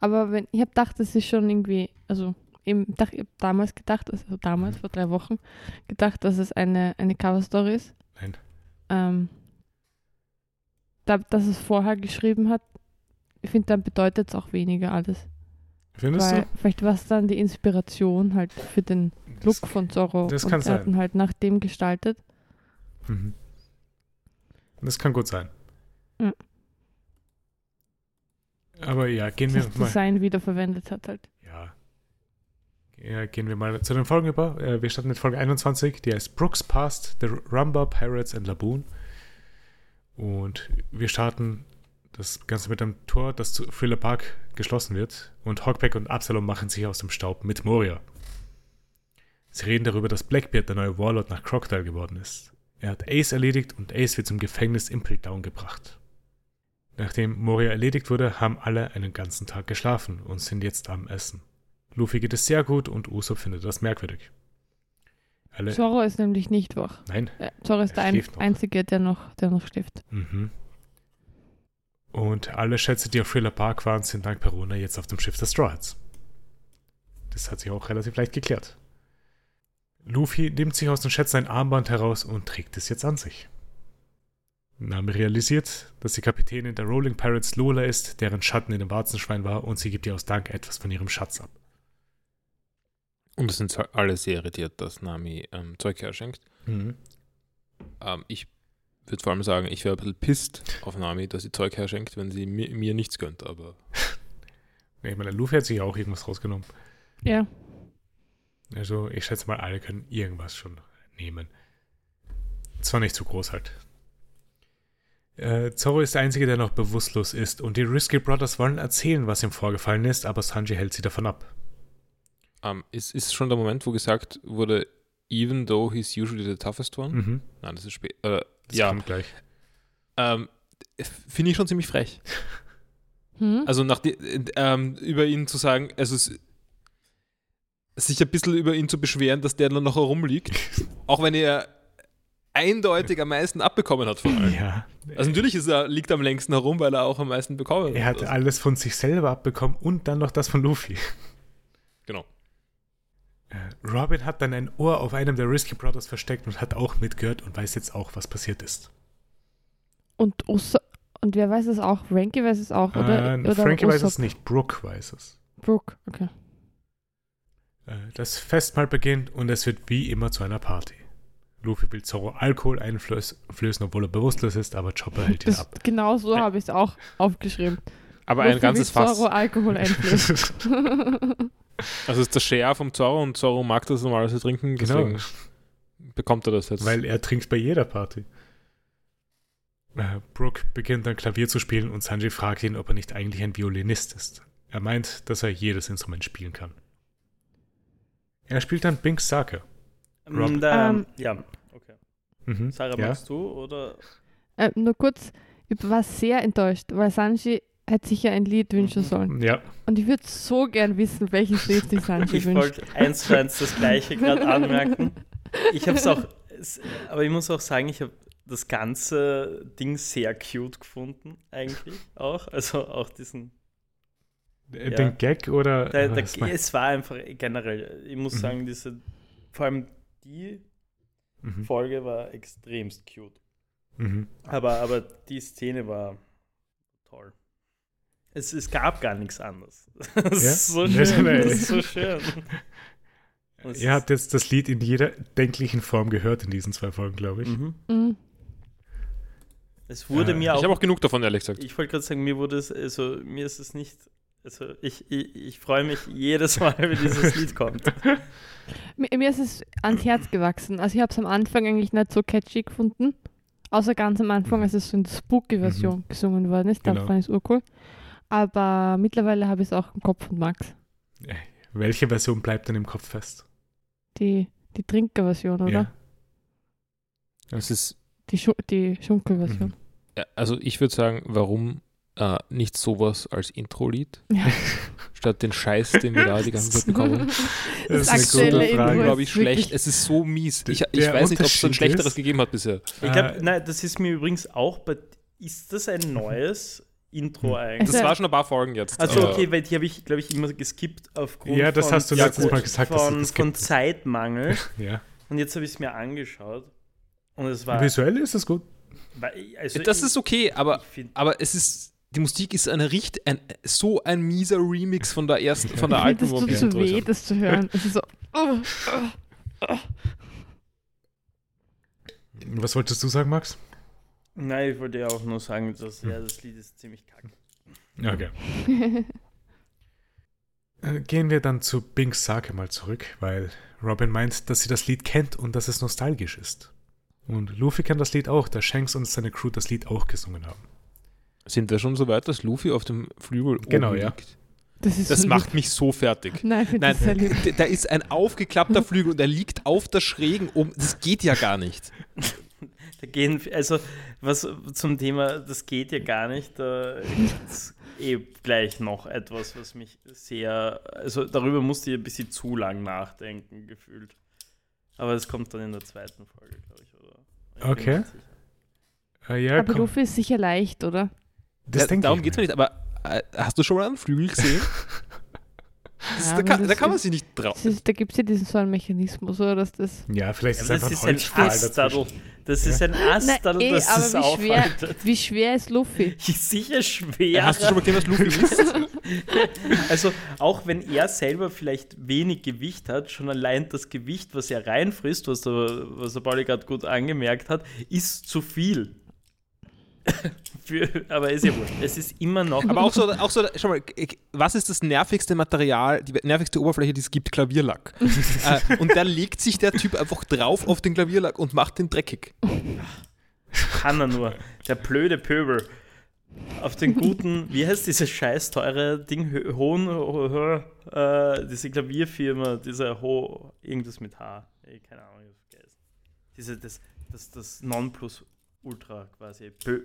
Aber wenn, ich habe gedacht, das ist schon irgendwie, also eben, dach, ich habe damals gedacht, also damals, vor drei Wochen, gedacht, dass es eine, eine Cover-Story ist. Nein. Ähm, da, dass es vorher geschrieben hat, ich finde, dann bedeutet es auch weniger alles. Findest Weil vielleicht war es dann die Inspiration halt für den du? Look von Zorro. das und kann sie hatten halt nach dem gestaltet. Das, mhm. das kann gut sein. Ja. Aber ja, gehen wir das mal. Design wiederverwendet hat halt. Ja. ja. Gehen wir mal zu den Folgen über. Äh, Wir starten mit Folge 21, die heißt Brooks Past, The Rumba, Pirates and Laboon. Und wir starten das Ganze mit einem Tor, das zu Thriller Park geschlossen wird. Und Hogback und Absalom machen sich aus dem Staub mit Moria. Sie reden darüber, dass Blackbeard der neue Warlord nach Crocodile geworden ist. Er hat Ace erledigt und Ace wird zum Gefängnis Impel Down gebracht. Nachdem Moria erledigt wurde, haben alle einen ganzen Tag geschlafen und sind jetzt am Essen. Luffy geht es sehr gut und Usopp findet das merkwürdig. Alle. Zorro ist nämlich nicht wach. Nein. Äh, Zorro ist Er der ein, schläft noch. Einzige, der noch, der noch schläft. Mhm. Und alle Schätze, die auf Thriller Park waren, sind dank Perona jetzt auf dem Schiff der Straw Hats. Das hat sich auch relativ leicht geklärt. Luffy nimmt sich aus den Schätzen ein Armband heraus und trägt es jetzt an sich. Nami realisiert, dass die Kapitänin der Rolling Pirates Lola ist, deren Schatten in dem Warzenschwein war, und sie gibt ihr aus Dank etwas von ihrem Schatz ab. Und es sind zwar alle sehr irritiert, dass Nami ähm, Zeug herschenkt. Mhm. Ähm, ich würde vor allem sagen, ich wäre ein bisschen pisst auf Nami, dass sie Zeug herschenkt, wenn sie mir, mir nichts gönnt. Aber Ich meine, Luffy hat sich ja auch irgendwas rausgenommen. Ja, Also ich schätze mal, alle können irgendwas schon nehmen. Zwar nicht zu groß halt. Äh, Zorro ist der Einzige, der noch bewusstlos ist und die Risky Brothers wollen erzählen, was ihm vorgefallen ist, aber Sanji hält sie davon ab. ähm, ist, ist schon der Moment, wo gesagt wurde, even though he's usually the toughest one? Mhm. Nein, das ist spät. Äh, Das Hm? ja, kommt gleich. ähm, finde ich schon ziemlich frech. hm? Also nach die, äh, ähm, über ihn zu sagen, also es, sich ein bisschen über ihn zu beschweren, dass der dann noch herumliegt, auch wenn er eindeutig am meisten abbekommen hat von allen. Ja. Also natürlich ist er, liegt er am längsten herum, weil er auch am meisten bekommen Er hat Also, alles von sich selber abbekommen und dann noch das von Luffy. Genau. Äh, Robin hat dann ein Ohr auf einem der Risky Brothers versteckt und hat auch mitgehört und weiß jetzt auch, was passiert ist. Und Usopp, und wer weiß es auch? Frankie weiß es auch, oder? Äh, oder Frankie weiß Usopp? es nicht, Brooke weiß es. Brooke, okay. Äh, Das Festmahl beginnt und es wird wie immer zu einer Party. Luffy will Zorro Alkohol einflößen, obwohl er bewusstlos ist, aber Chopper hält ihn Das, ab. genau so habe ich es auch aufgeschrieben. Aber Luffy ein ganzes will Fass. Zorro Alkohol einflößt. Also es ist der Share vom Zorro und Zorro mag das normalerweise trinken, Genau. deswegen bekommt er das jetzt. Weil er trinkt bei jeder Party. Äh, Brooke beginnt dann Klavier zu spielen und Sanji fragt ihn, ob er nicht eigentlich ein Violinist ist. Er meint, dass er jedes Instrument spielen kann. Er spielt dann Bink Sake. Rob. Da, Ähm, ja. Mhm. Sarah, ja. magst du oder? äh, nur kurz, ich war sehr enttäuscht, weil Sanji hätte sich ja ein Lied Mhm. wünschen sollen. Ja, Und ich würde so gern wissen, welches Lied sich Sanji Ich wünscht. wollte eins zu eins das Gleiche gerade anmerken. Ich habe es auch, es- aber ich muss auch sagen, ich habe das ganze Ding sehr cute gefunden, eigentlich auch. Also auch diesen. äh, Ja. den Gag oder. äh, Da, was da, mein- es war einfach generell, ich muss Mhm. sagen, diese, vor allem die Mhm. Folge war extremst cute. Mhm. Aber, aber die Szene war toll. Es, es gab gar nichts anderes. Das Ja? ist so Nee, schön. nee. Das ist so schön. Und es Ihr habt jetzt das Lied in jeder denklichen Form gehört in diesen zwei Folgen, glaube ich. Mhm. Mhm. Es wurde Äh, ich mir auch. habe auch genug davon, ehrlich gesagt. Ich wollte gerade sagen, mir wurde es, also mir ist es nicht. Also ich, ich, ich freue mich jedes Mal, wenn dieses Lied kommt. Mir, mir ist es ans Herz gewachsen. Also ich habe es am Anfang eigentlich nicht so catchy gefunden. Außer ganz am Anfang, Mhm. als es so in der Mhm. Spooky-Version gesungen worden ist. Da Genau. fand ich es urcool. Aber mittlerweile habe ich es auch im Kopf von Max. Welche Version bleibt denn im Kopf fest? Die, die Trinker-Version, oder? Ja. Es ist Die, Schu die Schunkel-Version. Mhm. äh, Ja, Also ich würde sagen, warum äh, nicht sowas als Intro-Lied, statt den Scheiß, den wir da die ganze Zeit bekommen. Das Das ist eine aktuelle gute Frage. Info. Glaube ich, ist wirklich- schlecht. Es ist so mies. Ich, ich Der weiß nicht, ob es so ein Unterschied schlechteres ist- gegeben hat bisher. Ich glaube, Äh, nein, das ist mir übrigens auch bei. Ist das Mhm. ein neues Intro eigentlich? Das Also- war schon ein paar Folgen jetzt. Also aber- okay, weil die habe ich, glaube ich, immer geskippt aufgrund Ja, das von, hast du Ja, letztes gut, Mal gesagt, dass du von, geskippt von hast. Zeitmangel. ja. Und jetzt habe ich es mir angeschaut. Und es war. Visuell ist es gut. war also Das ist okay, aber, Ich find- aber es ist. Die Musik ist eine Richt, ein, so ein mieser Remix von der ersten, von der Ich finde, alten das tut so Vampir-Intro. weh, das zu hören. Es ist so, oh, Was wolltest du sagen, Max? Nein, ich wollte ja auch nur sagen, dass ja, das Lied ist ziemlich kacke. Ja, okay. Äh, Gehen wir dann zu Binks Sake mal zurück, weil Robin meint, dass sie das Lied kennt und dass es nostalgisch ist. Und Luffy kennt das Lied auch, da Shanks und seine Crew das Lied auch gesungen haben. Sind wir schon so weit, dass Luffy auf dem Flügel Genau, oben ja. liegt? das ist Das so macht mich so fertig. Lieb. Nein, ich finde Nein, das sehr lieb. d- da ist ein aufgeklappter Flügel und er liegt auf der Schrägen oben. Das geht ja gar nicht. Da gehen, also was zum Thema, das geht ja gar nicht. Da gibt's eh gleich noch etwas, was mich sehr, also darüber musste ich ein bisschen zu lang nachdenken, gefühlt. Aber das kommt dann in der zweiten Folge, glaube ich, oder? Ich bin Okay. nicht sicher. Äh, ja, Aber Luffy ist sicher leicht, oder? das da, denke darum ich geht es mir nicht. Aber äh, hast du schon mal einen Flügel gesehen? Das ist, Ja, da, aber kann, das da kann man ist- sich nicht Das trauen. ist, da gibt es ja diesen so einen Mechanismus, oder? Dass das, Ja, vielleicht ist Ja, aber einfach das ein ist ein Holzstrahl Astadl. dazwischen. Das ist ein Astadl, eh, das aber ist wie schwer- aufhaltet. wie schwer ist Luffy? Sicher Ja, schwer. hast du schon mal gesehen, was Luffy ist? Also auch wenn er selber vielleicht wenig Gewicht hat, schon allein das Gewicht, was er reinfrisst, was der, was der Pauli gerade gut angemerkt hat, ist zu viel. Für, aber ist ja wurscht. Es ist immer noch. Aber auch so, auch so, schau mal, ich- was ist das nervigste Material, die nervigste Oberfläche, die es gibt? Klavierlack. äh, und da legt sich der Typ einfach drauf auf den Klavierlack und macht den dreckig. kann er nur. Der blöde Pöbel. Auf den guten, wie heißt dieses scheiß teure Ding, Hö- hohen, ho, ho, äh, diese Klavierfirma, dieser Ho, irgendwas mit H. Ey, keine Ahnung, ich hab's vergessen. Diese, das, das, das Nonplusultra quasi. Bö,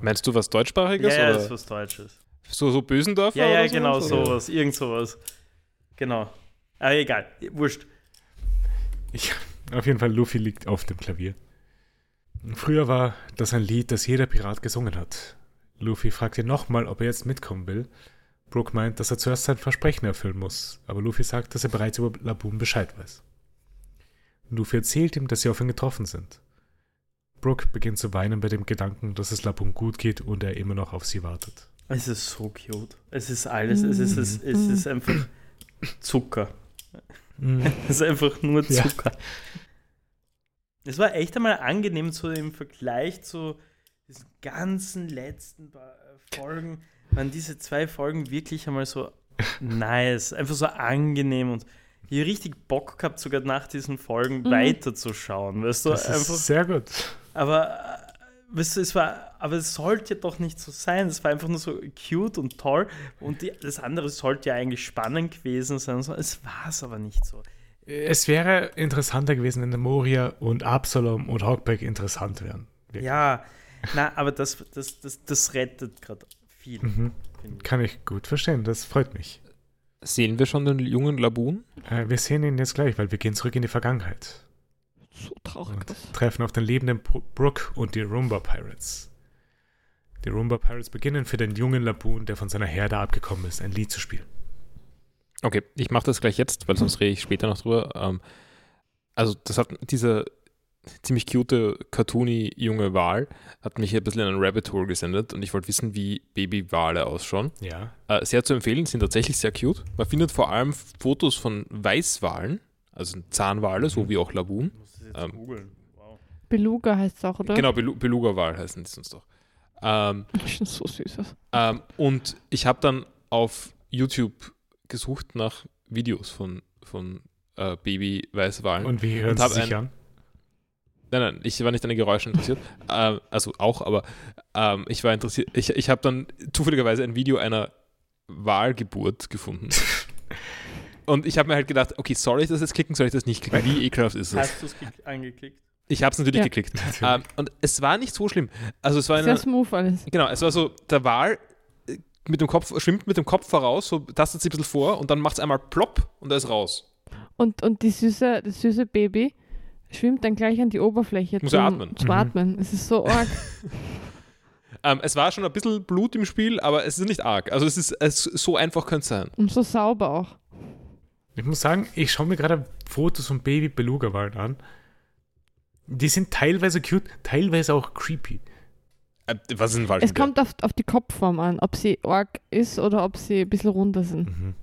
Meinst du was ja, deutschsprachiges ja, ist was Deutsches. so so Bösendorfer? Ja, ja, oder genau sowas, oder? sowas, irgend sowas. Genau. Aber egal, wurscht. Auf jeden Fall, Luffy liegt auf dem Klavier. Früher war das ein Lied, das jeder Pirat gesungen hat. Luffy fragt ihn nochmal, ob er jetzt mitkommen will. Brooke meint, dass er zuerst sein Versprechen erfüllen muss, aber Luffy sagt, dass er bereits über Laboon Bescheid weiß. Luffy erzählt ihm, dass sie auf ihn getroffen sind. Brooke beginnt zu weinen bei dem Gedanken, dass es Laboon gut geht und er immer noch auf sie wartet. Es ist so cute. Es ist alles, es ist, es, es ist einfach Zucker. Das ist einfach nur Ja. Zucker. Es war echt einmal angenehm zu im Vergleich zu diesen ganzen letzten paar äh, Folgen, waren diese zwei Folgen wirklich einmal so nice, einfach so angenehm und ich hab richtig Bock gehabt, sogar nach diesen Folgen weiterzuschauen, weißt du? Das einfach, ist sehr gut. aber äh, weißt du, es war, aber es sollte doch nicht so sein. Es war einfach nur so cute und toll. Und die, das andere sollte ja eigentlich spannend gewesen sein. und so. Es war es aber nicht so. Es wäre interessanter gewesen, wenn Moria und Absalom und Hawkback interessant wären. Ja, na, aber das, das, das, das rettet gerade viel. Mhm. finde ich. Kann ich gut verstehen, das freut mich. Sehen wir schon den jungen Laboon? Äh, wir sehen ihn jetzt gleich, weil wir gehen zurück in die Vergangenheit So traurig. und Das. treffen auf den lebenden Bro- Brook und die Roomba Pirates. Die Roomba Pirates beginnen für den jungen Laboon, der von seiner Herde abgekommen ist, ein Lied zu spielen. Okay, ich mache das gleich jetzt, weil sonst rede ich später noch drüber. Ähm, also, das hat dieser ziemlich cute, cartoony junge Wal hat mich hier ein bisschen in einen Rabbit Hole gesendet und ich wollte wissen, wie Babywale ausschauen. Ja. Äh, sehr zu empfehlen, sind tatsächlich sehr cute. Man findet vor allem Fotos von Weißwalen, also Zahnwale, so wie auch Laboon. Ich muss das jetzt Ähm, googeln. Wow. Beluga heißt es auch, oder? Genau, Belu Beluga-Wal heißen die sonst doch. Ähm, Das ist so süß. aus. Ähm, und ich habe dann auf YouTube gesucht nach Videos von, von äh, Baby Weißwahlen. Und wir hören Und sie hab sich an. nein, nein, ich war nicht an den Geräuschen interessiert. ähm, also auch, aber ähm, ich war interessiert. Ich, ich habe dann zufälligerweise ein Video einer Wahlgeburt gefunden. Und ich habe mir halt gedacht, okay, soll ich das jetzt klicken, soll ich das nicht klicken? Wie ekelhaft ist das? Hast du es angeklickt? Ich habe es natürlich Ja. geklickt. Natürlich. Ähm, und es war nicht so schlimm. Also es war in Sehr einer, smooth alles. genau, es war so der Wal äh, mit dem Kopf schwimmt mit dem Kopf voraus, so tastet sie ein bisschen vor und dann macht es einmal plopp und da ist raus. Und, und die süße, das süße Baby schwimmt dann gleich an die Oberfläche Muss zum, er atmen. zum Mhm. Atmen. Es ist so arg. Ähm, es war schon ein bisschen Blut im Spiel, aber es ist nicht arg. Also es ist es, so einfach könnte es sein. Und so sauber auch. Ich muss sagen, ich schaue mir gerade Fotos von Baby Beluga-Walen an. Die sind teilweise cute, teilweise auch creepy. Äh, was ist ein Wal? Es kommt auf, auf die Kopfform an, ob sie arg ist oder ob sie ein bisschen runder sind, Mhm.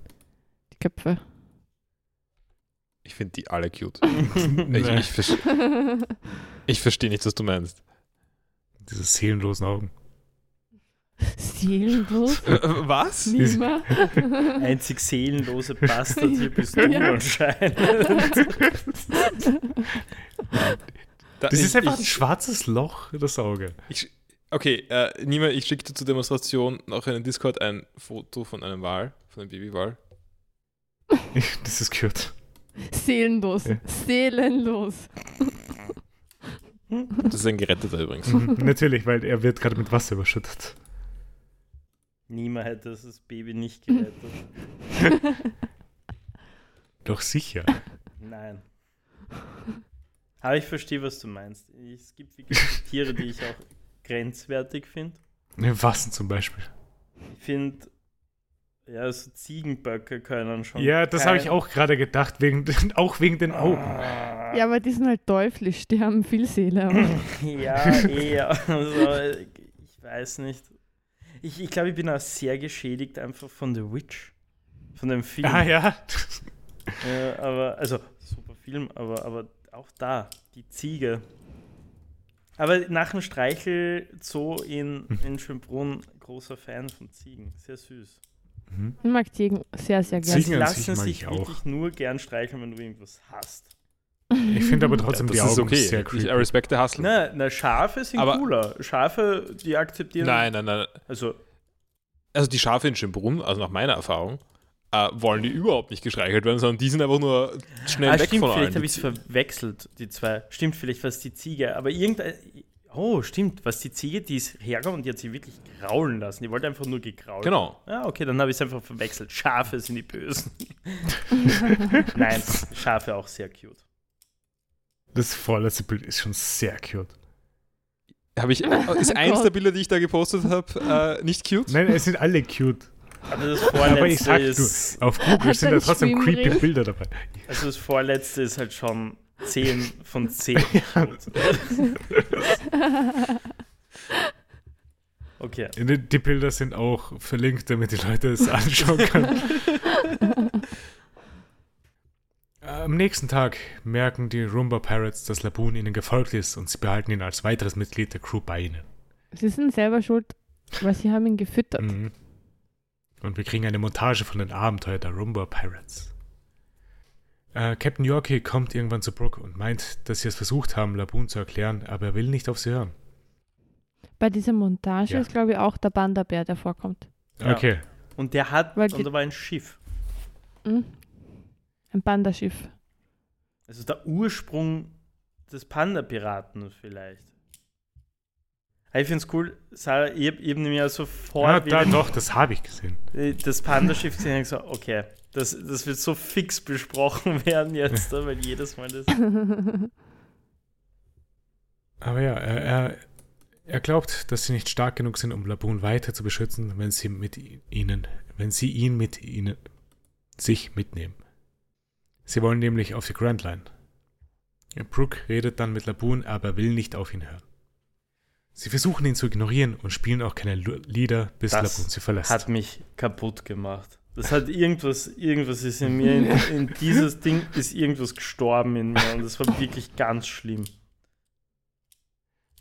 die Köpfe. Ich finde die alle cute. ich Nee. ich, vers- ich verstehe nicht, was du meinst. Diese seelenlosen Augen. Seelenlos? Äh, was? Niemand? Einzig seelenlose Bastard hier bist du Ja. anscheinend. Da- Das ich- ist einfach ein ich, schwarzes Loch, das Auge. ich, Okay, äh, Nima, ich schicke dir zur Demonstration noch in den Discord ein Foto von einem Wal, von einem Babywal. Das ist cute. Seelenlos. Ja. Seelenlos. Das ist ein geretteter übrigens. Mhm, Natürlich, weil er wird gerade mit Wasser überschüttet. Niemand hätte das Baby nicht gerettet. Doch sicher. Nein. Aber ich verstehe, was du meinst. Es gibt wie gesagt Tiere, die ich auch grenzwertig finde. Wassen zum Beispiel. Ich finde, ja, so Ziegenböcke können schon. Ja, das habe ich kein- auch Oh. gerade gedacht, wegen, auch wegen den Augen. Ah. Ja, aber die sind halt teuflisch, die haben viel Seele. Aber Ja, eher. Also, ich weiß nicht. Ich, ich glaube, ich bin auch sehr geschädigt einfach von The Witch. Von dem Film. Ah ja. Ja, aber, also, super Film, aber, aber auch da, die Ziege. Aber nach dem Streichel Zoo in, Hm. in Schönbrunn, großer Fan von Ziegen. Sehr süß. Mhm. ich mag Ziegen sehr, sehr Ziegen gerne. Sie an sich lassen mag sich ich auch. wirklich nur gern streicheln, wenn du irgendwas hast. Ich finde aber trotzdem das die ist Augen okay. sehr ich creepy. respect the hustle. Na, na Schafe sind Aber- cooler. Schafe, die akzeptieren. Nein, nein, nein. Also, Also die Schafe in Schönbrunn, also nach meiner Erfahrung, äh, wollen die überhaupt nicht gestreichelt werden, sondern die sind einfach nur schnell ah, weg stimmt, von vielleicht habe allen. ich es verwechselt, die zwei. Stimmt, vielleicht war es die Ziege. Aber irgendein. Oh, stimmt, was die Ziege, die ist hergekommen und die hat sie wirklich graulen lassen. Die wollte einfach nur gegrault. Genau. Ja, okay, dann habe ich es einfach verwechselt. Schafe sind die Bösen. Nein, Schafe auch sehr cute. Das vorletzte Bild ist schon sehr cute. Hab ich, äh, ist Oh eins Gott. der Bilder, die ich da gepostet habe, äh, nicht cute? Nein, es sind alle cute. Aber Also das Aber ich vorletzte sag, ist. Auf Google Hat sind er da einen trotzdem creepy Schwimmring? Bilder dabei. Also das vorletzte ist halt schon 10 von 10. okay. Die die Bilder sind auch verlinkt, damit die Leute es anschauen können. Am nächsten Tag merken die Roomba Pirates, dass Laboon ihnen gefolgt ist und sie behalten ihn als weiteres Mitglied der Crew bei ihnen. Sie sind selber schuld, weil sie haben ihn gefüttert. Mhm. Und wir kriegen eine Montage von den Abenteuern der Roomba Pirates. Äh, Captain Yorkie kommt irgendwann zu Brooke und meint, dass sie es versucht haben, Laboon zu erklären, aber er will nicht auf sie hören. Bei dieser Montage Ja. ist, glaube ich, auch der Panda-Bär, der vorkommt. Ja. Okay. Und der hat, Weil und die- da war ein Schiff. Mhm. Ein Pandaschiff. Also der Ursprung des Panda-Piraten vielleicht. Aber Ich finde es cool, Sarah, ich habe eben mir Ja, sofort da, wieder doch, das habe ich gesehen. das Panda-Schiff gesehen und gesagt, okay, das, das wird so fix besprochen werden jetzt, weil jedes Mal das... Aber ja, er, er, er glaubt, dass sie nicht stark genug sind, um Laboon weiter zu beschützen, wenn sie mit i- ihnen, wenn sie ihn mit ihnen sich mitnehmen. Sie wollen nämlich auf die Grand Line. Brooke redet dann mit Laboon, aber will nicht auf ihn hören. Sie versuchen ihn zu ignorieren und spielen auch keine Lu- Lieder, bis Das Laboon sie verlässt. hat mich kaputt gemacht. Das hat irgendwas, irgendwas ist in mir, in, in dieses Ding ist irgendwas gestorben in mir und das war wirklich ganz schlimm.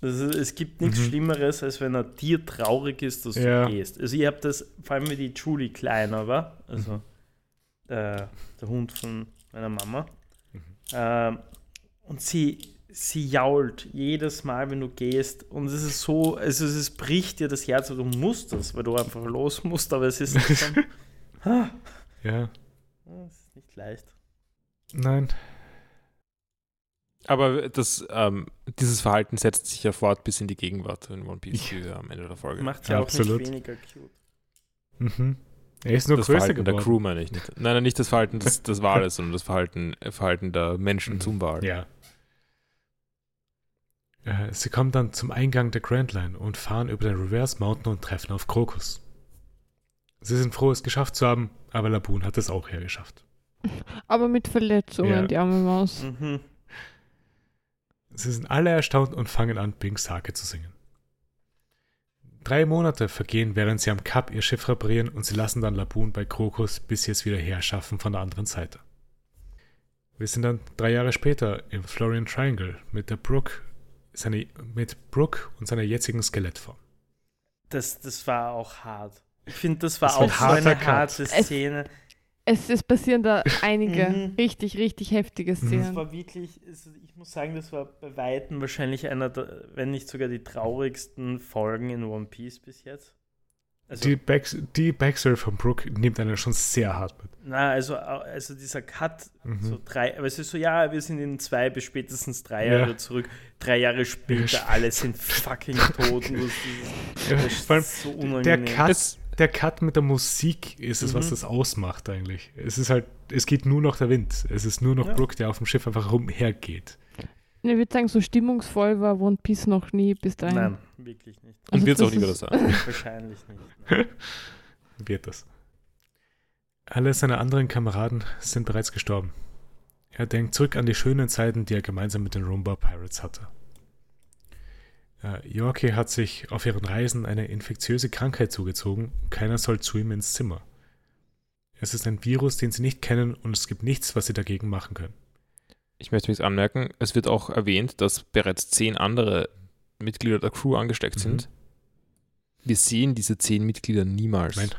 Das ist, es gibt nichts Mhm. Schlimmeres, als wenn ein Tier traurig ist, dass Ja. du gehst. Also ich habe das, vor allem wie die Julie kleiner war, also äh, der Hund von meiner Mama. Ähm, und sie, sie jault jedes Mal, wenn du gehst. Und es ist so, also es ist, bricht dir das Herz, aber du musst es, weil du einfach los musst, aber es ist, schon, Ah, ja, es ist nicht leicht. nein. aber das, ähm, dieses Verhalten setzt sich ja fort bis in die Gegenwart in One Piece, die wir am Ende der Folge. Macht ja auch Absolut. nicht weniger cute. Mhm. Er ist nur das größer Verhalten geworden. der Crew meine ich nicht. Nein, nein, nicht das Verhalten des, des Wales, sondern das Verhalten, Verhalten der Menschen Mhm. zum Wal. Ja. Äh, Sie kommen dann zum Eingang der Grand Line und fahren über den Reverse Mountain und treffen auf Krokus. Sie sind froh, es geschafft zu haben, aber Laboon hat es auch hergeschafft. Aber mit Verletzungen, Ja. die arme Maus. Mhm. Sie sind alle erstaunt und fangen an, Bing Sake zu singen. Drei Monate vergehen, während sie am Kap ihr Schiff reparieren und sie lassen dann Laboon bei Krokus, bis sie es wieder herschaffen von der anderen Seite. Wir sind dann drei Jahre später im Florian Triangle mit der Brooke, seine, mit Brooke und seiner jetzigen Skelettform. Das, das war auch hart. Ich finde, das war Das war auch ein so eine harter Cut. harte Es- Szene. Es, es passieren da einige Mhm. richtig, richtig heftige Das Szenen. war wirklich, es- ich muss sagen, das war bei Weitem wahrscheinlich einer, der, wenn nicht sogar die traurigsten Folgen in One Piece bis jetzt. Also, Die, Back, die Backstory von Brooke nimmt einen schon sehr hart mit. na, also, also dieser Cut, Mhm. so drei, aber es ist so, ja, wir sind in zwei bis spätestens drei Ja. Jahre zurück. Drei Jahre später, sp- alle sind fucking tot. Und das, Ja, das ist vor allem so der unangenehm. Cut, der Cut mit der Musik ist es, was Mhm. das ausmacht eigentlich. Es ist halt, es geht nur noch der Wind. Es ist nur noch Ja. Brooke, der auf dem Schiff einfach rumhergeht. Ich würde sagen, so stimmungsvoll war One Piece noch nie bis dahin. Nein, wirklich nicht. Und Also wird es das auch nie wieder ist- sein. Wahrscheinlich nicht. Wird das. Alle seine anderen Kameraden sind bereits gestorben. Er denkt zurück an die schönen Zeiten, die er gemeinsam mit den Roomba Pirates hatte. Äh, Yorkie hat sich auf ihren Reisen eine infektiöse Krankheit zugezogen. Keiner soll zu ihm ins Zimmer. Es ist ein Virus, den sie nicht kennen und es gibt nichts, was sie dagegen machen können. Ich möchte übrigens anmerken, es wird auch erwähnt, dass bereits zehn andere Mitglieder der Crew angesteckt Mhm. sind. Wir sehen diese zehn Mitglieder niemals. Nein.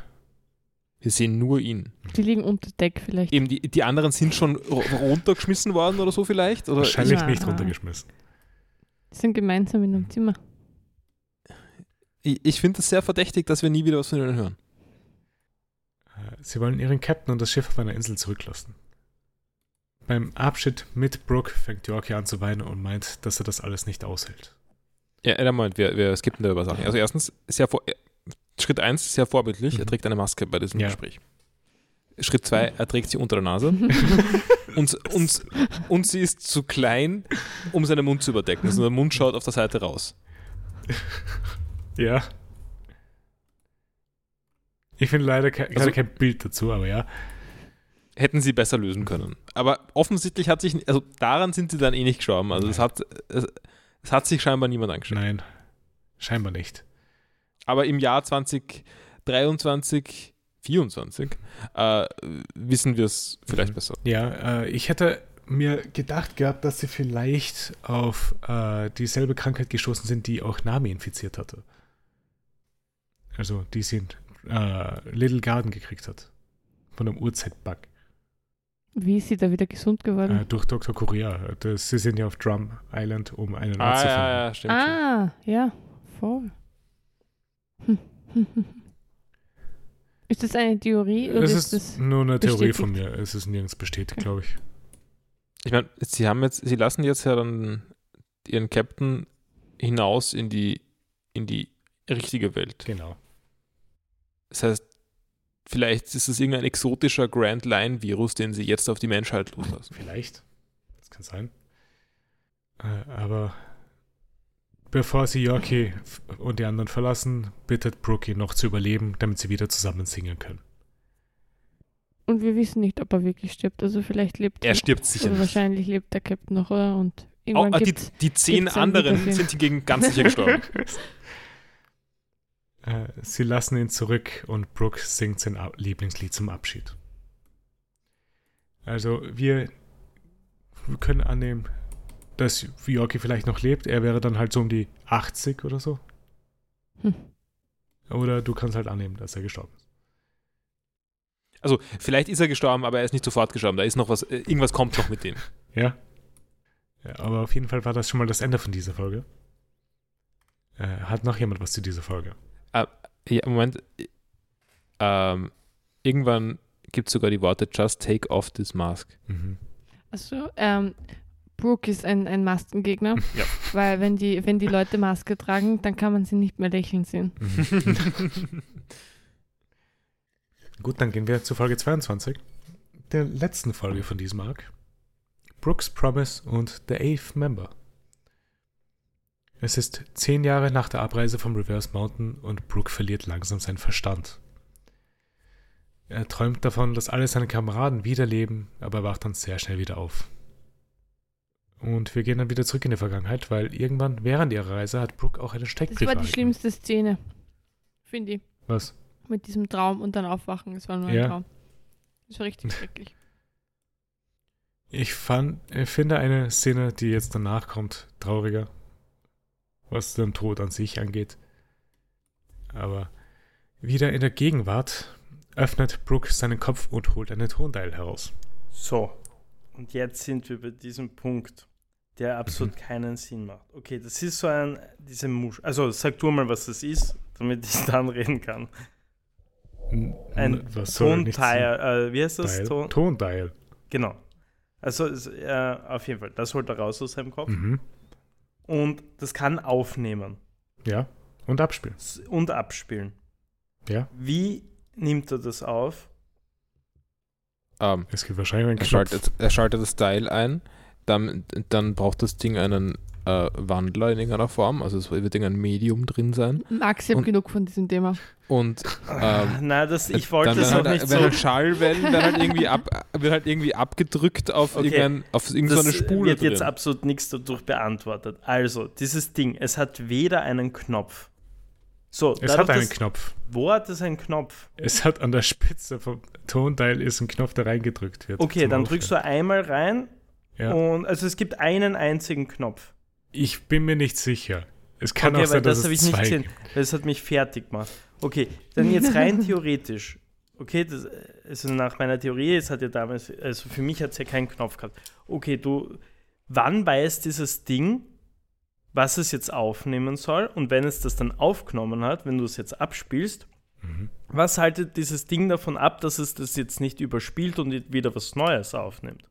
Wir sehen nur ihn. Die liegen unter Deck vielleicht. Eben die, die anderen sind schon ru- runtergeschmissen worden oder so vielleicht? Oder Wahrscheinlich Ja. nicht runtergeschmissen. Die sind gemeinsam in einem Zimmer. Ich, ich finde es sehr verdächtig, dass wir nie wieder was von ihnen hören. Äh, Sie wollen ihren Captain und das Schiff auf einer Insel zurücklassen. Beim Abschied mit Brooke fängt Yorkie an zu weinen und meint, dass er das alles nicht aushält. Ja, äh, Moment, wir, wir skippen da über Sachen. Also erstens, sehr vor, äh, Schritt 1, sehr vorbildlich, Mhm. er trägt eine Maske bei diesem Ja. Gespräch. Schritt 2, er trägt sie unter der Nase. und, und, und sie ist zu klein, um seinen Mund zu überdecken. Also der Mund schaut auf der Seite raus. Ja. Ich finde leider ke Also- gerade kein Bild dazu, aber ja. Hätten sie besser lösen können. Aber offensichtlich hat sich, also daran sind sie dann eh nicht gestorben. Also es hat, es, es hat sich scheinbar niemand angeschaut. Nein, scheinbar nicht. Aber im Jahr 2023, 24 äh, wissen wir es vielleicht Mhm. besser. Ja, äh, ich hätte mir gedacht gehabt, dass sie vielleicht auf äh, dieselbe Krankheit gestoßen sind, die auch Nami infiziert hatte. Also, die sie in äh, Little Garden gekriegt hat. Von einem Uhrzeitbug. Wie ist sie da wieder gesund Äh, geworden? durch Dr. Korea. Das, sie sind ja auf Drum Island, um einen Arzt Ah, zu ja, finden. ja, stimmt. stimmt. ah, ja, voll. Hm, hm, hm, hm. Ist das eine Theorie oder Es ist ist das nur eine Theorie bestätigt? von mir. Es ist nirgends bestätigt, glaube ich. Ich meine, sie haben jetzt, sie lassen jetzt ja dann ihren Captain hinaus in die, in die richtige Welt. Genau. Das heißt, vielleicht ist es irgendein exotischer Grand Line-Virus, den sie jetzt auf die Menschheit loslassen. Vielleicht. Das kann sein. Äh, aber bevor sie Yorkie f- und die anderen verlassen, bittet Brookie noch zu überleben, damit sie wieder zusammen singen können. Und wir wissen nicht, ob er wirklich stirbt. Also vielleicht lebt Er stirbt sicher Oder nicht. wahrscheinlich lebt der Captain noch, oder? Und Oh, irgendwann ah, die, gibt's, die zehn gibt's ein anderen Wiedersehen. sind hingegen ganz sicher gestorben. Äh, sie lassen ihn zurück und Brooke singt sein Ab- Lieblingslied zum Abschied. Also wir, wir können annehmen, dass Yorkie vielleicht noch lebt. Er wäre dann halt so um die 80 oder so. Hm. Oder du kannst halt annehmen, dass er gestorben ist. Also, vielleicht ist er gestorben, aber er ist nicht sofort gestorben. Da ist noch was, äh, irgendwas kommt noch mit dem. Ja? ja? Aber auf jeden Fall war das schon mal das Ende von dieser Folge. Äh, hat noch jemand was zu dieser Folge? Ja, Moment. äh, Ähm, irgendwann gibt es sogar die Worte Just take off this mask. Mhm. Achso, ähm, Brooke ist ein, ein Maskengegner, Ja. weil wenn die, wenn die Leute Maske tragen, dann kann man sie nicht mehr lächeln sehen. Gut, dann gehen wir zu Folge 22, der letzten Folge von diesem Arc. Brooks Promise und The Eighth Member. Es ist zehn Jahre nach der Abreise vom Reverse Mountain und Brooke verliert langsam seinen Verstand. Er träumt davon, dass alle seine Kameraden wiederleben, aber er wacht dann sehr schnell wieder auf. Und wir gehen dann wieder zurück in die Vergangenheit, weil irgendwann während ihrer Reise hat Brooke auch einen Das Steckbrief war die erhalten. schlimmste Szene, finde ich, Was? mit diesem Traum und dann Aufwachen. Es war nur ein Ja. Traum. Das war richtig schrecklich. Ich fand, ich finde eine Szene, die jetzt danach kommt, trauriger, was den Tod an sich angeht. Aber wieder in der Gegenwart öffnet Brooke seinen Kopf und holt einen Tonteil heraus. So, und jetzt sind wir bei diesem Punkt, der Mhm. absolut keinen Sinn macht. Okay, das ist so ein, diese Muschel. Also sag du mal, was das ist, damit ich dann reden kann. N- Ein was soll nicht sein? Tonteil, äh, wie heißt das? Teil? Ton? Tonteil. Genau. Also es, äh, auf jeden Fall, das holt er raus aus seinem Kopf. Mhm. Und das kann aufnehmen Ja. Und abspielen. s- und abspielen. Ja. Wie nimmt er das auf? Ähm, Es gibt wahrscheinlich einen er, Knopf. schaltet, er schaltet das Teil ein, dann, dann braucht das Ding einen äh, Wandler in irgendeiner Form, also es wird irgendein Medium drin sein. Max, ich Und- habe genug von diesem Thema. Und Ah, Nein, das, ich wollte Ähm, dann es werden auch halt, nicht werden so. halt Schallwellen werden halt irgendwie, ab, wird halt irgendwie abgedrückt auf, Okay. irgendein, auf irgendeine Das Spule wird drin. jetzt absolut nichts dadurch beantwortet. Also, dieses Ding, es hat weder einen Knopf. So, Es hat dadurch, einen dass- Knopf. Wo hat es einen Knopf? Es hat an der Spitze vom Tonteil ist ein Knopf, der reingedrückt wird. Okay, zum dann drückst du einmal rein Ja. und also es gibt einen einzigen Knopf. Ich bin mir nicht sicher. Es kann okay, auch sein, dass hab es zwei gibt. weil Das hat mich fertig gemacht. Okay, dann jetzt rein theoretisch. Okay, das also nach meiner Theorie, es hat ja damals, also für mich hat es ja keinen Knopf gehabt. Okay, du, wann weiß dieses Ding, was es jetzt aufnehmen soll? Und wenn es das dann aufgenommen hat, wenn du es jetzt abspielst, Mhm. was haltet dieses Ding davon ab, dass es das jetzt nicht überspielt und wieder was Neues aufnimmt?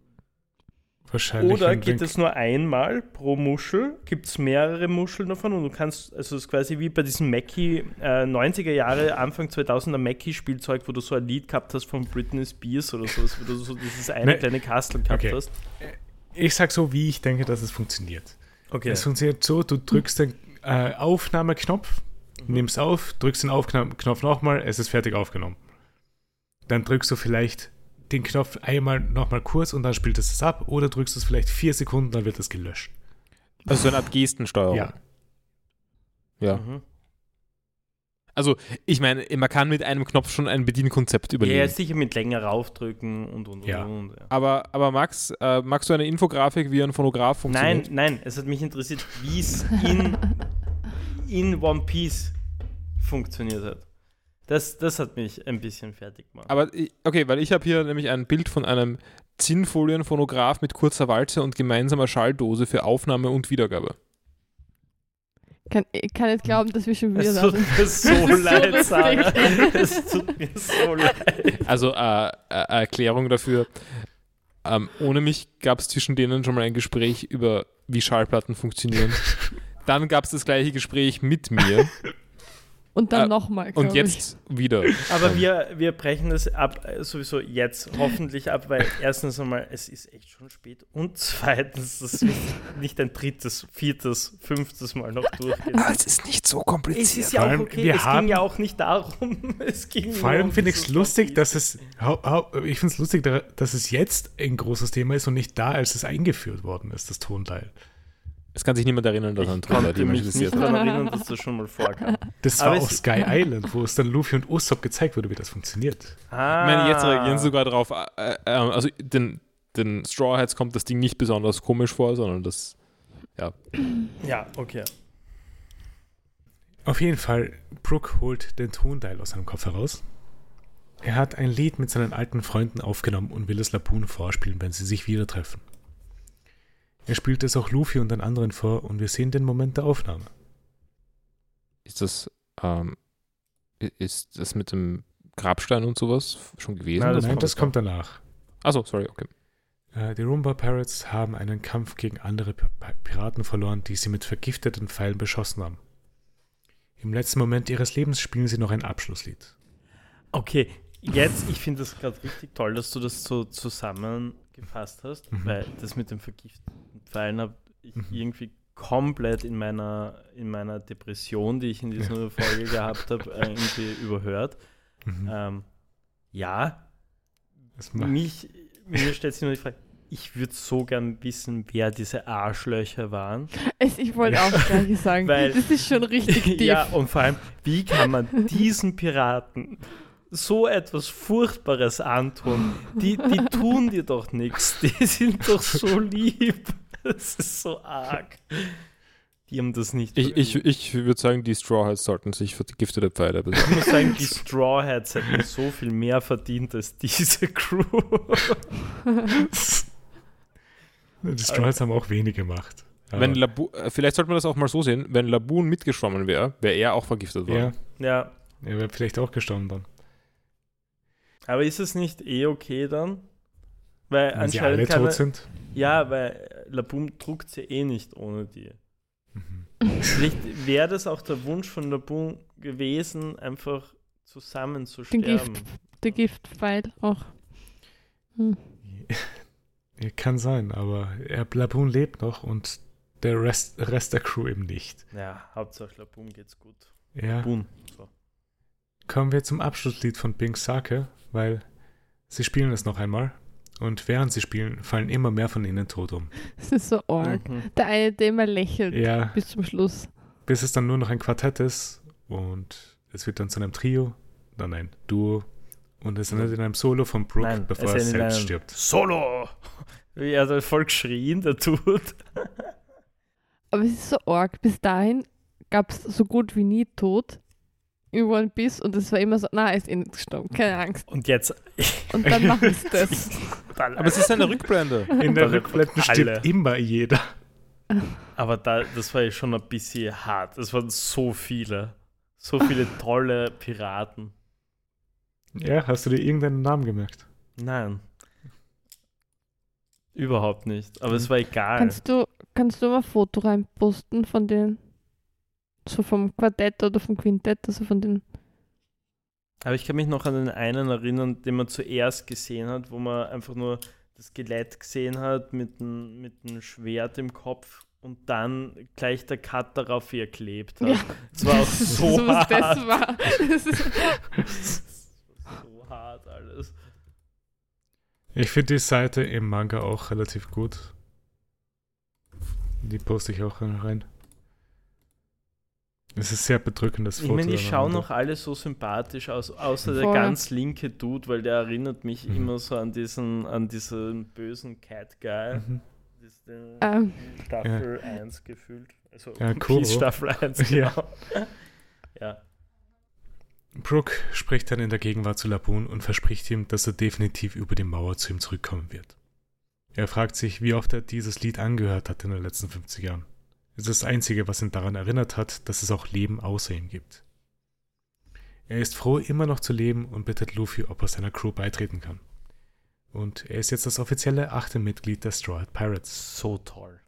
Wahrscheinlich. Oder wenn- geht wenn- es nur einmal pro Muschel? Gibt es mehrere Muscheln davon und du kannst, also es ist quasi wie bei diesem Mackie, äh, 90er Jahre, Anfang 2000er Mackie-Spielzeug, wo du so ein Lied gehabt hast von Britney Spears oder sowas, wo du so dieses eine Ne. kleine Kastel gehabt Okay. hast. Ich sag so, wie ich denke, dass es funktioniert. Okay. Es funktioniert so, du drückst den äh, Aufnahmeknopf, nimmst auf, drückst den Aufnahmeknopf nochmal, es ist fertig aufgenommen. Dann drückst du vielleicht den Knopf einmal nochmal kurz und dann spielt es das ab oder drückst du es vielleicht vier Sekunden, dann wird es gelöscht. also so eine Art Gestensteuerung. Ja. ja. Mhm. Also, ich meine, man kann mit einem Knopf schon ein Bedienkonzept Ja, überlegen. ja, sicher mit länger raufdrücken und und und. Ja. und ja. Aber, aber Max, äh, magst du eine Infografik, wie ein Phonograph Nein, funktioniert? nein, es hat mich interessiert, wie es in, in One Piece funktioniert hat. Das, das hat mich ein bisschen fertig gemacht. Aber i- okay, weil ich habe hier nämlich ein Bild von einem Zinnfolienphonograph mit kurzer Walze und gemeinsamer Schalldose für Aufnahme und Wiedergabe. Kann, ich kann nicht glauben, dass wir schon wieder Es da tut sind. mir so leid, lustig. Sarah. Es tut mir so leid. Also äh, äh, Erklärung dafür. Ähm, ohne mich gab es zwischen denen schon mal ein Gespräch über, wie Schallplatten funktionieren. Dann gab es das gleiche Gespräch mit mir Und dann Äh, nochmal. und jetzt wieder. Aber Ähm, wir, wir brechen das ab, äh, sowieso jetzt hoffentlich ab, weil erstens einmal, es ist echt schon spät und zweitens, dass wir nicht ein drittes, viertes, fünftes Mal noch durchgehen. Ah, es ist nicht so kompliziert. Es ist ja Vor auch allem, okay, wir es haben- ging ja auch nicht darum. Es ging Vor nur allem um finde ich es dieses lustig, Motiv. dass es, hau, hau, ich finde es lustig, da- dass es jetzt ein großes Thema ist und nicht da, als es eingeführt worden ist, das Tonteil. Es kann sich niemand erinnern, dass er ein Ich Tonball konnte mich dimensionisiert nicht hat. daran erinnern, dass das schon mal vorkam. Das Aber war es- auf Sky Island, wo es dann Luffy und Usopp gezeigt wurde, wie das funktioniert. Ah, Ich meine, jetzt reagieren sie sogar darauf. Äh, äh, also den, den Straw Hats kommt das Ding nicht besonders komisch vor, sondern das. Ja, okay. Auf jeden Fall, Brooke holt den Tonteil aus seinem Kopf heraus. Er hat ein Lied mit seinen alten Freunden aufgenommen und will es Lapoon vorspielen, wenn sie sich wieder treffen. Er spielt es auch Luffy und den anderen vor und wir sehen den Moment der Aufnahme. Ist das. Ähm, i- ist das mit dem Grabstein und sowas f- schon gewesen? Nein, Das das, war- kommt danach. Achso, sorry, okay. Äh, Die Roomba Pirates haben einen Kampf gegen andere Pi- Pi- Piraten verloren, die sie mit vergifteten Pfeilen beschossen haben. Im letzten Moment ihres Lebens spielen sie noch ein Abschlusslied. Okay, jetzt, ich finde das gerade richtig toll, dass du das so zusammengefasst hast, Mhm. weil das mit dem vergifteten Pfeilen habe ich Mhm. irgendwie komplett in meiner, in meiner Depression, die ich in dieser Folge gehabt habe, irgendwie überhört. Mhm. Ähm, ja, Das ma- mich, mir stellt sich nur die Frage, ich würde so gern wissen, wer diese Arschlöcher waren. Es, ich wollte auch das Gleiche sagen. Weil- das ist schon richtig tief. ja, und vor allem, wie kann man diesen Piraten so etwas Furchtbares antun? Die, die tun dir doch nichts. Die sind doch so lieb. Das ist so arg. Die haben das nicht. Ich, ich, ich würde sagen, die Straw Hats sollten sich vergiftete Pfeile besorgen. Ich muss sagen, die Straw Hats hätten so viel mehr verdient als diese Crew. Die Strolls haben auch wenig gemacht. Wenn Labu, äh, vielleicht sollte man das auch mal so sehen, wenn Laboon mitgeschwommen wäre, wäre er auch vergiftet worden. ja, Ja, er wäre vielleicht auch gestorben dann. aber ist es nicht eh okay dann? Weil Wenn sie alle anscheinend kann tot er, sind. Ja, weil Laboom druckt sie eh nicht ohne die. Mhm. Vielleicht wäre das auch der Wunsch von Laboon gewesen, einfach zusammen zu Den sterben. Gift. Der Giftpfeil auch. Hm. Ja, Kann sein, aber er, Laboon lebt noch und der Rest, Rest der Crew eben nicht. Ja, Hauptsache Laboon geht's gut. Ja, Boom. So. kommen wir zum Abschlusslied von Pink Sake, weil sie spielen es noch einmal und während sie spielen, fallen immer mehr von ihnen tot um. Das ist so arg. Der eine, der immer lächelt Ja, bis zum Schluss. bis es dann nur noch ein Quartett ist und es wird dann zu einem Trio, dann ein Duo und es endet in einem Solo von Brooke, Nein, bevor es er endet in selbst einem- stirbt. Solo! Wie er da voll geschrien, der tut. Aber es ist so arg. Bis dahin gab es so gut wie nie Tod in One Piece und es war immer so, na, er ist eh nicht gestorben, keine Angst. Und jetzt. Und dann machen sie das. Aber es ist eine Rückblende. In der Alle- Rückblende stirbt alle. immer jeder. Aber da, das war ja schon ein bisschen hart. Es waren so viele. So viele tolle Piraten. Ja, hast du dir irgendeinen Namen gemerkt? Nein. Überhaupt nicht. Aber es war egal. Kannst du, kannst du mal ein Foto reinposten von den, so vom Quartett oder vom Quintett, also von den, Aber ich kann mich noch an den einen erinnern, den man zuerst gesehen hat, wo man einfach nur das Skelett gesehen hat mit einem mit dem Schwert im Kopf und dann gleich der Cut darauf wie er klebt hat. Ja. Das war auch Das ist so was hart. das war. Das ist, so hart alles. Ich finde die Seite im Manga auch relativ gut. Die poste ich auch rein. Es ist sehr bedrückendes Ich Foto. meine, die wenn man schauen da- noch alle so sympathisch aus, außer der Voll. ganz linke Dude, weil der erinnert mich Mhm. immer so an diesen, an diesen bösen Cat Guy. Mhm. Diesen ähm, Staffel 1 gefühlt. Also Ja, One Kuro. Piece Staffel 1, Ja. genau. ja. Brooke spricht dann in der Gegenwart zu Laboon und verspricht ihm, dass er definitiv über die Mauer zu ihm zurückkommen wird. Er fragt sich, wie oft er dieses Lied angehört hat in den letzten 50 Jahren. Es ist das Einzige, was ihn daran erinnert hat, dass es auch Leben außer ihm gibt. Er ist froh, immer noch zu leben und bittet Luffy, ob er seiner Crew beitreten kann. Und er ist jetzt das offizielle achte Mitglied der Straw Hat Pirates. So toll.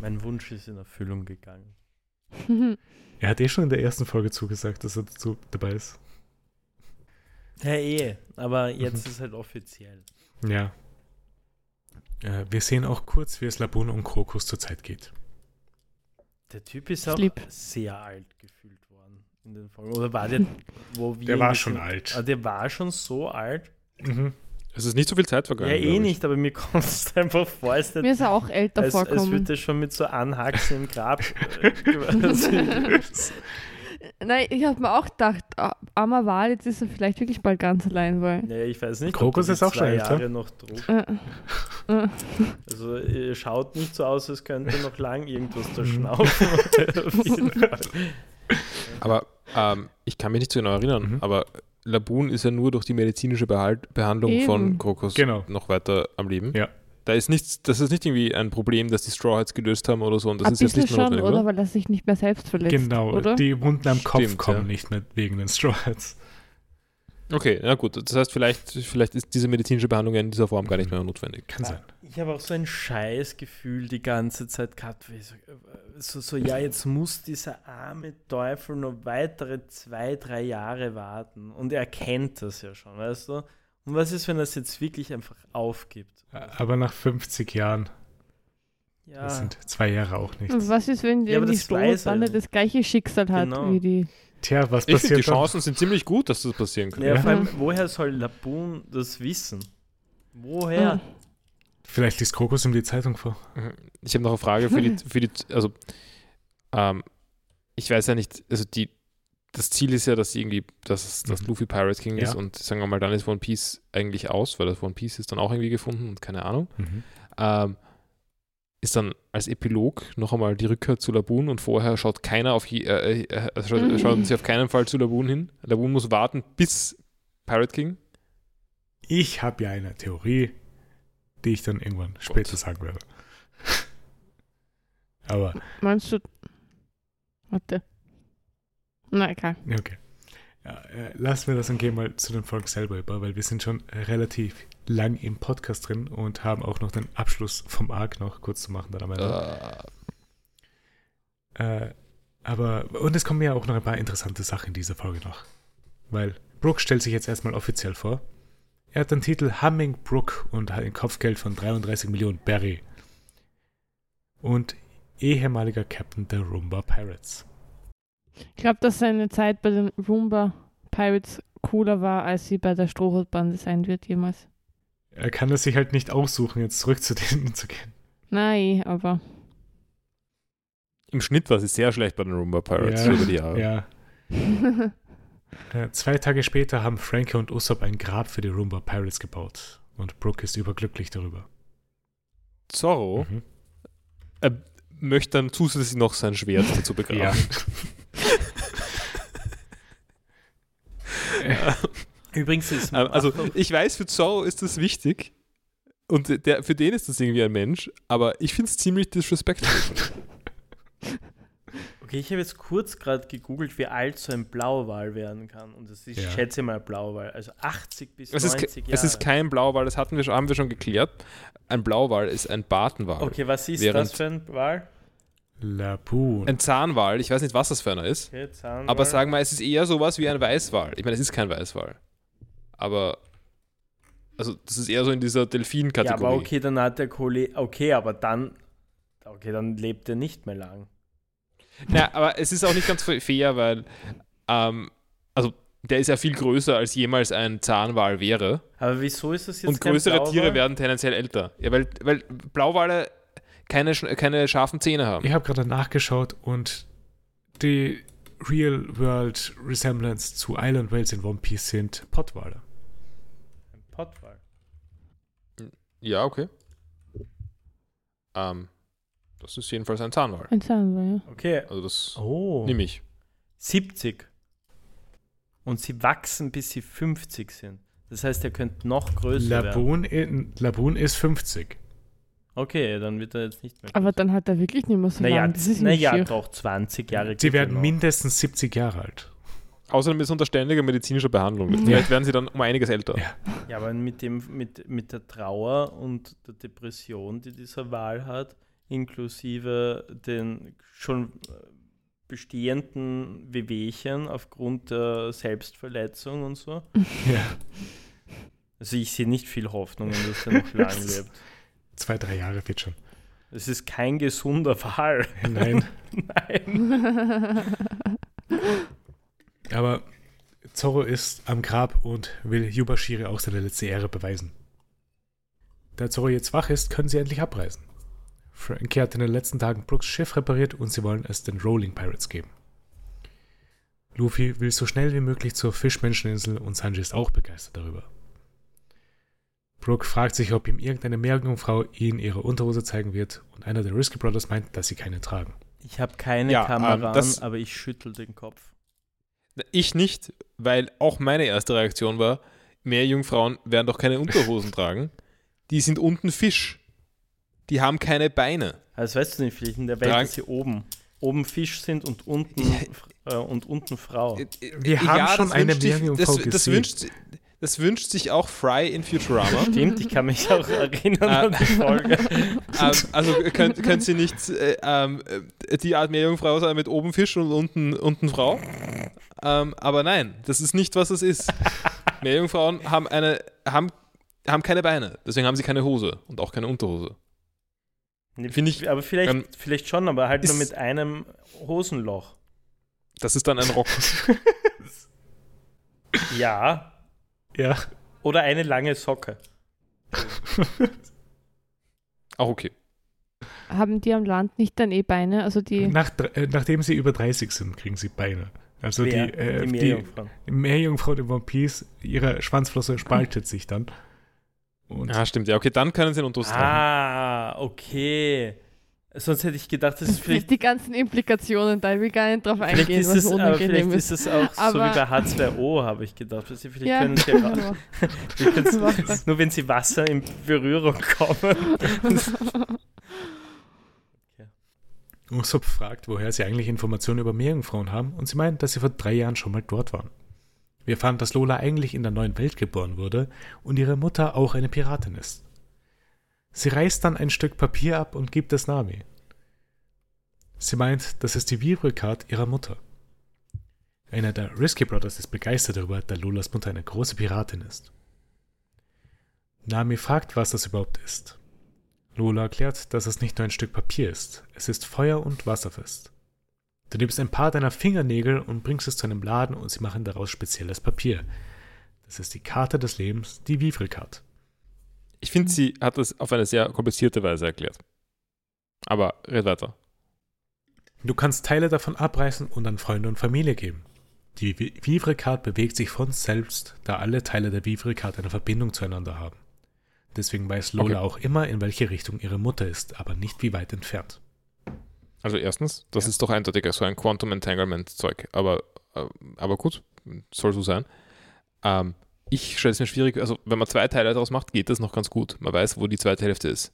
Mein Wunsch ist in Erfüllung gegangen. Er hat eh schon in der ersten Folge zugesagt, dass er dazu dabei ist. Ja, eh. Aber jetzt jetzt ist halt offiziell. Ja. Äh, wir sehen auch kurz, wie es Laboon um Krokus zurzeit geht. Der Typ ist auch Sleep. sehr alt gefühlt worden in den Folgen. Oder war der, wo wir Der ihn war gesehen- schon Ah, alt. der war schon so alt? Mhm. Es ist nicht so viel Zeit Ja, vergangen. glaub eh ich. nicht, aber mir kommt es einfach vor, als, der, mir ist er auch älter als, als vorkommen. würde er schon mit so Anhaxen im Grab. äh, Nein, ich habe mir auch gedacht, ah, armer Wal, jetzt ist er vielleicht wirklich bald ganz allein, weil. naja, ich weiß nicht. ob Krokus die ist auch schon zwei älter. Jahre noch Druck. Äh, äh, Also äh, schaut nicht so aus, als könnte noch lang irgendwas da Mhm. schnaufen. Auf jeden Fall. Aber ähm, ich kann mich nicht so genau erinnern, Mhm. aber Laboon ist ja nur durch die medizinische Behalt Behandlung von Eben. Krokus Genau. noch weiter am Leben. Ja. Da ist nichts, das ist nicht irgendwie ein Problem, das die Straw Hats gelöst haben oder so und das ein ist jetzt bisschen nicht mehr schon, notwendig, oder? oder? Weil er sich nicht mehr selbst verletzt. Genau, Oder? die Wunden am Kopf Stimmt, kommen ja. nicht mehr wegen den Straw Hats. Okay, na gut. Das heißt, vielleicht, vielleicht ist diese medizinische Behandlung ja in dieser Form gar nicht mehr notwendig. Kann sein. Ich habe auch so ein scheiß Gefühl die ganze Zeit gehabt. wie So, äh, so, so, ja, jetzt muss dieser arme Teufel nur weitere zwei, drei Jahre warten. Und er kennt das ja schon, weißt du? Und was ist, wenn er es jetzt wirklich einfach aufgibt? Aber nach 50 Jahren, Ja, Hm. das sind zwei Jahre auch nichts. Und was ist, wenn Ja, der aber das nicht so weiß er dann ja. das gleiche Schicksal hat Genau. wie die? Tja, was Ich finde, die passiert dann? Chancen sind ziemlich gut, dass das passieren kann. ja, Ja. vor allem, woher soll Laboon das wissen? Ah, Woher? Vielleicht liest Krokus ihm die Zeitung vor. Ich habe noch eine Frage für die, für die also ähm, ich weiß ja nicht, also die, das Ziel ist ja, dass sie irgendwie, dass es das Mhm. Luffy Pirate King Ja. ist und sagen wir mal, dann ist One Piece eigentlich aus, weil das One Piece ist dann auch irgendwie gefunden und keine Ahnung. Mhm. Ähm, ist dann als Epilog noch einmal die Rückkehr zu Laboon und vorher schaut keiner auf je, äh, äh, äh, schaut, Mhm. schaut sie auf keinen Fall zu Laboon hin. Laboon muss warten bis Pirate King. Ich habe ja eine Theorie, die ich dann irgendwann später sagen werde. Aber, Meinst du? Warte. Na egal. ja, okay. Ja, äh, lassen wir das und gehen mal zu den Folgen selber über, weil wir sind schon relativ lang im Podcast drin und haben auch noch den Abschluss vom Arc noch kurz zu machen. Dann am Ende. Äh, Äh, aber, und es kommen ja auch noch ein paar interessante Sachen in dieser Folge noch. Weil Brooks stellt sich jetzt erstmal offiziell vor. Er hat den Titel Humming Brook und hat ein Kopfgeld von 33 Millionen Barry. Und ehemaliger Captain der Roomba Pirates. Ich glaube, dass seine Zeit bei den Roomba Pirates cooler war, als sie bei der Strohhutbande sein wird jemals. Er kann es sich halt nicht aussuchen, jetzt zurück zu denen zu gehen. Nein, aber Im Schnitt war sie sehr schlecht bei den Roomba Pirates Ja. über die Jahre. Ja. Äh, zwei Tage später haben Frankie und Usopp ein Grab für die Roomba Pirates gebaut. Und Brook ist überglücklich darüber. Zorro Mhm. möchte dann zusätzlich noch sein Schwert dazu begraben. Ja. Übrigens ist Ähm, Also ich weiß, für Zorro ist das wichtig und der, für den ist das irgendwie ein Mensch, aber ich finde es ziemlich disrespectful. Okay, ich habe jetzt kurz gerade gegoogelt, wie alt so ein Blauwal werden kann. Und das ist, Ja. ich schätze mal, Blauwal. Also 80 bis Es ist, 90 ke- Jahre. es ist kein Blauwal, das hatten wir schon, haben wir schon geklärt. Ein Blauwal ist ein Bartenwal. Okay, was ist Während- das für ein Wal? Laboon. Ein Zahnwal, ich weiß nicht, was das für einer ist, Okay, Zahnwal. aber sagen wir, es ist eher sowas wie ein Weißwal. Ich meine, es ist kein Weißwal, aber also das ist eher so in dieser Ja, Delfin-Kategorie. aber okay, dann hat der Kollege. Okay, aber dann. Okay, dann lebt er nicht mehr lang. Na, aber es ist auch nicht ganz fair, weil ähm, also der ist ja viel größer, als jemals ein Zahnwal wäre. Aber wieso ist das jetzt Und kein größere Blauwal? Tiere werden tendenziell älter. Ja, weil, weil Blauwale keine, sch- keine scharfen Zähne haben. Ich habe gerade nachgeschaut und die Real World Resemblance zu Island Whales in One Piece sind Pottwale. Ein Pottwal. Ja, okay. Ähm, das ist jedenfalls ein Zahnwal. ein Zahnwal, ja. Okay, Also das Oh. nehme ich. 70. Und sie wachsen, bis sie 50 sind. Das heißt, er könnte noch größer werden. Laboon, in, Laboon ist 50. Okay, dann wird er jetzt nicht mehr. Aber dann hat er wirklich nicht mehr so Naja, lange. Das ist nicht naja schier. doch, 20 Jahre. Sie geht werden er noch. mindestens 70 Jahre alt. Außerdem ist es unter ständiger medizinischer Behandlung. Vielleicht werden sie dann um einiges älter. Ja. Ja, aber mit, dem, mit, mit der Trauer und der Depression, die dieser Wahl hat, inklusive den schon äh, bestehenden Wehwehchen aufgrund der Selbstverletzung und so. Ja. Also ich sehe nicht viel Hoffnung, dass er noch lang lebt. Zwei, drei Jahre wird schon. Es ist kein gesunder Wahl. Nein. Nein. Aber Zorro ist am Grab und will Yubashiri auch seine letzte Ehre beweisen. Da Zorro jetzt wach ist, können sie endlich abreisen. Frankie hat in den letzten Tagen Brooks Schiff repariert und sie wollen es den Rolling Pirates geben. Luffy will so schnell wie möglich zur Fischmenscheninsel und Sanji ist auch begeistert darüber. Brook fragt sich, ob ihm irgendeine Meerjungfrau ihn ihre Unterhose zeigen wird und einer der Risky Brothers meint, dass sie keine tragen. Ich habe keine Ja, ähm, Kamera das- an, aber ich schüttel den Kopf. Ich nicht, weil auch meine erste Reaktion war, mehr Jungfrauen werden doch keine Unterhosen tragen. Die sind unten Fisch. Die haben keine Beine. Also weißt du nicht, vielleicht in der Welt Trag- ist sie oben. oben Fisch sind und unten, äh, und unten Oh. Frau. Wir haben schon Äh, das eine wünscht sich- Meerjungfrau das, das gesehen. wünscht, das wünscht sich auch Fry in Futurama. Stimmt, ich kann mich auch erinnern Ah. an die Folge. ähm, also könnt, könnt sie nicht äh, ähm, äh, die Art Meerjungfrau sein mit oben Fisch und unten, unten Frau? Ähm, aber nein, das ist nicht, was es ist. Meerjungfrauen haben, eine, haben, haben keine Beine, deswegen haben sie keine Hose und auch keine Unterhose. Finde ich, aber vielleicht, ähm, vielleicht schon, aber halt nur ist- mit einem Hosenloch. Das ist dann ein Rock. Ja. Ja. Oder eine lange Socke. Auch okay. Haben die am Land nicht dann eh Beine? Also die. Nach, dr- äh, nachdem sie über 30 sind, kriegen sie Beine. Also Wer? die, äh, die die, Meerjungfrauen. Meerjungfrau der One Piece, ihre Schwanzflosse spaltet sich dann. Und Ah, stimmt. Ja, okay, dann können sie einen Unterhose tragen. Ah, okay. Sonst hätte ich gedacht, das ist vielleicht, Also die ganzen Implikationen, da will ich gar nicht drauf vielleicht, eingehen, ist, was es, aber unangenehm vielleicht ist. ist es auch so Aber- wie bei H2O, habe ich gedacht. Also vielleicht Ja. können sie ja Ja. Wir können's- nur wenn sie Wasser in Berührung kommen. Usopp fragt, woher sie eigentlich Informationen über Meerjungfrauen haben und sie meint, dass sie vor drei Jahren schon mal dort waren. Wir erfahren, dass Lola eigentlich in der neuen Welt geboren wurde und ihre Mutter auch eine Piratin ist. Sie reißt dann ein Stück Papier ab und gibt es Nami. Sie meint, das ist die Vibrocard ihrer Mutter. Einer der Risky Brothers ist begeistert darüber, da Lolas Mutter eine große Piratin ist. Nami fragt, was das überhaupt ist. Lola erklärt, dass es nicht nur ein Stück Papier ist, es ist feuer- und wasserfest. Du nimmst ein paar deiner Fingernägel und bringst es zu einem Laden und sie machen daraus spezielles Papier. Das ist die Karte des Lebens, die Vivre-Card. Ich finde, sie hat das auf eine sehr komplizierte Weise erklärt. Aber red weiter. Du kannst Teile davon abreißen und an Freunde und Familie geben. Die Vi- Vivre-Card bewegt sich von selbst, da alle Teile der Vivre-Card eine Verbindung zueinander haben. Deswegen weiß Lola auch immer, in welche Richtung ihre Mutter ist, aber nicht wie weit entfernt. Also erstens, das ist doch eindeutig so ein Quantum Entanglement Zeug, aber, äh, aber gut, soll so sein. Ähm, ich stelle es mir schwierig, also wenn man zwei Teile daraus macht, geht das noch ganz gut. Man weiß, wo die zweite Hälfte ist.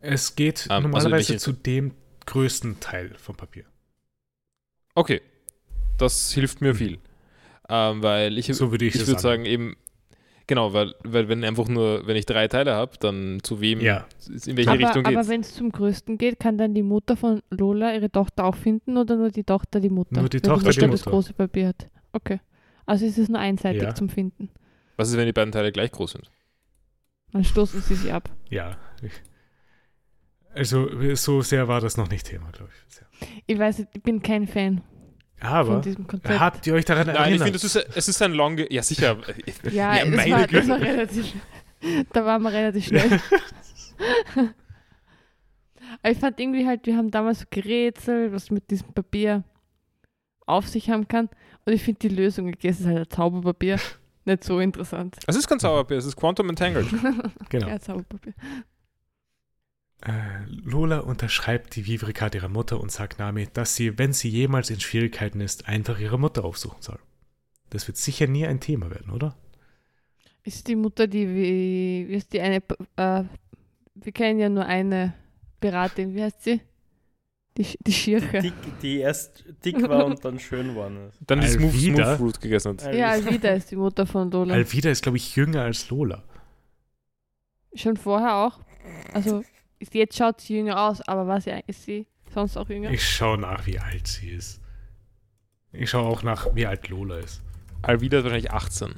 Es geht Ähm, also normalerweise welche- zu dem größten Teil vom Papier. Okay, das hilft mir viel. Ähm, weil ich, Hm. So würde ich, ich es würde sagen, eben, genau, weil, weil wenn einfach nur, wenn ich drei Teile habe, dann zu wem, Ja, in welche aber Richtung aber geht's? wenn es zum Größten geht, kann dann die Mutter von Lola ihre Tochter auch finden oder nur die Tochter die Mutter? Nur die Weil Tochter die die Mutter das Mutter. große Papier hat. Okay. Also ist es nur einseitig Ja. zum Finden. Was ist, wenn die beiden Teile gleich groß sind? Dann stoßen sie sich ab. ja. Also so sehr war das noch nicht Thema, glaube ich. bisher. Ich weiß, nicht, ich bin kein Fan von Aber diesem Konzept. habt ihr euch daran Nein, ich erinnert? finde, es ist, es ist ein long, ja sicher, ja, Ja, das, meine war, das Güte. war relativ. da waren wir relativ schnell. Aber ich fand irgendwie halt, wir haben damals so gerätselt, was mit diesem Papier auf sich haben kann. Und ich finde die Lösung, okay, es ist halt ein Zauberpapier, nicht so interessant. es ist kein Sauerbier, es ist Quantum Entangled. genau. Ja, Zauberpapier. Äh, Lola unterschreibt die Vivre-Card ihrer Mutter und sagt Nami, dass sie, wenn sie jemals in Schwierigkeiten ist, einfach ihre Mutter aufsuchen soll. Das wird sicher nie ein Thema werden, oder? Ist die Mutter, die wie, wie ist die eine, äh, wir kennen ja nur eine Beratin, wie heißt sie? Die, Sch- die Schirche. Dick, die erst dick war und dann schön worden ist. Dann die Smooth, Alvida. Smooth Fruit gegessen hat. ja, Alvida ist die Mutter von Lola. Alvida ist, glaube ich, jünger als Lola. Schon vorher auch. Also, ist, jetzt schaut sie jünger aus, aber was ja, ist sie sonst auch jünger? Ich schaue nach, wie alt sie ist. Ich schaue auch nach, wie alt Lola ist. Alvida ist wahrscheinlich 18.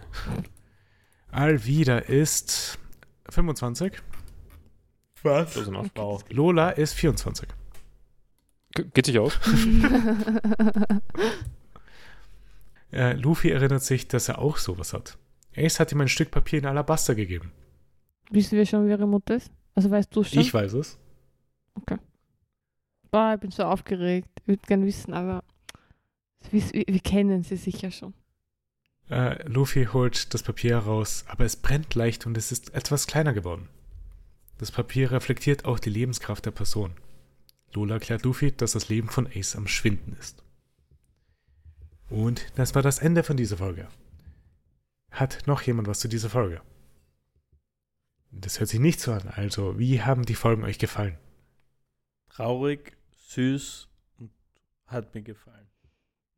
Alvida ist 25. Was? Close enough. Wow. Lola ist 24. Ge- Geht sich aus. Äh, Luffy erinnert sich, dass er auch sowas hat. Ace hat ihm ein Stück Papier in Alabaster gegeben. Wissen wir schon, wie ihre Mutter ist? Also, weißt du schon? Ich weiß es. Boah, ich bin so aufgeregt. Ich würde gern wissen, aber wir, wir kennen sie sicher schon. Äh, Luffy holt das Papier heraus, aber es brennt leicht und es ist etwas kleiner geworden. Das Papier reflektiert auch die Lebenskraft der Person. Lola erklärt Luffy, dass das Leben von Ace am Schwinden ist. Und das war das Ende von dieser Folge. Hat noch jemand was zu dieser Folge? Das hört sich nicht so an. Also, wie haben die Folgen euch gefallen? Traurig, süß und Hat mir gefallen.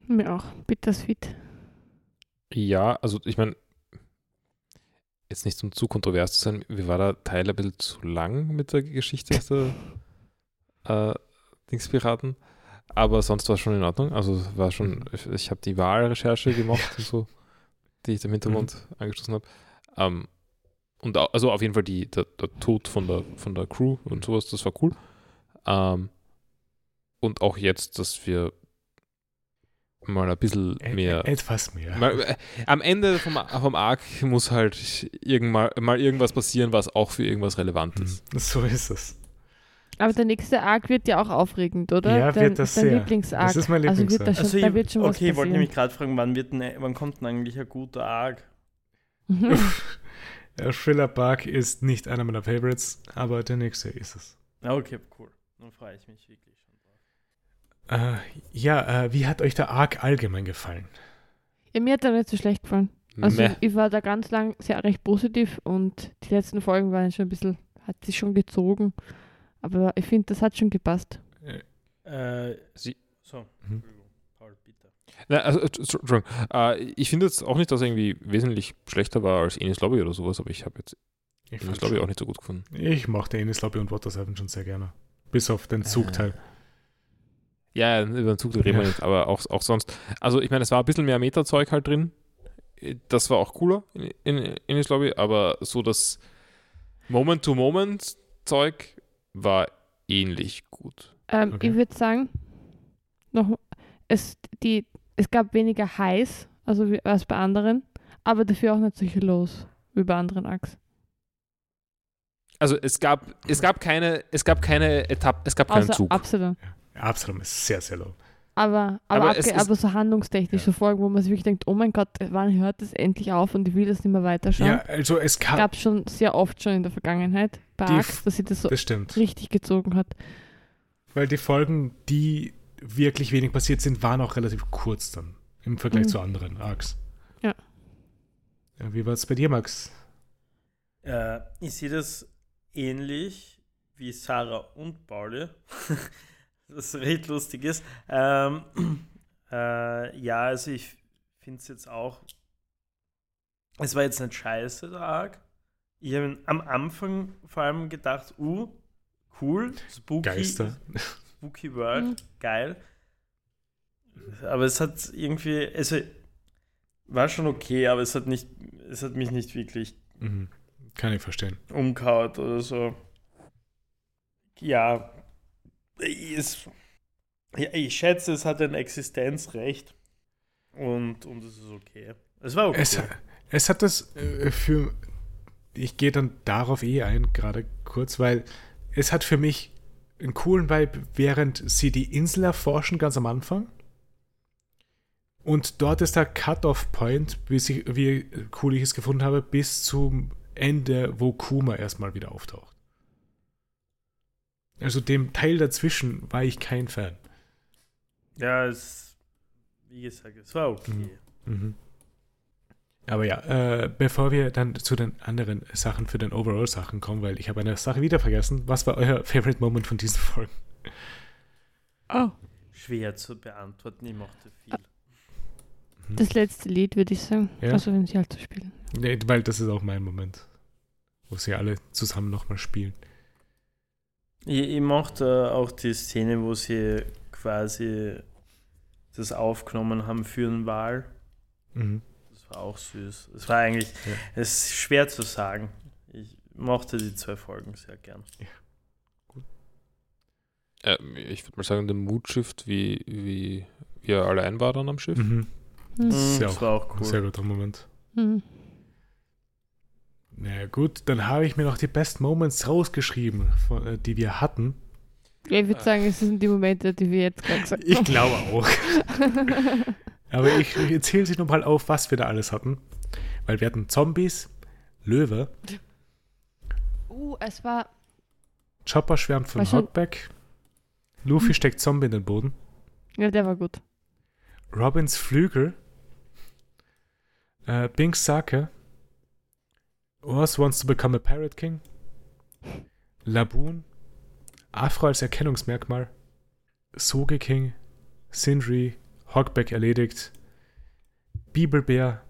Mir auch. Bittersweet. Ja, also ich meine, jetzt nicht um zu kontrovers zu sein, mir war der Teil ein bisschen zu lang mit der Geschichte aus der äh, Dingspiraten. Aber sonst war es schon in Ordnung. Also es war Mhm. schon, ich, ich habe die Wahlrecherche gemacht und so, die ich im Hintergrund Mhm. angeschlossen habe. Ähm, und au- also auf jeden Fall die, der, der Tod von der, von der Crew und sowas, das war cool. Ähm, und auch jetzt, dass wir mal ein bisschen Ä- mehr. Etwas mehr. Mal, äh, am Ende vom, vom Arc muss halt irgendmal, mal irgendwas passieren, was auch für irgendwas relevant ist. Hm, So ist es. Aber der nächste Arc wird ja auch aufregend, oder? Ja, Dein, wird das dein sehr. Lieblingsarc. Das ist mein Also wird da Lieblingsarc. schon, da wird schon was okay, ich wollte nämlich passieren. gerade fragen, wann, wird denn, wann kommt denn eigentlich ein guter Arc? Äh, Thriller Bark ist nicht einer meiner Favorites, aber der nächste ist es. Ah, okay, cool. Dann freue ich mich wirklich schon. Äh, ja, äh, wie hat euch der Arc allgemein gefallen? ja, mir hat er nicht so schlecht gefallen. Also Meh. ich war da ganz lang sehr recht positiv und die letzten Folgen waren schon ein bisschen, hat sich schon gezogen. Aber ich finde, das hat schon gepasst. Äh, Sie- so, Mhm. Entschuldigung, Paul, bitte. Na, also, äh, Entsch- Entschuldigung. Äh, ich finde jetzt auch nicht, dass er irgendwie wesentlich schlechter war als Enis Lobby oder sowas, aber ich habe jetzt Ich, Enis fand's Lobby schon- auch nicht so gut gefunden. ich mochte Ines Lobby und Water Seven schon sehr gerne. Bis auf Äh. den Zugteil. Ja, über den Zug reden wir Ja. nicht, aber auch, auch sonst. Also ich meine, es war ein bisschen mehr Meta-Zeug halt drin. Das war auch cooler in, in Enis Lobby, aber so das Moment-to-Moment-Zeug war ähnlich gut. Ähm, Okay. Ich würde sagen, noch, es, die, es gab weniger Highs also wie, als bei anderen, aber dafür auch nicht solche Lows wie bei anderen Arcs. Also es gab, es gab keine, es gab keine Etappe, es gab keinen Außer Zug. Absalon. Absalom ist sehr, sehr low. Aber, aber, Aber abge- es ist- aber so handlungstechnisch, Ja. so Folgen, wo man sich wirklich denkt, oh mein Gott, wann hört das endlich auf und ich will das nicht mehr weiterschauen. Ja, also es kam. Gab schon sehr oft schon in der Vergangenheit bei Die Arcs, F- dass sie das so Das stimmt. richtig gezogen hat. Weil die Folgen, die wirklich wenig passiert sind, waren auch relativ kurz dann. Im Vergleich Mhm. zu anderen Arcs. Ja. Ja, Wie war es bei dir, Max? Äh, ich sehe das ähnlich wie Sarah und Pauli, was recht lustig ist. Ähm, äh, ja, also ich finde es jetzt auch, es war jetzt nicht scheiße, der Arc. Ich habe am Anfang vor allem gedacht, uh, cool, spooky, Geister. spooky world, geil. Aber es hat irgendwie, also war schon okay, aber es hat nicht, es hat mich nicht wirklich Mhm. Kann ich verstehen. umkaut oder so. Ja, ist, ja, ich schätze, es hat ein Existenzrecht und, und es ist okay. Es war okay. Es, es hat das äh, für. Ich gehe dann darauf eh ein, gerade kurz, weil es hat für mich einen coolen Vibe, während sie die Insel erforschen, ganz am Anfang. Und dort ist der Cut-Off-Point, bis ich- wie cool ich es gefunden habe, bis zum Ende, wo Kuma erstmal wieder auftaucht. Also dem Teil dazwischen war ich kein Fan. ja, es, wie gesagt, es war okay. Mhm. Aber ja, äh, bevor wir dann zu den anderen Sachen für den Overall-Sachen kommen, weil ich habe eine Sache wieder vergessen. Was war euer Favorite Moment von diesen Folgen? Oh. Schwer zu beantworten, ich mochte viel. Das letzte Lied, würde ich sagen. Ja. Also wenn sie halt so spielen. Nee, weil das ist auch mein Moment, wo sie alle zusammen nochmal spielen. Ich, ich mochte äh, auch die Szene, wo sie quasi das aufgenommen haben für einen Wahl. Mhm. Das war auch süß. Es war eigentlich, Ja. es ist schwer zu sagen. Ich mochte die zwei Folgen sehr gern. Ähm, ich würde mal sagen, den Mutshift, wie, wie, wie er allein war dann am Schiff. Mhm. Hm. ist Mm, ja das auch war auch cool. Sehr guter Moment. Hm. Naja, gut, dann habe ich mir noch die Best Moments rausgeschrieben, von, äh, die wir hatten. Ja, Ich würde sagen, es sind die Momente, die wir jetzt gerade gesagt Ah. Ich glaube auch. Aber ich, ich erzähle sie nochmal auf, was wir da alles hatten. Weil wir hatten Zombies, Löwe, Uh, es war Chopper schwärmt von War schon- Hm. Hogback. Luffy steckt Zombie in den Boden. ja, der war gut. Robins Flügel. Äh, Binks Sake. Oz wants to become a Pirate King. Laboon. Afro als Erkennungsmerkmal. Soge King. Sindri, Hogback erledigt, Bibelbär,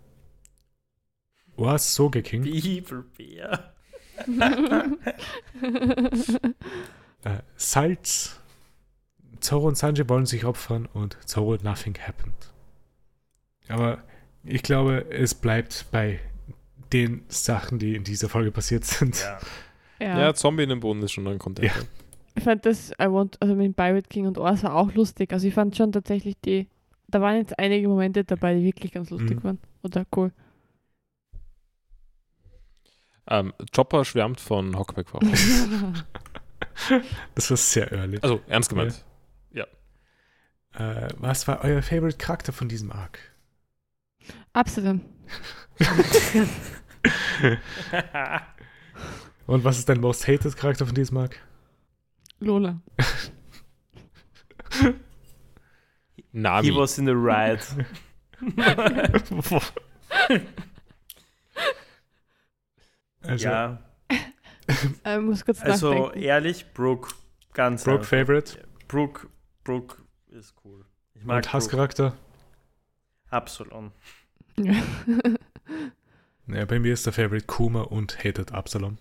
was Soge King, Bibelbär. äh, Salz, Zoro und Sanji wollen sich opfern und Zoro nothing happened. Aber ich glaube, es bleibt bei den Sachen, die in dieser Folge passiert sind. Ja. Ja. Ja. Zombie in dem Boden ist schon ein Content. Ja. Ich fand das, I want, also mit Pirate King und Oars war auch lustig. Also ich fand schon tatsächlich die, da waren jetzt einige Momente dabei, die wirklich ganz lustig Mhm. waren. Oder cool. Ähm, Chopper schwärmt von Hockback. Das war sehr early. Also, ernst gemeint. Äh, was war euer favorite Charakter von diesem Arc? Absalom. Und was ist dein most hated Charakter von diesem Arc? Lola. Nami. He was in the right. Also, ja, Äh, Ich muss kurz also nachdenken. ehrlich, Brooke. Ganz Brooke einfach. Favorite Brooke, Brooke ist cool. Ich mag und Brooke. Hasscharakter? Absalon. Ja, bei mir ist der Favorite Kuma und hated Absalom.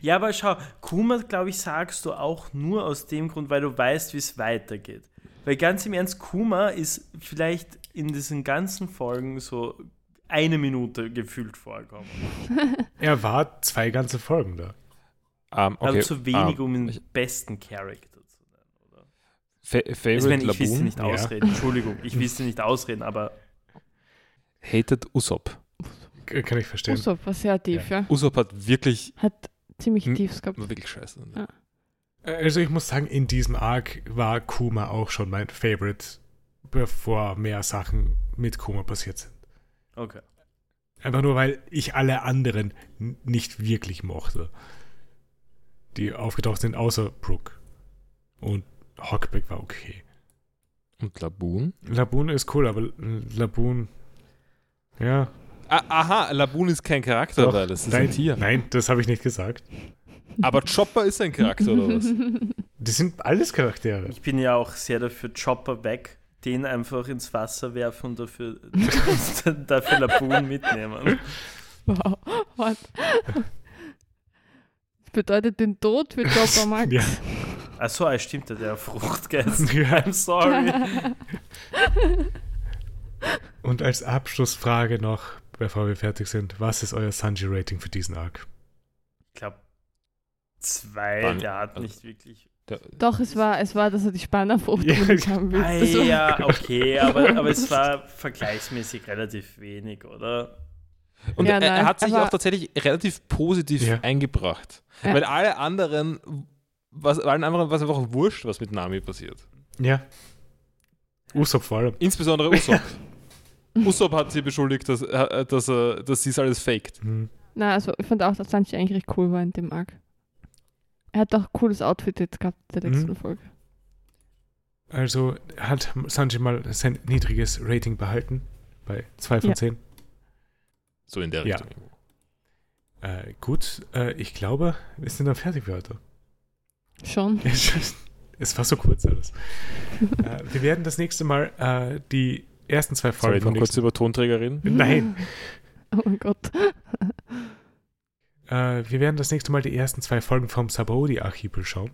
Ja, aber schau, Kuma, glaube ich, sagst du auch nur aus dem Grund, weil du weißt, wie es weitergeht. Weil ganz im Ernst, Kuma ist vielleicht in diesen ganzen Folgen so eine Minute gefühlt vorkommen. Er war zwei ganze Folgen da. Ähm, okay. Also zu wenig, ähm, um den ich- besten Charakter zu nennen. Fa Ich, Favorite meine, ich will sie Laboon nicht ja. ausreden, Entschuldigung, ich will sie nicht ausreden, aber hated Usopp. K- Kann ich verstehen. Usopp war sehr tief, ja. Usopp hat wirklich, Hat ziemlich Hm. tiefs gehabt. wirklich scheiße. Ja. Also ich muss sagen, in diesem Arc war Kuma auch schon mein Favorite, bevor mehr Sachen mit Kuma passiert sind. okay. Einfach nur, weil ich alle anderen n- nicht wirklich mochte. Die aufgetaucht sind, außer Brooke. Und Hockbeck war okay. Und Laboon? Laboon ist cool, aber Laboon. Ja. Ah, aha, Laboon ist kein Charakter, Doch. weil das ist nein, ein Tier. Nein, das habe ich nicht gesagt. Aber Chopper ist ein Charakter, oder was? Die sind alles Charaktere. Ich bin ja auch sehr dafür, Chopper weg, den einfach ins Wasser werfen und dafür, dafür Laboon mitnehmen. Wow. What? Das bedeutet den Tod für Chopper Max. Ja. Achso, ah, stimmt, der hat ja Fruchtgeist. Ja. I'm sorry. Und als Abschlussfrage noch, bevor wir fertig sind, was ist euer Sanji-Rating für diesen Arc? Ich glaube, zwei, Wann- der hat also- nicht wirklich. Der, Doch, es war, es war, dass er die Spanner verunreinigt Ja. haben will. Ah, Das war- ja, okay, aber, aber es war vergleichsmäßig relativ wenig, oder? Und Ja, er, er nein, hat sich aber- auch tatsächlich relativ positiv Ja. eingebracht. Ja. Weil alle anderen, was, allen anderen war es einfach wurscht, was mit Nami passiert. Ja. Usopp vor allem. Insbesondere Usopp. Usopp hat sie beschuldigt, dass, äh, dass, äh, dass sie es alles faked. Hm. Na, also ich fand auch, dass Sanji eigentlich recht cool war in dem Arc. Er hat auch ein cooles Outfit jetzt gehabt in der Mhm. letzten Folge. Also hat Sanji mal sein niedriges Rating behalten. Bei 2 von Ja. 10. So in der Ja. Richtung. Äh, gut, äh, ich glaube, wir sind dann fertig für heute. Schon. es war so kurz alles. äh, wir werden das nächste Mal äh, die ersten zwei Folgen Sorry, vom noch kurz nächsten über Tonträger reden. Nein. Oh mein Gott. Äh, wir werden das nächste Mal die ersten zwei Folgen vom Sabaody-Archipel schauen.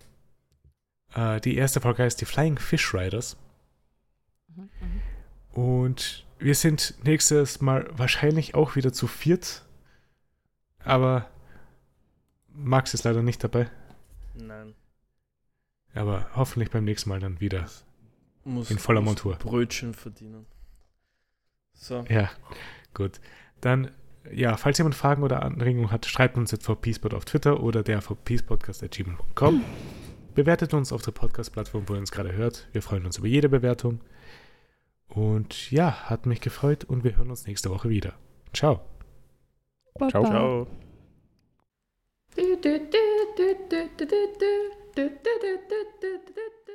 Äh, die erste Folge heißt die Flying Fish Riders. Und wir sind nächstes Mal wahrscheinlich auch wieder zu viert. Aber Max ist leider nicht dabei. Nein. Aber hoffentlich beim nächsten Mal dann wieder. Muss, In voller muss Montur. Brötchen verdienen. So. Ja, gut. Dann, ja, falls jemand Fragen oder Anregungen hat, schreibt uns jetzt vor Peacepod auf Twitter oder der vor peacepodcast.gmail.com. Bewertet uns auf der Podcast-Plattform, wo ihr uns gerade hört. Wir freuen uns über jede Bewertung. Und ja, hat mich gefreut und wir hören uns nächste Woche wieder. Ciao. Baba. Ciao, ciao. Ciao. Du-du-du-du-du-du-du-du-du-du-du-du-du-du-du-du.